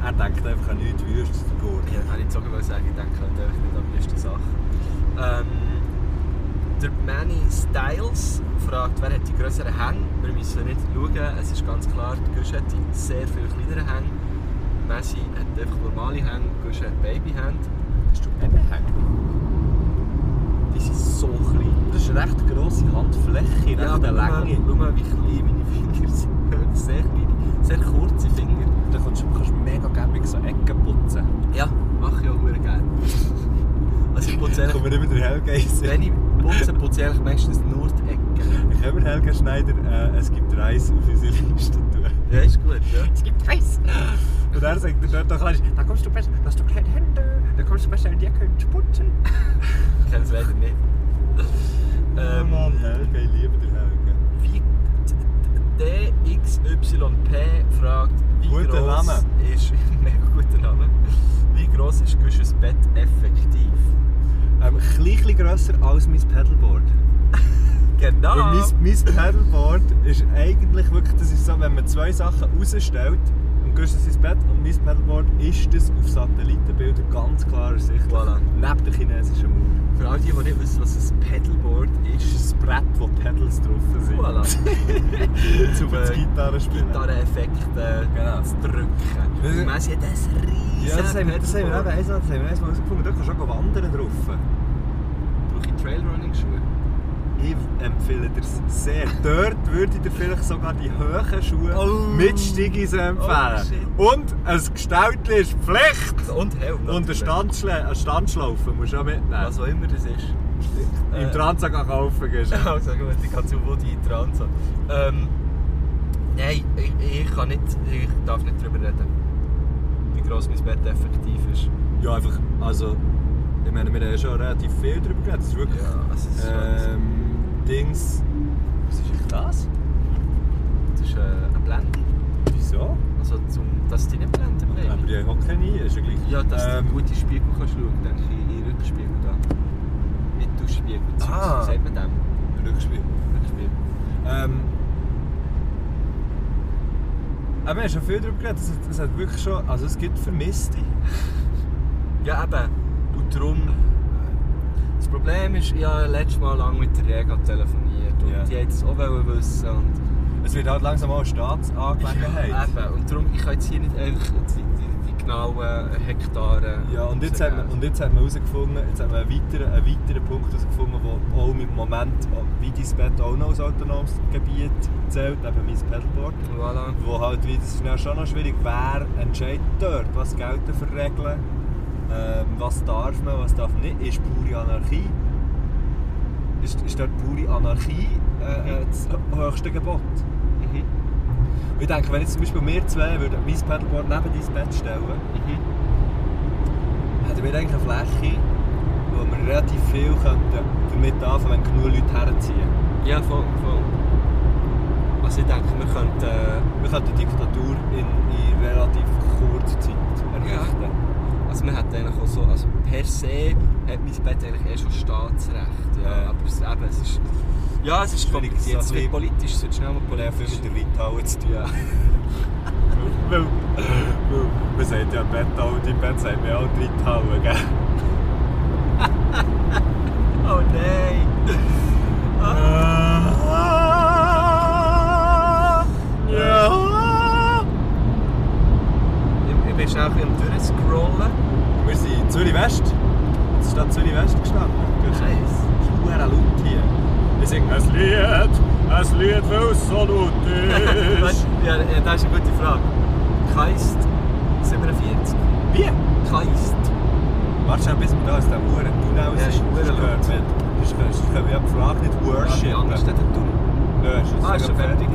E: Er denkt einfach an nichts Wüstes, der Gurt.
A: Ja, kann ich sogar mal sagen, ich denke halt einfach nicht an wüste Sachen. Ähm, der Manny Styles fragt, wer hat die grösseren Hänge? Wir müssen nicht schauen, es ist ganz klar, die Gusch hat die sehr viel kleinere Hänge. Messi hat einfach normale Hänge, Gusch hat Babyhände.
E: Hast du Babyhänge?
A: Die sind so klein.
E: Das ist eine recht grosse Handfläche,
A: Ja,
E: recht
A: aber
E: eine Länge.
A: Schau mal, wie klein meine Finger sind. Sehr kleine, sehr kurze Finger.
E: Da kannst du kannst mega gäbig so Ecken putzen.
A: Ja, mache ich auch sehr gerne. Also ich putze
E: Kommen
A: ehrlich,
E: wir immer der Helgeis.
A: wenn ich putze, putze ich ehrlich meistens nur die Ecken.
E: Ich habe Helge Schneider, äh, es gibt Reis auf unsere Liste tun.
A: Ja, ist gut, ja.
L: Es gibt Reis.
E: Und er sagt dann dort noch gleich,
L: Da kommst du besser, da hast du kleine Hände. Da kommst du besser in die Ecke zu putzen.
A: Ich kenne es leider nicht.
E: oh
A: Ähm,
E: Mann, Helge, ich liebe den Helge.
A: wie DXYP fragt, wie
E: Guter
A: groß
E: Name.
A: ist... Mega guter Name. Wie gross ist Güsches Bett effektiv?
E: Ähm, ein bisschen grösser als mein Pedalboard.
A: Genau.
E: Weil mein, mein Pedalboard ist eigentlich wirklich, das ist so, wenn man zwei Sachen rausstellt und gehst in sein Bett und mein Pedalboard ist das auf Satellitenbildern ganz klar ersichtlich.
A: Voilà.
E: Neben der chinesischen Mauer.
A: Für all die, die nicht wissen, was ein Pedalboard
E: Das
A: ist,
E: ist ein Brett, wo Pedals drauf sind.
A: Voilà.
E: Zum das Gitarre spielen.
A: Gitarreneffekt äh,
E: Genau.
A: zu drücken.
E: Ja.
A: Und man sieht das riesen
E: Ja, das haben wir, das haben wir eben
A: Pedalboard.
E: eins- das haben wir eins Mal herausgefunden. Da kannst du auch wandern drauf.
A: Brauche ich Trailrunning-Schuhe?
E: Ich empfehle dir es sehr. Dort würde ich dir vielleicht sogar die hohen Schuhe mit Stigis empfehlen. Und ein Gestäutchen ist Pflicht.
A: Und Helm.
E: Und eine,
A: natürlich.
E: Standschle eine Standschlaufe musst du auch mitnehmen.
A: Was auch immer das ist.
E: Im
A: äh,
E: Transa kann kaufen gehst. du.
A: Also gut, ich kann zu Woody in Transa. Ähm, nein, ich, ich, kann nicht, ich darf nicht darüber reden, wie gross mein Bett effektiv ist.
E: Ja, einfach, also, ich meine, wir haben ja schon relativ viel darüber geredet. Das ist wirklich...
A: Ja, also es ist,
E: ähm, Dings... Was ist eigentlich das?
A: es ist äh, eine Blende.
E: Wieso?
A: Also dass die nicht blenden
E: Aber
A: bleiben.
E: die haben auch keine, ist ja gleich.
A: Ja, dass du
E: Ähm,
A: ähm, gute Spiegel kannst schauen, denke ich, in den Rückspiegel da. Mittelspiegel,
E: Ah.
A: ah. sagt man dem?
E: Rückspiel.
A: Rückspiegel.
E: Ähm, aber wir haben schon viel darüber geredet. Es, hat- es hat wirklich schon, also es gibt Vermisste.
A: Ja, eben. Und darum... äh, Das Problem ist, ich habe letztes Mal lang mit der Rega telefoniert und
E: Ja.
A: die wollten es auch wollen wissen und...
E: Es wird halt langsam auch eine Staatsangelegenheit.
A: Ja, eben. Und darum, ich kann jetzt hier nicht einfach die, die, die genauen Hektare...
E: Ja, und jetzt, hat man, und jetzt hat man herausgefunden, jetzt hat man einen weiteren, einen weiteren Punkt herausgefunden, der auch im Moment wie dein Bett auch noch als autonomes Gebiet zählt, eben mein Pedalboard.
A: Voilà.
E: Wo halt, wie, das ist dann schon noch schwierig, wer entscheidet dort, was gelten für Regeln, ähm, was darf man, was darf man nicht, ist pure Anarchie. Ist, ist dort pure Anarchie äh, äh, das höchste Gebot?
A: Mhm.
E: Ich denke, wenn jetzt zum Beispiel wir zwei würden mein Pedalboard neben dein Bett stellen,
A: Mhm.
E: hätten wir eigentlich eine Fläche, wo wir relativ viel könnten damit anfangen könnten, wenn genug Leute herziehen.
A: Ja, voll, voll. Also ich denke, wir könnten... Äh,
E: Wir könnten die Diktatur in, in relativ kurzer Zeit errichten.
A: Also man hat eigentlich auch so, also per se hat mein Bett eigentlich eh schon Staatsrecht. Ja,
E: Ja.
A: aber es, eben, es ist, ja, es ist
E: Schwierig,
A: kompliziert,
E: so ein
A: es wird
E: bisschen-
A: politisch, es wird schnell mal
E: Und dann viel mit
A: politisch.
E: der Reithalle zu tun.
A: Ja.
E: Weil, weil man sagt ja Betthau, die Bett sagt mir auch Reithalle, gell?
A: Oh nein! Ich, ich bin schnell ein bisschen am durchscrollen.
E: Wir sind in Zürich-West. Jetzt ist Stadt Zürich-West gestanden.
A: Scheiße.
E: Schuhe laut hier. Wir singen
M: Es lied, es lied, weil es so laut ist.
A: ja, ja, das ist eine gute Frage. Keist 47.
E: Bier.
A: Keist.
E: Warte schon, bis wir da aus dem Huren-Tunnel
A: Ja,
E: Das
A: ist verdammt laut.
E: gehört mit. Das ist- das können wir ja die Frage nicht
A: Die andere
E: worshipen.
A: steht da drüben.
E: Ja, ist
A: Ah, ist schon fertig.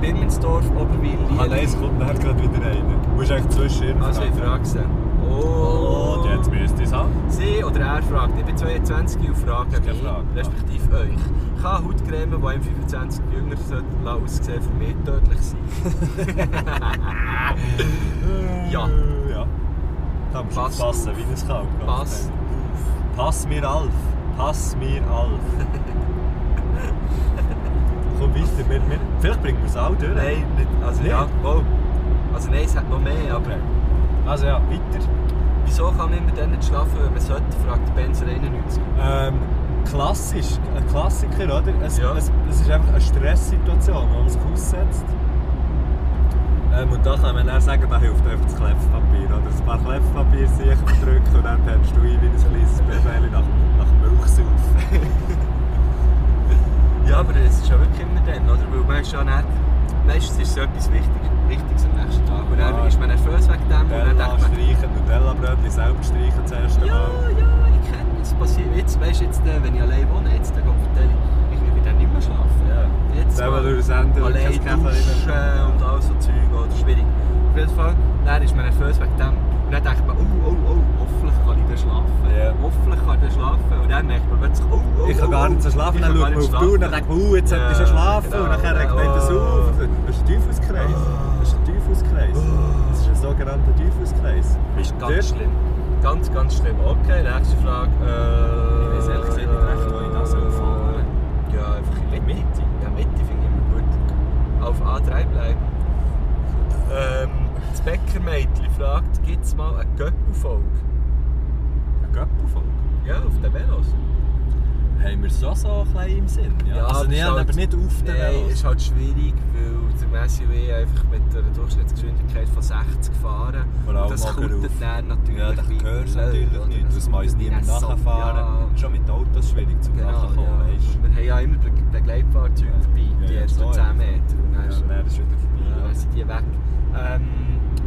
A: Birmensdorf, Oberwil,
E: Ah nein, es
A: Liel.
E: kommt nachher gerade wieder rein. Du musst echt zwischen
A: Also ich frage sie. Oh.
E: Und jetzt müsst ihr es haben.
A: Sie oder er fragt, ich bin 22 und frage
E: keine
A: mich,
E: Frage, ja.
A: respektive euch, kann Hautcreme, die einem 25 jünger sollte, lassen aussehen für mich tödlich sein? Äh, Ja.
E: Ja. Da musst du
A: Pass
E: passen,
A: auf.
E: wie es kommt. ganz
A: Pass
E: ehrlich. Pass mir Alf. Pass mir Alf. Komm weiter, wir, wir, vielleicht bringen wir es auch durch.
A: Nein, nicht, also
E: Nicht?
A: ja, wow. Also nein, es hat noch mehr, aber
E: Also ja, weiter.
A: wieso kann man immer dann nicht schlafen, wenn man sollte, fragt Benzer 91.
E: Ähm, klassisch, ein Klassiker, oder? Es,
A: Ja.
E: es, es ist einfach eine Stresssituation, wo man sich aussetzt. Ähm, und da kann man dann sagen, da hilft einfach das Kleffpapier. Oder ein paar Kleffpapier sicher drücken und dann pennst du ein wie ein kleines Baby nach, nach Milch saufen.
A: Ja, aber es ist ja wirklich immer dann, oder? Weil man ist ja dann, meistens ist so etwas wichtig, Wichtiges am nächsten Tag. Und dann
E: Ja.
A: ist man nervös wegen dem und dann
E: Nutella
A: denkt man,
E: streichen, Nutella-Brötchen selber streichen das erste
A: Ja,
E: Mal.
A: ja, ich kenne das. Passiert. Jetzt, weißt du, jetzt, äh, wenn ich allein wohne, jetzt, dann erzähle ich, ich will dann nicht mehr schlafen. Ja. Jetzt
E: Selber
A: mal
E: durch das Ende und
A: allein
E: kein Kaffee
A: duschen
E: mehr.
A: und all so Zeug, oder? Schwierig. Auf jeden Fall, dann ist man nervös wegen dem. Und dann denkt man, oh, oh, oh, hoffentlich kann ich dann schlafen.
E: Ja.
A: Hoffentlich kann ich dann schlafen. Und dann merkt man plötzlich, oh, oh,
E: Ich kann
A: oh,
E: gar
A: oh,
E: nicht so schlafen,
A: ich
E: dann
A: kann
E: schaut man
A: gar
E: auf
A: nicht
E: die Uhr und dann
A: schlafen.
E: denkt man, uh, jetzt sollte ich schon
A: Ja,
E: schlafen.
A: genau. Ah.
E: Und dann regt man das auf. Das ist ein Teufelskreis. Das ist ein Teufelskreis. Das ist ein sogenannter Teufelskreis.
A: Ist
E: Dort-
A: ganz schlimm. Ganz, ganz schlimm. Okay, nächste Frage. Äh,
E: Ich weiss ehrlich gesagt nicht recht, wo ich das soll fahren.
A: Ja, einfach in der Mitte. Ja, Mitte finde ich immer gut. Auf A3 bleiben. Ähm, das Bäckermädchen fragt, gibt es mal eine Göppelfolge?
E: Eine Göppelfolge.
A: Ja, auf den Velos.
E: Haben wir so so ein bisschen im Sinn. Ja. also
A: das
E: nicht,
A: ist
E: aber nicht auf den
A: Nein,
E: Velos.
A: ist halt schwierig, weil der Messi und ich einfach mit einer Durchschnittsgeschwindigkeit von 60 fahren.
E: Vor allem
A: Und das
E: auch
A: kutet
E: auf.
A: dann natürlich
E: Ja, das
A: wie
E: gehört es
A: blöd,
E: natürlich
A: oder?
E: nicht,
A: Das
E: dass man uns
A: kutet
E: niemand
A: wie ein Sack.
E: nachfahren
A: Ja.
E: Schon mit Autos schwierig zum
A: Genau, ja.
E: Nachfahren, weißt
A: Wir haben ja immer Be Begleitfahrzeuge
E: nou, Ja.
A: dabei,
E: Ja,
A: die
E: ja,
A: ersten
E: klar.
A: 10 Meter. Und dann,
E: du.
A: ist-
E: Ja, dann ist wieder vorbei.
A: dann sind die weg. Ähm,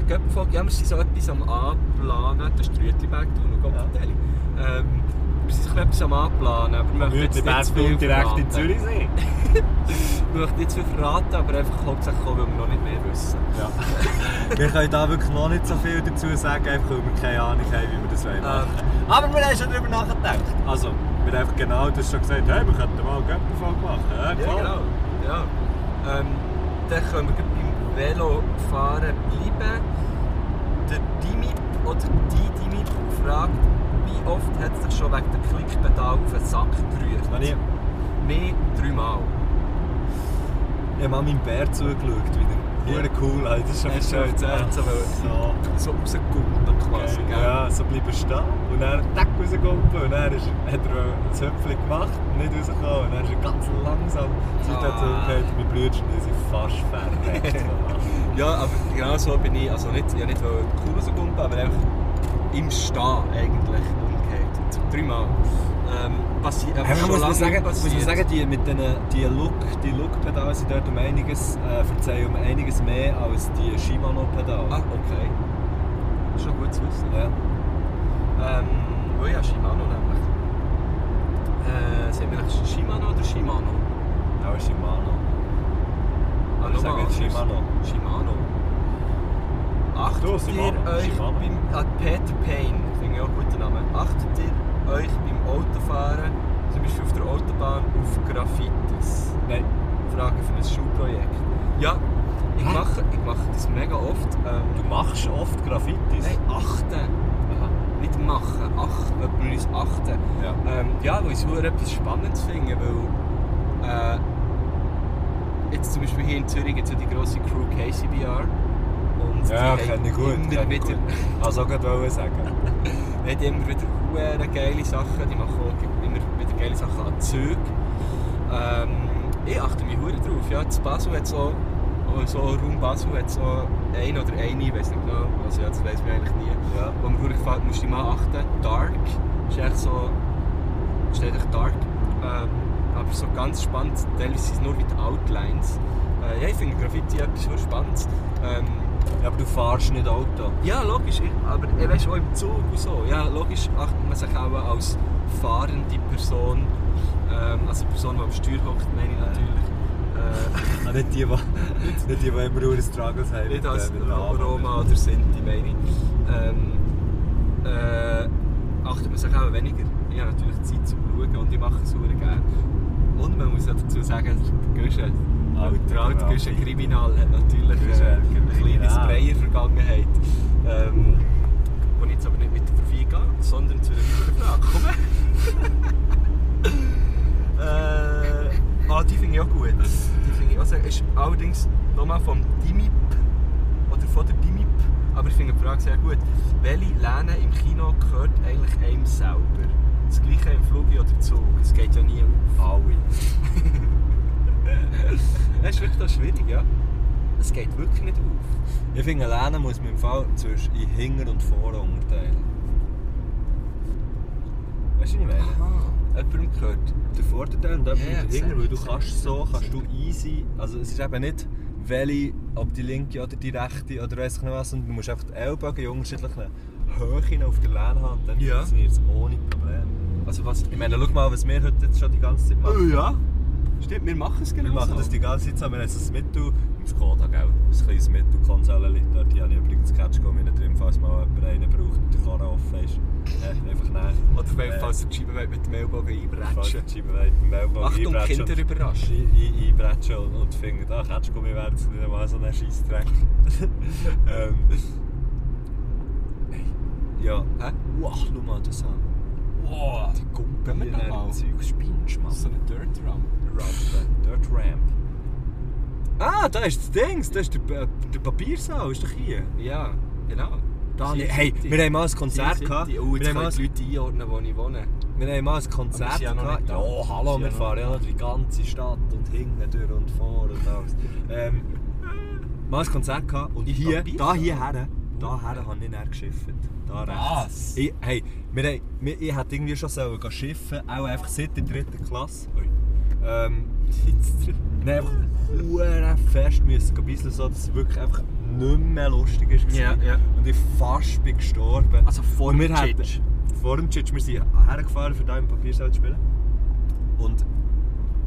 A: Göppenfolge, ja, wir sind so etwas am Anplanen. Das ist Rütliberg, du noch Gottenteil. Ähm, wir sind so etwas am Anplanen, aber wir möchten jetzt nicht zu viel
E: Mütterberg direkt in
A: verraten.
E: Zürichsee.
A: Wir möchten nicht zu viel verraten, aber einfach hauptsächlich auch, weil wir noch nicht mehr wissen.
E: Ja. wir können da wirklich noch nicht so viel dazu sagen, einfach weil wir keine Ahnung haben, wie wir das wollen
A: Ähm,
E: machen. Aber wir haben schon darüber nachgedacht. Also, wir haben einfach genau das schon gesagt, hey, wir könnten mal einen Göppenfolge machen. Ja,
A: Ja,
E: klar.
A: genau. Ja. Ähm, dann können wir gleich beim Velofahren bleiben. der Dimi oder die Dimi fragt, wie oft hat es dich schon wegen dem Klickpedal auf den Sack gerührt?
E: Habe ich,
A: Mehr dreimal.
E: ich habe mal meinem Bär zugeschaut, wie der
A: Ja.
E: ja. cool hat. Das ist schon
A: Hast du auf das Herz
E: so.
A: So rausgekumpelt quasi,
E: Geil.
A: gell?
E: Ja, so bleiben stehen und dann Deck rausgekumpelt und dann ist, er- hat er ein Zöpfchen gemacht und nicht rausgekommen und dann ist er ganz langsam zu
A: Ah.
E: ah. zurückgekommen und mein Bruder und ich sind fast fertig.
A: Ja, aber genau so bin ich. Also nicht, ich wollte nicht cool rausgumpen, aber einfach im Stehen eigentlich umgekehrt. Dreimal. Ähm, passi aber schon lange nicht passiert.
E: die, mit den, die Look, die Look-Pedale sind dort um einiges, äh, um einiges mehr als die Shimano-Pedale.
A: Ah, okay. Das ist schon gut zu wissen.
E: Ja.
A: Ähm, oh ja, Shimano nämlich. Äh, sind wir eigentlich Shimano oder Shimano?
E: Auch Shimano.
A: Ah,
E: Ich sage
A: nochmal.
E: jetzt Shimano.
A: Shimano. Achtet
E: Du,
A: ihr
E: Shimano.
A: euch
E: Shimano.
A: beim... Ah, Peter Payne, finde ich auch einen guten Namen. Achtet ihr euch beim Autofahren, zum Beispiel auf der Autobahn, auf Graffitis?
E: Nein.
A: Frage für ein Schulprojekt. Ja, ich mache, ich mache das mega oft. Ähm,
E: Du machst oft Graffitis.
A: nein, achten. Nicht machen, ach, ob wir uns achten.
E: Ja.
A: Ähm, ja, weil ich es etwas Spannendes finde, weil äh, jetzt zum Beispiel hier in Zürich gibt es ja die grosse Crew KCBR und
E: Ja,
A: die
E: kenne ich gut.
A: immer
E: kenne ich
A: wieder,
E: gut. Also, ich wollte gerade sagen.
A: die haben immer wieder hure geile Sachen, die machen auch immer wieder geile Sachen an Zügen. Ähm, ich achte mich hure drauf, ja, das Basel hat so, oh, so Raum Basel hat so ein oder eine, ich weiß nicht genau, also ja, das weiss man eigentlich nie.
E: Ja.
A: Wo mir gut gefällt, musst du mal achten. Dark ist echt so. steht echt dark. Ähm, aber so ganz spannend, teilweise sind es nur mit Outlines. Äh, ja, ich finde Graffiti etwas sehr Spannendes. Ähm,
E: Ja, aber du fährst nicht Auto.
A: ja, logisch, ich- aber ich weiss auch im Zug und so. Ja, logisch achtet man sich auch als fahrende Person, ähm, also Person, die am Steuer hockt, meine ich natürlich.
E: Ah, nicht die, die, nicht die, die immer nur Struggles haben.
A: Äh, nicht
E: mit,
A: als
E: äh, mit Rahmen.
A: Roma oder Sinti, meine ich. Ähm, äh, achtet man sich auch weniger. Ich habe natürlich Zeit zum Schauen und ich mache es sehr gerne. Und man muss auch dazu sagen, Gösche,
E: Alter,
A: der alte Gösche
E: Alter.
A: Kriminal hat natürlich
E: Gösche,
A: äh, eine kleine
E: Kriminal.
A: Sprayer-Vergangenheit. Ähm, wo ich jetzt aber nicht mit vorbeigehe, sondern zu einer weiteren Frage komme. Äh, ah, die finde ich auch gut. Die finde ich auch sehr, ist allerdings nochmal vom Dimip oder von der Dimip, aber ich finde die Frage sehr gut. Welche Lähne im Kino gehört eigentlich einem selber? Das gleiche im Flug oder Zug. Es geht ja nie auf. Alle. das ist wirklich das ist schwierig, ja. Es geht wirklich nicht auf.
E: Ich finde, Lehne muss man im Fall zwischen in Hinger und Vorne unterteilen. Weißt du, was ich meine?
A: Jemandem gehört.
E: Der Vorteil und dann
A: Ja,
E: yeah,
A: ja,
E: Hinger, weil du
A: sehr,
E: kannst so, kannst du easy, also es ist eben nicht, welche, ob die linke oder die rechte oder weiss ich nicht was, sondern du musst einfach die Ellbogen in unterschiedlichen Höhen auf der Lehne haben, dann
A: Ja.
E: funktioniert es ohne Probleme.
A: Also was?
E: Ich meine, schau mal, was wir heute jetzt schon die ganze Zeit machen.
A: Oh ja. Stimmt, wir machen es genau
E: Wir machen
A: so.
E: das die ganze Zeit zusammen. Wir haben so ein Mittel im Skoda, gell? Ein kleines Mittelkonsole liegt dort. Die habe ich übrigens Catch gekommen, wenn drin, falls mal jemand einen braucht und der Karre offen ist. Äh, einfach nein.
A: Oder wenn,
E: Äh,
A: falls ihr die Scheibe wollt mit dem Ellbogen
E: falls die
A: einbretschen
E: Scheibe weit im Mailbogen
A: Achtung,
E: einbretschen
A: Kinder
E: und-
A: überraschen.
E: ein- ein- einbretschen und, und finden, ah, Catchgummi wäre jetzt nicht einmal so ein Scheissdreck. ähm, ja.
A: Hä?
E: Wow, schau mal das an.
A: Wow, die gumpen wir da mal.
E: Zeug spinnst, Mann.
A: So eine Dirt Rum.
E: Ramp. Dirt Ramp. Ah, da ist das Dings, da ist der, Pa- der Papiersaal, ist doch hier.
A: Ja, genau.
E: Da,
A: Sie-
E: hey,
A: Sie-
E: wir haben mal ein Konzert
A: Sie-
E: gehabt.
A: Sie- Oh,
E: Wir
A: jetzt
E: haben mal
A: können die
E: ein-
A: Leute einordnen, wo ich wohne.
E: wir haben mal ein
A: Aber wir
E: Konzert
A: sind ja noch
E: gehabt.
A: nicht
E: Ja,
A: da. Wir
E: hallo,
A: sind
E: wir
A: ja noch
E: fahren
A: nicht
E: ja noch die ganze Stadt und hinten durch und vor und alles. ähm, mal ein Konzert gehabt und hier, da hierher, da her habe ich dann geschifft. Da rechts. Ich, hey, wir, haben- wir, ich hätte irgendwie schon sollen gehen schiffen, auch einfach seit der dritten Klasse. Ui. Ähm, Nein, einfach hure fest müssen gehen bisschen so, dass es wirklich einfach nicht mehr lustig ist.
A: Ja, ja.
E: Und ich fast bin gestorben.
A: Also vor
E: Und wir
A: dem
E: hätten-
A: Tschitsch.
E: Vor dem Tschitsch. Wir sind hergefahren, für da im Papiersaal zu spielen. Und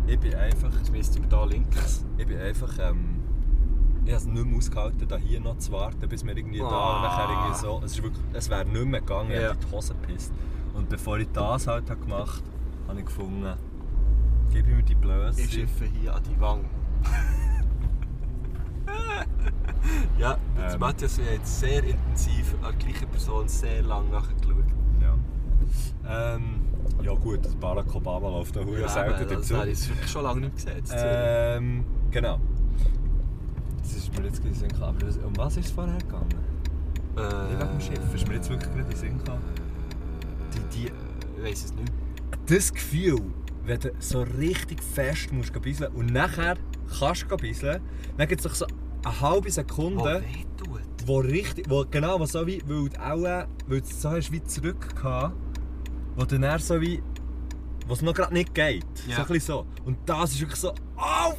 E: ich bin einfach...
A: Das müssten wir da links.
E: Ich bin einfach... Ähm, ich habe es nicht mehr ausgehalten, da hier noch zu warten, bis wir irgendwie da und nachher irgendwie so... Es, ist wirklich, es wäre nicht mehr gegangen, ich
A: Ah. Ja.
E: habe in die Hose gepisst. Und bevor ich das halt habe gemacht habe, habe ich gefunden, gebe ich mir die Blöße.
A: Ich schiffe hier an die Wang. Ja, das
N: Ähm.
A: Matthias und ich haben jetzt sehr intensiv an der gleichen Person sehr lange nachgeschaut.
E: Ja.
A: Ähm,
N: Ja gut, das Barack Obama läuft da hure
A: ja,
N: selten
A: eben, das
N: dazu.
A: habe ich wirklich schon lange nicht gesehen. jetzt.
E: Ähm, genau. Das ist mir jetzt gerade in den Sinn gekommen. Aber was- um was ist es vorher gegangen?
A: äh,
E: Nicht wegen dem Schiff. Ist mir jetzt wirklich gerade in den Sinn gekommen. Die, die,
A: Ich weiss es nicht.
E: das Gefühl, wenn du so richtig fest musst gehen bisseln und nachher kannst du gehen bisseln, dann gibt es doch so eine halbe
A: Wo
E: Sekunde,
A: wehtut.
E: wo richtig, wo genau, wo so wie, weil du auch, weil du es so hast wie zurück gehabt, wo du dann so wie, wo es noch gerade nicht geht.
A: Ja.
E: So ein bisschen so. Und das ist wirklich so, oh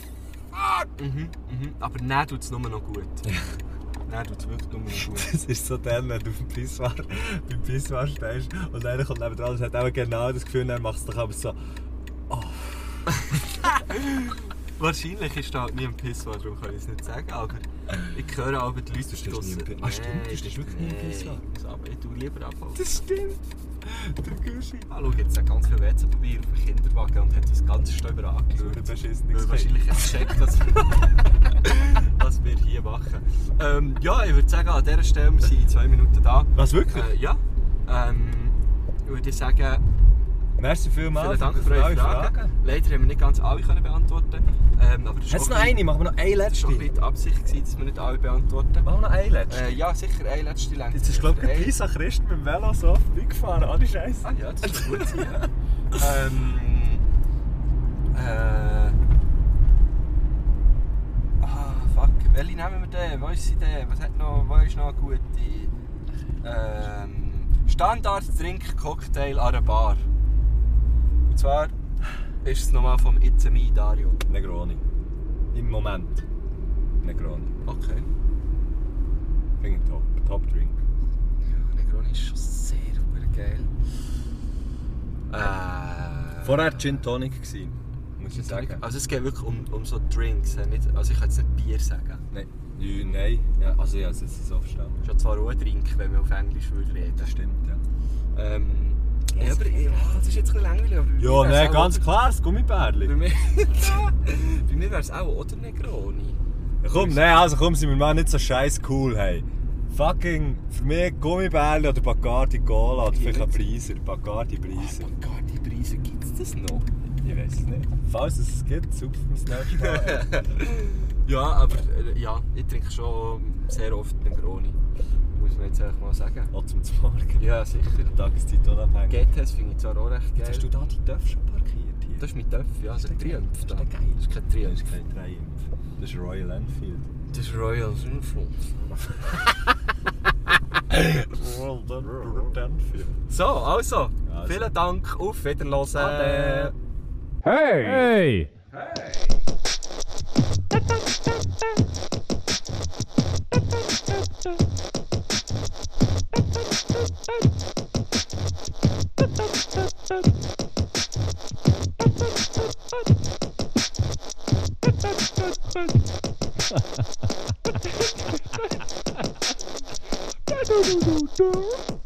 A: Mhm, mhm. Aber dann tut es nur noch gut. Dann tut es wirklich nur noch gut.
E: Das ist so dann, wenn du auf dem Pissoir, beim Pissoir stehst und einer kommt neben dran und hat eben genau das Gefühl, dann machst du doch aber so.
A: Wahrscheinlich ist da halt nie ein Pissoir, darum kann ich es nicht sagen. Aber ich höre aber die Leute
E: Du stehst nie im Pi-
A: draussen.
E: Ah, stimmt, du
A: Nein,
E: stehst wirklich nie im
A: nein.
E: Pissoir.
A: Aber ich tue lieber abholen.
E: Das stimmt! Der Guschi.
A: Ah, schau, jetzt hat ganz viel WC Papier auf dem Kinderwagen und hat uns ganz stöber angeschaut.
E: Ein beschissenes
A: Weil
E: Kind.
A: wahrscheinlich hat er gecheckt, was, was wir hier machen. Ähm, ja, ich würde sagen, an dieser Stelle, wir sind in zwei Minuten da.
E: Was wirklich?
A: Äh, ja, ähm, würde ich sagen,
E: Merci vielmals.
A: Vielen Dank für eure
E: alle
A: Fragen. Leider haben wir nicht ganz alle können beantworten. Ähm, aber das
E: Hat's
A: war
E: noch
A: auch ein
E: eine? Machen wir noch eine
A: bisschen- das
E: letzte?
A: war auch ein bisschen die Absicht, gewesen, dass wir nicht alle beantworten.
E: Machen wir noch eine letzte?
A: Äh, ja, sicher, eine letzte Länge.
E: Jetzt ist, glaube ich,
A: Eine-
E: gerade Lisa Christ mit dem Velo so vorbeigefahren. Alle Scheiße.
A: Ah ja, das ist gut sein, ja. ähm, äh, ah, fuck, welche nehmen wir denn? Wo ist sie denn? Was hat noch, wo ist noch eine gute? Ähm, Standard-Drink-Cocktail an einer Bar. Und zwar ist es nochmal vom It's a Me Dario.
E: Negroni. Im Moment. Negroni.
A: Okay.
E: Finde ich top. Top Drink.
A: Negroni ist schon sehr verdammt geil. Äh,
E: Vorher Gin Tonic gewesen, muss ich sagen.
A: Also es geht wirklich um, um so Drinks, äh, nicht, also ich kann jetzt nicht Bier sagen.
E: Nein. Ja, nein. Ja, also ja, es ist so verstanden.
A: Ist ja zwar auch ein Drink, wenn man auf Englisch würde reden.
E: Das stimmt, ja.
A: Ähm, ja, aber ja, das ist jetzt ein bisschen langweilig. aber bei mir
E: Ja,
A: wär's
E: nein,
A: auch-
E: ganz klar, das
A: Bei
E: Gummibärli.
A: mir, bei mir wäre es auch oder Negroni.
E: Komm, nein, also komm, sind wir mal nicht so scheiß cool, hey. Fucking, für mich Gummibärli oder Bacardi Cola oder vielleicht ein Preiser, Bacardi Preiser.
A: Oh Gott, die Preise gibt es das noch?
E: Ich weiß es nicht. Falls es es gibt, sucht mir das nächste Mal.
A: Ja, aber äh, ja, ich trinke schon sehr oft Negroni. Muss man jetzt einfach mal sagen.
E: Auch zum Morgen.
A: Ja, sicher.
E: Tageszeit unabhängig.
A: GTS finde ich zwar auch recht geil.
E: Hast du da die Töpfe schon parkiert hier?
A: Das ist mein Töpf, ja, das ist ein Triumph. Da. Das ist kein
E: Das
A: Triumph.
E: ist kein Triumph. Das ist Royal Enfield.
A: Das ist Royal Influence.
E: Royal Enfield.
A: So, also,
E: Also.
A: vielen Dank, auf Wiederhören.
E: Ade.
N: Hey! Hey!
O: Hey.